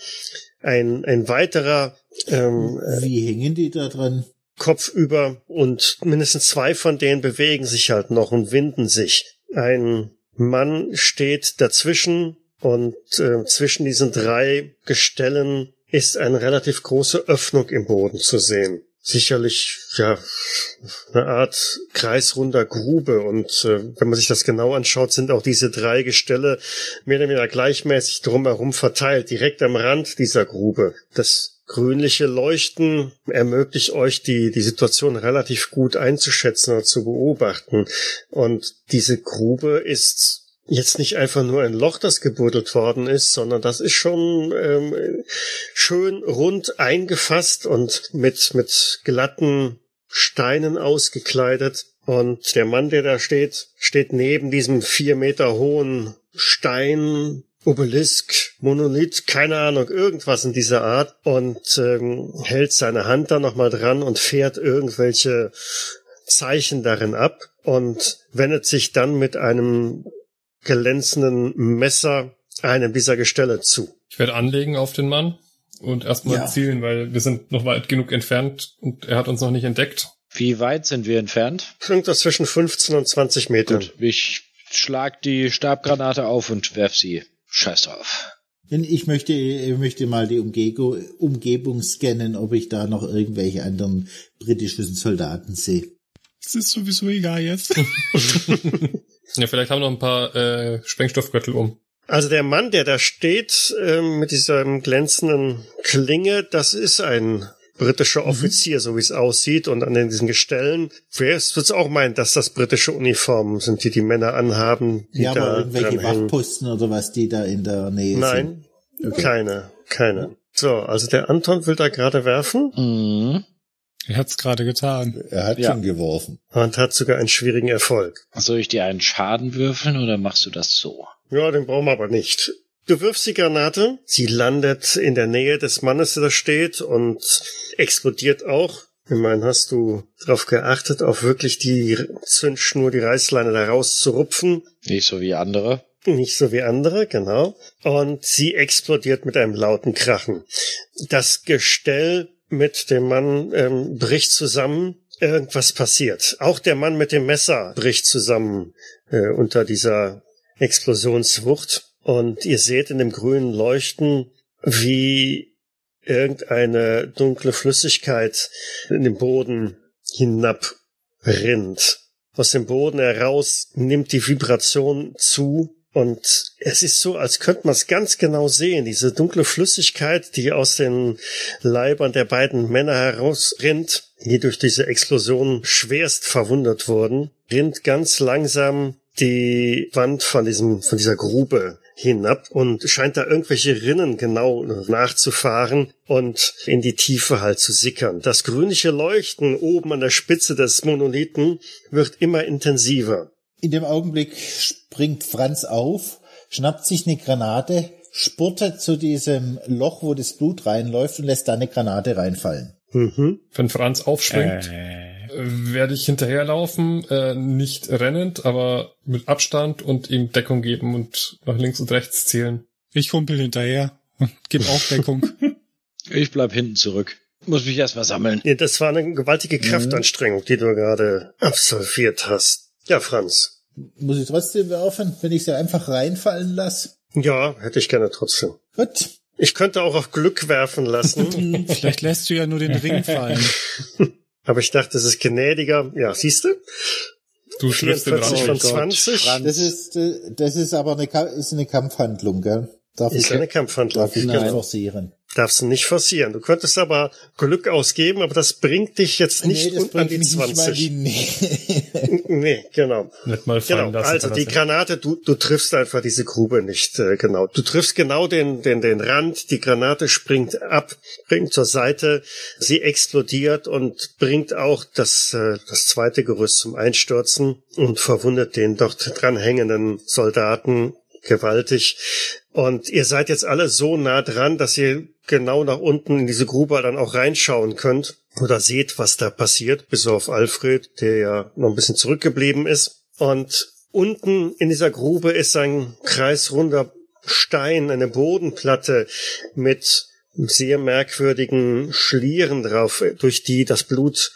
S1: Ein, ein weiterer ähm,
S6: Wie hängen die da dran?
S1: Kopf über und mindestens zwei von denen bewegen sich halt noch und winden sich. Ein Mann steht dazwischen und äh, zwischen diesen drei Gestellen ist eine relativ große Öffnung im Boden zu sehen. Sicherlich, ja, eine Art kreisrunder Grube und äh, wenn man sich das genau anschaut, sind auch diese drei Gestelle mehr oder weniger gleichmäßig drumherum verteilt, direkt am Rand dieser Grube. Das grünliche Leuchten ermöglicht euch, die, die Situation relativ gut einzuschätzen und zu beobachten. Und diese Grube ist jetzt nicht einfach nur ein Loch, das gebuddelt worden ist, sondern das ist schon ähm, schön rund eingefasst und mit, mit glatten Steinen ausgekleidet. Und der Mann, der da steht, steht neben diesem vier Meter hohen Stein, Obelisk, Monolith, keine Ahnung, irgendwas in dieser Art und ähm, hält seine Hand da nochmal dran und fährt irgendwelche Zeichen darin ab und wendet sich dann mit einem glänzenden Messer einem dieser Gestelle zu.
S5: Ich werde anlegen auf den Mann und erstmal
S6: Ja.
S5: zielen, weil wir sind noch weit genug entfernt und er hat uns noch nicht entdeckt.
S3: Wie weit sind wir entfernt?
S1: Irgendwas zwischen 15 und 20 Metern.
S3: Gut, ich schlag die Stabgranate auf und werf sie. Scheiß drauf.
S6: Denn Ich möchte, ich möchte mal die Umgego- Umgebung scannen, ob ich da noch irgendwelche anderen britischen Soldaten sehe.
S4: Es ist sowieso egal jetzt.
S5: Ja, vielleicht haben noch ein paar äh, Sprengstoffgürtel um.
S1: Also der Mann, der da steht ähm, mit dieser glänzenden Klinge, das ist ein
S6: Mhm.
S1: britischer Offizier, so wie es aussieht. Und an den- diesen Gestellen, vielleicht wird es auch meinen, dass das britische Uniformen sind, die die Männer anhaben. Die
S6: ja,
S1: da
S6: aber irgendwelche
S1: dranhängen.
S6: Wachposten oder was, die da in der Nähe sind.
S1: Nein, keine, keine. So, also der Anton will da gerade werfen
S3: Mhm.
S4: Er hat's gerade getan.
S6: Er hat
S3: Ja.
S6: schon geworfen.
S1: und hat sogar einen schwierigen Erfolg.
S3: Soll ich dir einen Schaden würfeln oder machst du das so?
S1: Ja, den brauchen wir aber nicht. Du wirfst die Granate, sie landet in der Nähe des Mannes, der da steht und explodiert auch. Ich meine, hast du darauf geachtet, auf wirklich die Zündschnur, die Reißleine da rauszurupfen?
S3: Nicht so wie andere.
S1: Nicht so wie andere, genau. Und sie explodiert mit einem lauten Krachen. Das Gestell mit dem Mann ähm, bricht zusammen. Irgendwas passiert. Auch der Mann mit dem Messer bricht zusammen äh, unter dieser Explosionswucht. Und ihr seht in dem grünen Leuchten, wie irgendeine dunkle Flüssigkeit in den Boden hinabrinnt aus dem Boden heraus nimmt die Vibration zu und es ist so, als könnte man es ganz genau sehen. Diese dunkle Flüssigkeit, die aus den Leibern der beiden Männer herausrinnt, die durch diese Explosion schwerst verwundet wurden, rinnt ganz langsam die Wand von diesem, von dieser Grube hinab und scheint da irgendwelche Rinnen genau nachzufahren und in die Tiefe halt zu sickern. Das grünliche Leuchten oben an der Spitze des Monolithen wird immer intensiver.
S6: In dem Augenblick springt Franz auf, schnappt sich eine Granate, spurtet zu diesem Loch, wo das Blut reinläuft und lässt da eine Granate reinfallen.
S1: Mhm.
S5: Wenn Franz aufspringt,
S4: Äh,
S5: äh, werde ich hinterherlaufen, äh, nicht rennend, aber mit Abstand und ihm Deckung geben und nach links und rechts zielen.
S4: ich humpel hinterher und geb auch Deckung.
S3: Ich bleib hinten zurück. Muss mich erstmal sammeln.
S1: Ja, das war eine
S6: Mhm.
S1: gewaltige Kraftanstrengung, die du gerade absolviert hast. Ja, Franz.
S6: Muss ich trotzdem werfen, wenn ich sie einfach reinfallen lasse?
S1: Ja, hätte ich gerne trotzdem.
S6: Gut.
S1: Ich könnte auch auf Glück werfen lassen,
S4: Vielleicht lässt du ja nur den Ring fallen.
S1: aber ich dachte, es ist gnädiger. Ja, siehst du?
S5: Du schlürfst den
S1: 44 von
S5: Rand.
S1: 20
S3: Franz.
S6: Das ist, äh, das ist aber eine, Ka- ist eine Kampfhandlung, gell? Darf
S1: ist eine Kampfhandlung.
S6: darf ich nicht
S1: Genau.
S6: forcieren.
S1: Darfst du nicht forcieren. Du könntest aber Glück ausgeben, aber das bringt dich jetzt nicht
S6: das
S1: unten an
S6: bringt
S1: die
S6: mich nicht mal
S1: 20.
S6: die Nähe.
S1: Nee, genau.
S5: Nicht mal fallen
S1: Genau,
S5: lassen.
S1: also
S5: kann
S1: die
S5: das ja.
S1: Granate, du, du triffst einfach diese Grube nicht, äh, genau. Du triffst genau den, den, den Rand, die Granate springt ab, springt zur Seite, sie explodiert und bringt auch das, äh, das zweite Gerüst zum Einstürzen und verwundet den dort dranhängenden Soldaten gewaltig. Und ihr seid jetzt alle so nah dran, dass ihr genau nach unten in diese Grube dann auch reinschauen könnt oder seht, was da passiert, bis auf Alfred, der ja noch ein bisschen zurückgeblieben ist. Und unten in dieser Grube ist ein kreisrunder Stein, eine Bodenplatte mit sehr merkwürdigen Schlieren drauf, durch die das Blut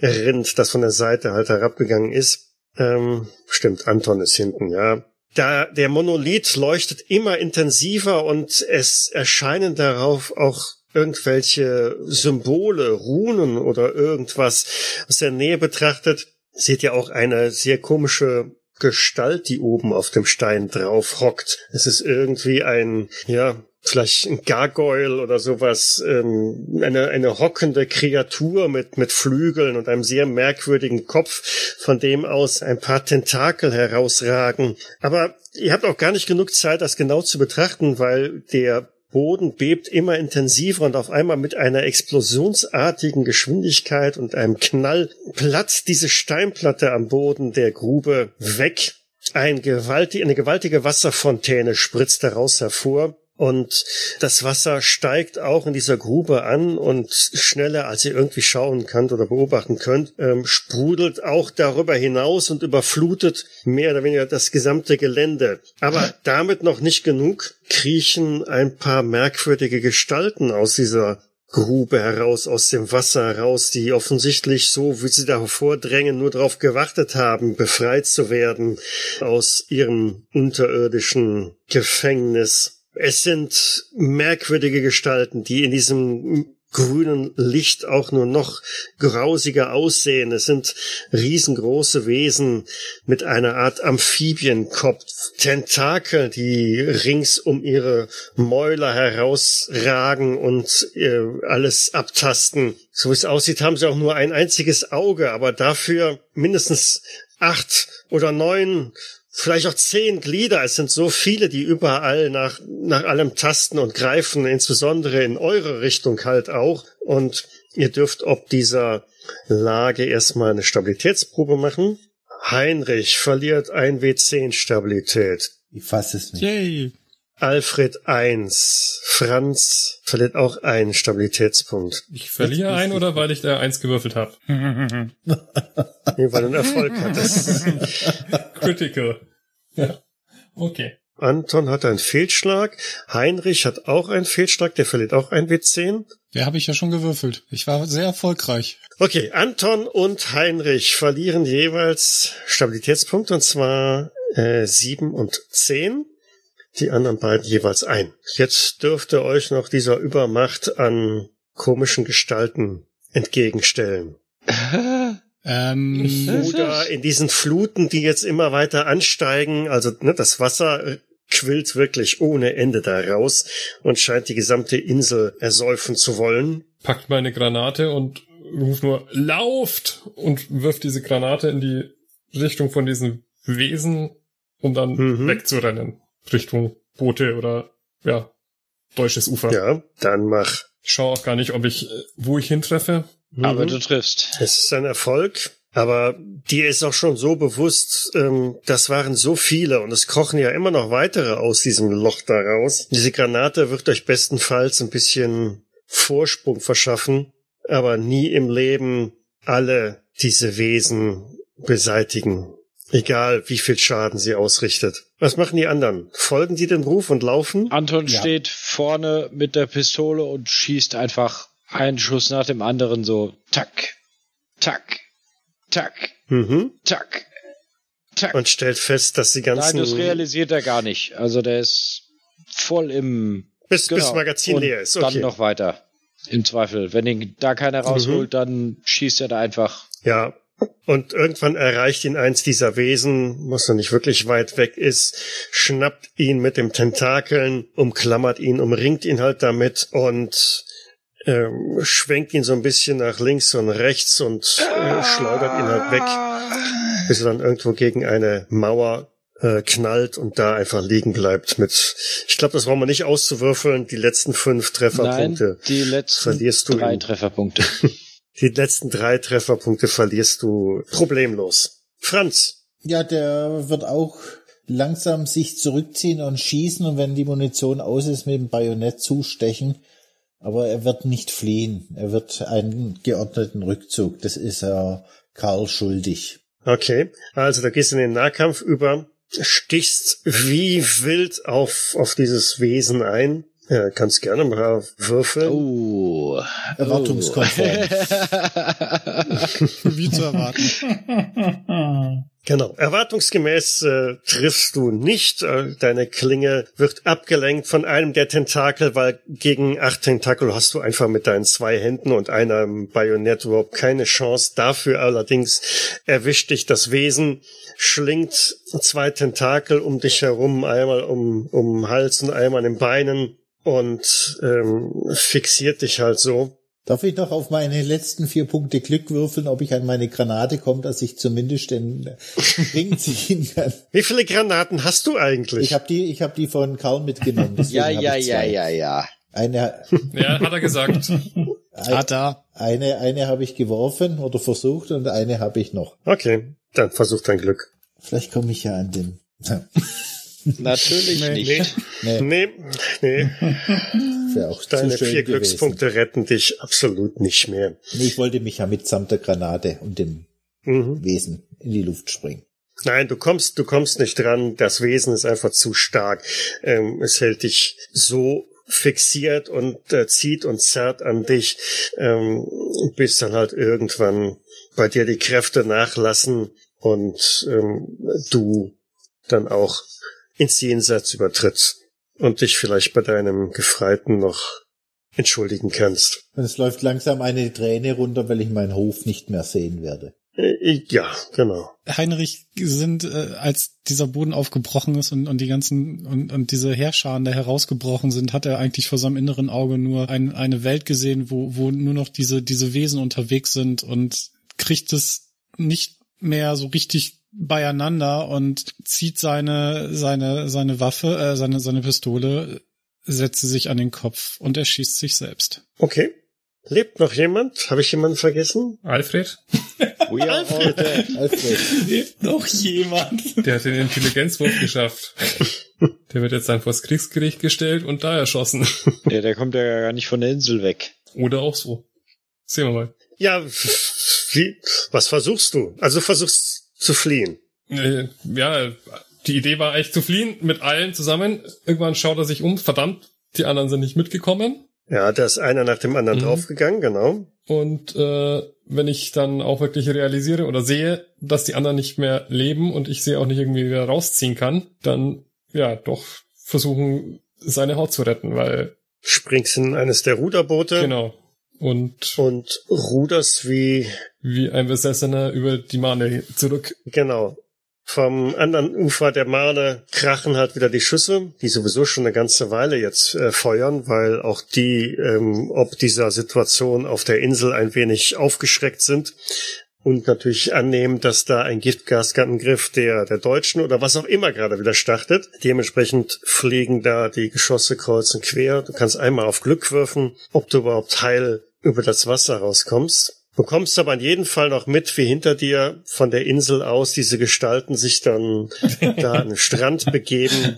S1: rinnt, das von der Seite halt herabgegangen ist. Ähm, stimmt, Anton ist hinten, ja. Da, der Monolith leuchtet immer intensiver und es erscheinen darauf auch irgendwelche Symbole, Runen oder irgendwas. Aus der Nähe betrachtet seht ihr auch eine sehr komische Gestalt, die oben auf dem Stein drauf hockt. Es ist irgendwie ein, ja, vielleicht ein Gargoyle oder sowas, ähm, eine, eine hockende Kreatur mit, mit Flügeln und einem sehr merkwürdigen Kopf, von dem aus ein paar Tentakel herausragen. Aber ihr habt auch gar nicht genug Zeit, das genau zu betrachten, weil der Boden bebt immer intensiver und auf einmal mit einer explosionsartigen Geschwindigkeit und einem Knall platzt diese Steinplatte am Boden der Grube weg. Ein gewaltig, eine gewaltige Wasserfontäne spritzt daraus hervor und das Wasser steigt auch in dieser Grube an und schneller, als ihr irgendwie schauen könnt oder beobachten könnt, ähm, sprudelt auch darüber hinaus und überflutet mehr oder weniger das gesamte Gelände. Aber damit noch nicht genug, kriechen ein paar merkwürdige Gestalten aus dieser Grube heraus, aus dem Wasser heraus, die offensichtlich so, wie sie da hervordrängen, nur darauf gewartet haben, befreit zu werden aus ihrem unterirdischen Gefängnis. Es sind merkwürdige Gestalten, die in diesem grünen Licht auch nur noch grausiger aussehen. Es sind riesengroße Wesen mit einer Art Amphibienkopf, Tentakel, die rings um ihre Mäuler herausragen und äh, alles abtasten. So wie es aussieht, haben sie auch nur ein einziges Auge, aber dafür mindestens acht oder neun vielleicht auch zehn Glieder. Es sind so viele, die überall nach, nach allem tasten und greifen, insbesondere in eure Richtung halt auch. Und ihr dürft ob dieser Lage erstmal eine Stabilitätsprobe machen. Heinrich verliert 1W10 Stabilität.
S6: Ich fasse es nicht.
S4: Yay.
S1: Alfred 1. Franz verliert auch einen Stabilitätspunkt.
S5: Ich verliere einen oder weil ich da eins gewürfelt habe?
S1: Nee, Weil du einen Erfolg hattest.
S5: Critical. Ja. Okay.
S1: Anton hat einen Fehlschlag. Heinrich hat auch einen Fehlschlag. Der verliert auch ein W10.
S4: Der habe ich ja schon gewürfelt. Ich war sehr erfolgreich.
S1: Okay, Anton und Heinrich verlieren jeweils Stabilitätspunkte und zwar äh, 7 und 10. Die anderen beiden jeweils ein. Jetzt dürfte euch noch dieser Übermacht an komischen Gestalten entgegenstellen.
S4: Ähm,
S1: Oder in diesen Fluten, die jetzt immer weiter ansteigen. Also ne, das Wasser äh, quillt wirklich ohne Ende da raus und scheint die gesamte Insel ersäufen zu wollen.
S5: Packt meine Granate und ruft nur Lauft und wirft diese Granate in die Richtung von diesen Wesen, um dann
S1: Mhm.
S5: wegzurennen. Richtung Boote oder ja, deutsches Ufer.
S1: Ja, dann mach.
S5: Ich schaue auch gar nicht, ob ich äh, wo ich hintreffe.
S3: Aber
S1: Mhm.
S3: du triffst.
S1: Es ist ein Erfolg, aber dir ist auch schon so bewusst, ähm, das waren so viele und es krochen ja immer noch weitere aus diesem Loch da raus. Diese Granate wird euch bestenfalls ein bisschen Vorsprung verschaffen, aber nie im Leben alle diese Wesen beseitigen. Egal, wie viel Schaden sie ausrichtet. Was machen die anderen? Folgen die dem Ruf und laufen?
S3: Anton
S6: Ja.
S3: steht vorne mit der Pistole und schießt einfach einen Schuss nach dem anderen so. Tack, tack, tack,
S1: Mhm.
S3: tack, tack.
S1: Und stellt fest, dass die
S3: Nein,
S1: ganzen...
S3: das realisiert er gar nicht. Also der ist voll im
S1: bis, bis
S3: Genau.
S1: Magazin
S3: Und
S1: leer ist.
S3: Dann
S1: Okay. Mhm.
S3: noch weiter. Im Zweifel. Wenn ihn da keiner rausholt, dann schießt er da einfach.
S1: Ja. Und irgendwann erreicht ihn eins dieser Wesen, was noch nicht wirklich weit weg ist, schnappt ihn mit dem Tentakeln, umklammert ihn, umringt ihn halt damit und ähm, schwenkt ihn so ein bisschen nach links und rechts und äh, schleudert ihn halt weg, bis er dann irgendwo gegen eine Mauer äh, knallt und da einfach liegen bleibt mit, ich glaube, das brauchen wir nicht auszuwürfeln, die letzten fünf
S3: Nein,
S1: Trefferpunkte.
S3: die letzten
S1: verlierst du
S3: drei
S1: ihn.
S3: Trefferpunkte.
S1: Die letzten drei Trefferpunkte verlierst du problemlos. Franz.
S6: Ja, der wird auch langsam sich zurückziehen und schießen und wenn die Munition aus ist, mit dem Bajonett zustechen. Aber er wird nicht fliehen. Er wird einen geordneten Rückzug. Das ist er Karl schuldig.
S1: Okay. Also, da gehst du in den Nahkampf über, stichst wie wild auf, auf dieses Wesen ein. Ja, kannst gerne mal würfeln.
S3: Oh.
S6: Erwartungskonform.
S4: wie zu erwarten.
S1: Genau. Erwartungsgemäß äh, triffst du nicht. Äh, Deine Klinge wird abgelenkt von einem der Tentakel, weil gegen acht Tentakel hast du einfach mit deinen zwei Händen und einem Bajonett überhaupt keine Chance. Dafür allerdings erwischt dich das Wesen, schlingt zwei Tentakel um dich herum, einmal um, um den Hals und einmal an den Beinen und ähm, fixiert dich halt so.
S6: Darf ich noch auf meine letzten vier Punkte Glück würfeln, ob ich an meine Granate komme, dass ich zumindest den Ring ziehen kann?
S1: Wie viele Granaten hast du eigentlich?
S6: Ich habe die, ich habe die von Karl mitgenommen. deswegen
S3: Ja,
S6: hab
S3: ja,
S6: ich
S3: ja,
S6: zwei.
S3: ja, ja.
S6: Eine,
S5: Ja, hat er gesagt.
S4: Ah, da.
S6: eine, eine habe ich geworfen oder versucht und eine habe ich noch.
S1: okay, dann versuch dein Glück.
S6: Vielleicht komme ich ja an den.
S3: Natürlich nicht.
S6: Nee,
S1: Nee, nee.
S6: wäre auch zu
S1: Deine
S6: schön
S1: vier
S6: gewesen.
S1: Glückspunkte retten dich absolut nicht mehr.
S6: Nee, Ich wollte mich ja mitsamt der Granate und dem
S1: Mhm.
S6: Wesen in die Luft springen.
S1: Nein, du kommst, du kommst nicht dran. Das Wesen ist einfach zu stark. Ähm, es hält dich so fixiert und äh, zieht und zerrt an dich, ähm, bis dann halt irgendwann bei dir die Kräfte nachlassen und ähm, du dann auch ins Jenseits übertrittst und dich vielleicht bei deinem Gefreiten noch entschuldigen kannst.
S6: Und es läuft langsam eine Träne runter, weil ich meinen Hof nicht mehr sehen werde.
S1: Äh, Ja, genau.
S4: Heinrich sind, äh, als dieser Boden aufgebrochen ist und, und die ganzen und, und diese Heerscharen da herausgebrochen sind, hat er eigentlich vor seinem inneren Auge nur ein, eine Welt gesehen, wo, wo nur noch diese, diese Wesen unterwegs sind und kriegt es nicht mehr so richtig beieinander und zieht seine, seine, seine Waffe, äh, seine, seine Pistole, setzt sie sich an den Kopf und erschießt sich selbst.
S1: Okay. Lebt noch jemand? Habe ich jemanden vergessen?
S5: Alfred,
S6: We are all dead, Alfred.
S2: Lebt noch jemand?
S5: der hat den Intelligenzwurf geschafft. Der wird jetzt dann vors Kriegsgericht gestellt und da erschossen.
S3: Der, der kommt ja gar nicht von der Insel weg.
S5: Oder auch so. Sehen wir mal.
S1: Ja, wie, was versuchst du? Also du versuchst zu fliehen.
S5: Äh, ja, die Idee war eigentlich zu fliehen mit allen zusammen. Irgendwann schaut er sich um. Verdammt, die anderen sind nicht mitgekommen.
S1: Ja, da ist einer nach dem anderen
S5: Mhm.
S1: draufgegangen, genau.
S5: Und äh, wenn ich dann auch wirklich realisiere oder sehe, dass die anderen nicht mehr leben und ich sie auch nicht irgendwie wieder rausziehen kann, dann ja doch versuchen, seine Haut zu retten, weil
S1: Springst in eines der Ruderboote
S5: genau. Und
S1: und ruderst wie,
S5: wie ein Besessener über die Mane zurück.
S1: genau, vom anderen Ufer der Marne krachen halt wieder die Schüsse, die sowieso schon eine ganze Weile jetzt äh, feuern, weil auch die, ähm, ob dieser Situation auf der Insel ein wenig aufgeschreckt sind. Und natürlich annehmen, dass da ein Giftgasangriff der, der Deutschen oder was auch immer gerade wieder startet. Dementsprechend fliegen da die Geschosse kreuz und quer. Du kannst einmal auf Glück würfen, ob du überhaupt heil über das Wasser rauskommst. Bekommst aber in jedem Fall noch mit, wie hinter dir von der Insel aus diese Gestalten sich dann da an den Strand begeben,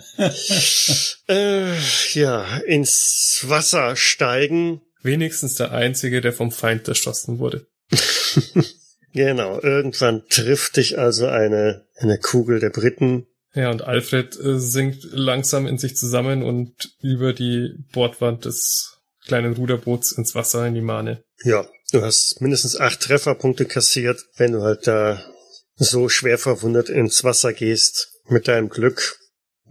S1: äh, ja, ins Wasser steigen.
S5: Wenigstens der einzige, der vom Feind erschossen wurde.
S1: Genau, irgendwann trifft dich also eine, eine Kugel der Briten.
S5: Ja, und Alfred äh, sinkt langsam in sich zusammen und über die Bordwand des kleinen Ruderboots ins Wasser in die Mane.
S1: Ja, du hast mindestens acht Trefferpunkte kassiert, wenn du halt da so schwer verwundet ins Wasser gehst mit deinem Glück.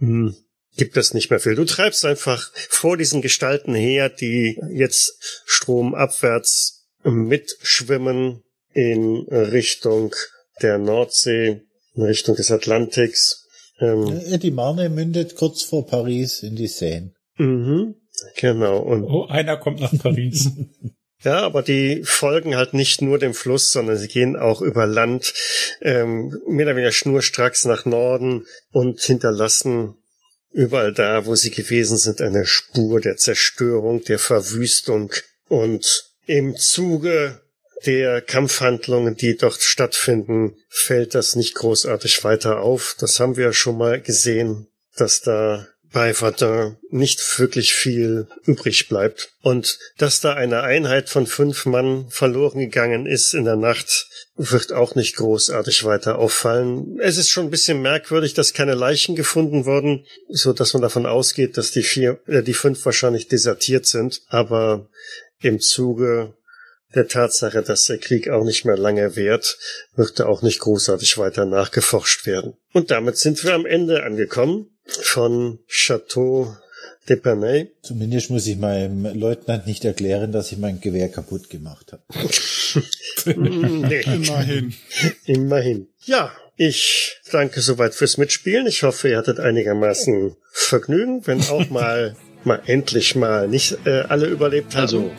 S1: Hm. Gibt es nicht mehr viel. Du treibst einfach vor diesen Gestalten her, die jetzt stromabwärts mitschwimmen in Richtung der Nordsee, in Richtung des Atlantiks. Ähm,
S6: Äh, Die Marne mündet kurz vor Paris in die Seine.
S1: mhm, genau. Und
S2: Oh, einer kommt nach Paris.
S1: Ja, aber die folgen halt nicht nur dem Fluss, sondern sie gehen auch über Land, ähm, mehr oder weniger schnurstracks nach Norden und hinterlassen überall da, wo sie gewesen sind, eine Spur der Zerstörung, der Verwüstung und im Zuge der Kampfhandlungen, die dort stattfinden, fällt das nicht großartig weiter auf. Das haben wir schon mal gesehen, dass da bei Verdun nicht wirklich viel übrig bleibt und dass da eine Einheit von fünf Mann verloren gegangen ist in der Nacht, wird auch nicht großartig weiter auffallen. Es ist schon ein bisschen merkwürdig, dass keine Leichen gefunden wurden, so dass man davon ausgeht, dass die vier, äh, die fünf wahrscheinlich desertiert sind, aber im Zuge der Tatsache, dass der Krieg auch nicht mehr lange währt, wird da auch nicht großartig weiter nachgeforscht werden. Und damit sind wir am Ende angekommen von Chateau d'Epernay.
S6: Zumindest muss ich meinem Leutnant nicht erklären, dass ich mein Gewehr kaputt gemacht habe.
S1: nee,
S4: Immerhin.
S1: immerhin. Ja, ich danke soweit fürs Mitspielen. Ich hoffe, ihr hattet einigermaßen Vergnügen, wenn auch mal, mal endlich mal nicht äh, alle überlebt haben.
S3: Also,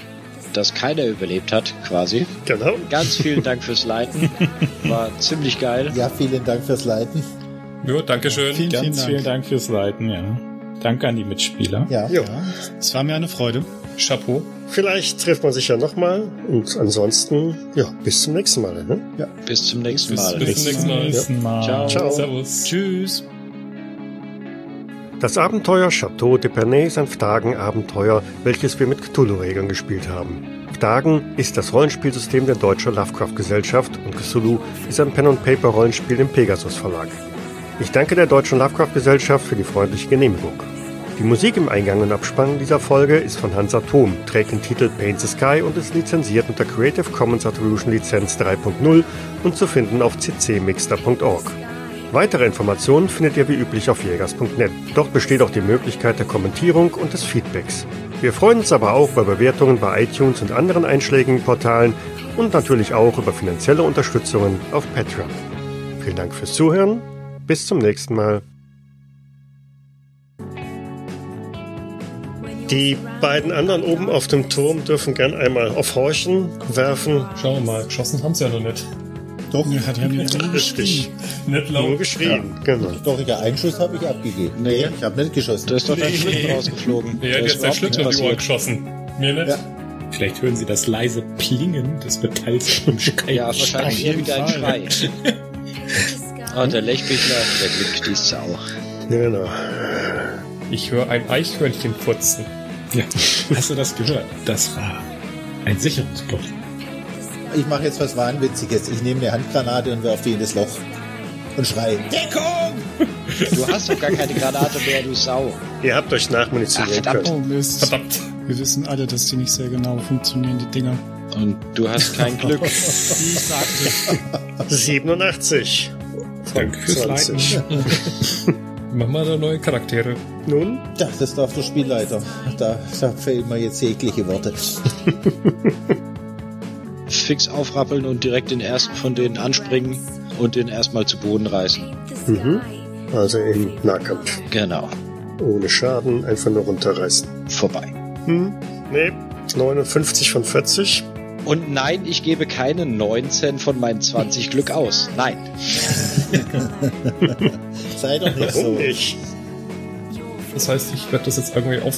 S3: dass keiner überlebt hat, quasi.
S1: genau.
S3: Ganz vielen Dank fürs Leiten. War ziemlich geil.
S6: Ja, vielen Dank fürs Leiten.
S5: Ja, Dankeschön.
S4: Vielen, vielen
S2: Ganz
S4: Dank.
S2: vielen Dank fürs Leiten, ja. Danke an die Mitspieler.
S6: Ja,
S1: Jo.
S6: ja.
S4: Es war mir eine Freude.
S5: Chapeau.
S1: Vielleicht trifft man sich ja nochmal. Und ansonsten, ja, bis zum nächsten Mal. Ne?
S3: Bis zum nächsten
S5: Bis-
S3: Mal.
S5: bis zum nächsten Mal.
S2: Mal.
S3: Ciao.
S1: Ciao.
S5: Servus.
S4: Tschüss.
S1: Das Abenteuer Chateau de Pernay ist ein Phtagen-Abenteuer, welches wir mit Cthulhu-Regeln gespielt haben. Phtagen ist das Rollenspielsystem der Deutschen Lovecraft-Gesellschaft und Cthulhu ist ein Pen-and-Paper-Rollenspiel im Pegasus-Verlag. Ich danke der Deutschen Lovecraft-Gesellschaft für die freundliche Genehmigung. Die Musik im Eingang und Abspann dieser Folge ist von Hans Atom, trägt den Titel Paint the Sky und ist lizenziert unter Creative Commons Attribution Lizenz 3.0 und zu finden auf ccmixter.org. Weitere Informationen findet ihr wie üblich auf jägers.net. Dort besteht auch die Möglichkeit der Kommentierung und des Feedbacks. Wir freuen uns aber auch über Bewertungen bei iTunes und anderen einschlägigen Portalen und natürlich auch über finanzielle Unterstützungen auf Patreon. Vielen Dank fürs Zuhören. Bis zum nächsten Mal. Die beiden anderen oben auf dem Turm dürfen gern einmal auf Horchen werfen.
S5: Schauen wir mal, geschossen haben sie ja noch nicht.
S6: Doch,
S4: Ja, die haben ja nur
S1: Richtig.
S4: geschrien.
S5: Nicht
S1: Nur
S5: laut.
S1: geschrien, genau.
S6: doch, ja, einen Schuss habe ich abgegeben. Nee, ich habe nicht geschossen.
S3: Da ist doch dein Schlitten rausgeflogen.
S5: Ja,
S3: Da
S5: die
S3: ist
S5: hat sein
S3: überhaupt
S5: Schlitten auf
S3: nichts
S5: die Uhr
S3: passiert.
S5: geschossen. Mir nicht.
S6: Ja.
S2: Vielleicht hören Sie das leise Plingen des Metalls im Stein.
S3: Ja, wahrscheinlich irgendein Schrei. Ah, der Lechbichler, der Glück, die Sau.
S1: Genau.
S5: Ich höre ein Eichhörnchen putzen.
S2: Ja. Hast du das gehört? Das war ein Sicherungsblock.
S6: Ich mache jetzt was Wahnwitziges. Ich nehme eine Handgranate und werfe die in das Loch und schreie.
S3: Du hast doch gar keine Granate mehr, du Sau.
S1: Ihr habt euch
S3: Ach,
S1: nachmunitionieren
S3: verdammt.
S1: können.
S4: Oh Mist.
S5: Verdammt.
S4: Wir wissen alle, dass die nicht sehr genau funktionieren, die Dinger.
S3: Und du hast kein Glück.
S1: 87.
S2: Danke fürs Leiten.
S1: 20.
S5: Mach mal da neue Charaktere.
S1: Nun,
S6: Ja, das darf der Spielleiter. Da, da fehlen mir jetzt jegliche Worte.
S3: Fix aufrappeln und direkt den ersten von denen anspringen und den erstmal zu Boden reißen.
S1: Mhm. also im Nahkampf.
S3: Genau.
S1: Ohne Schaden, einfach nur runterreißen.
S3: Vorbei.
S1: Hm, nee. 59 von 40.
S3: Und nein, ich gebe keine 19 von meinen 20 Glück aus. Nein.
S6: Sei doch nicht
S1: Warum
S6: so.
S1: nicht?
S5: Das heißt, ich werde das jetzt irgendwie auf,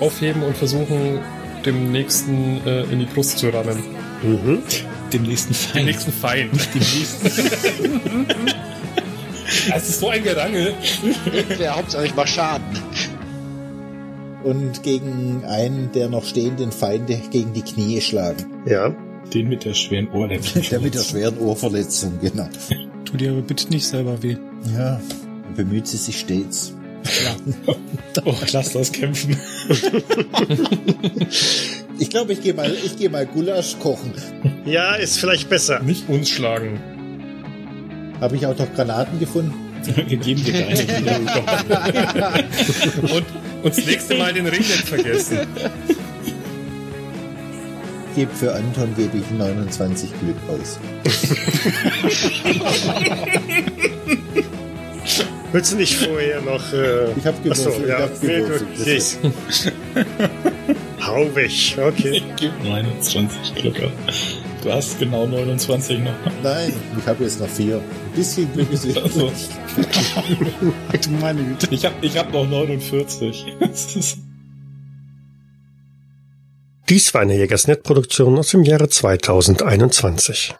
S5: aufheben und versuchen, dem nächsten äh, in die Brust zu rammen.
S1: Mhm.
S2: Dem nächsten
S5: Den
S2: Feind.
S5: nächsten Feind. Es ist so ein Gerangel.
S3: Irgendwer, Hauptsache ich mach Schaden.
S6: Und gegen einen der noch stehenden Feinde gegen die Knie schlagen.
S1: Ja.
S2: Den mit der schweren Ohrläppchen.
S6: Der mit der schweren Ohrverletzung, genau.
S4: Tu dir aber bitte nicht selber weh.
S6: Ja. Bemüht sie sich stets.
S2: Oh, lass das kämpfen.
S6: Ich glaube, ich gehe mal, ich gehe mal Gulasch kochen.
S1: Ja, ist vielleicht besser.
S5: Nicht uns schlagen.
S6: Habe ich auch noch Granaten gefunden?
S2: Wir geben dir deine.
S5: Und uns das nächste Mal den Ring nicht vergessen.
S6: Gebe für Anton gebe ich 29 Glück aus.
S1: Willst du nicht vorher noch... Äh...
S6: Ich habe
S1: Achso,
S6: gewürfelt.
S1: ja.
S6: Ich hab
S1: Nee,
S6: gewürfelt.
S1: gut.
S6: Das
S1: Yes. Hau weg. Okay.
S2: Gib 29 Glück auf. Du hast genau 29 noch.
S6: Nein, ich habe jetzt noch vier. Ein bisschen Glück ist
S2: Also,
S6: übrig.
S4: Du meine Güte.
S2: ich hab, ich hab noch 49. Das ist-
S1: Dies war eine Jägersnet-Produktion aus dem Jahre 2021.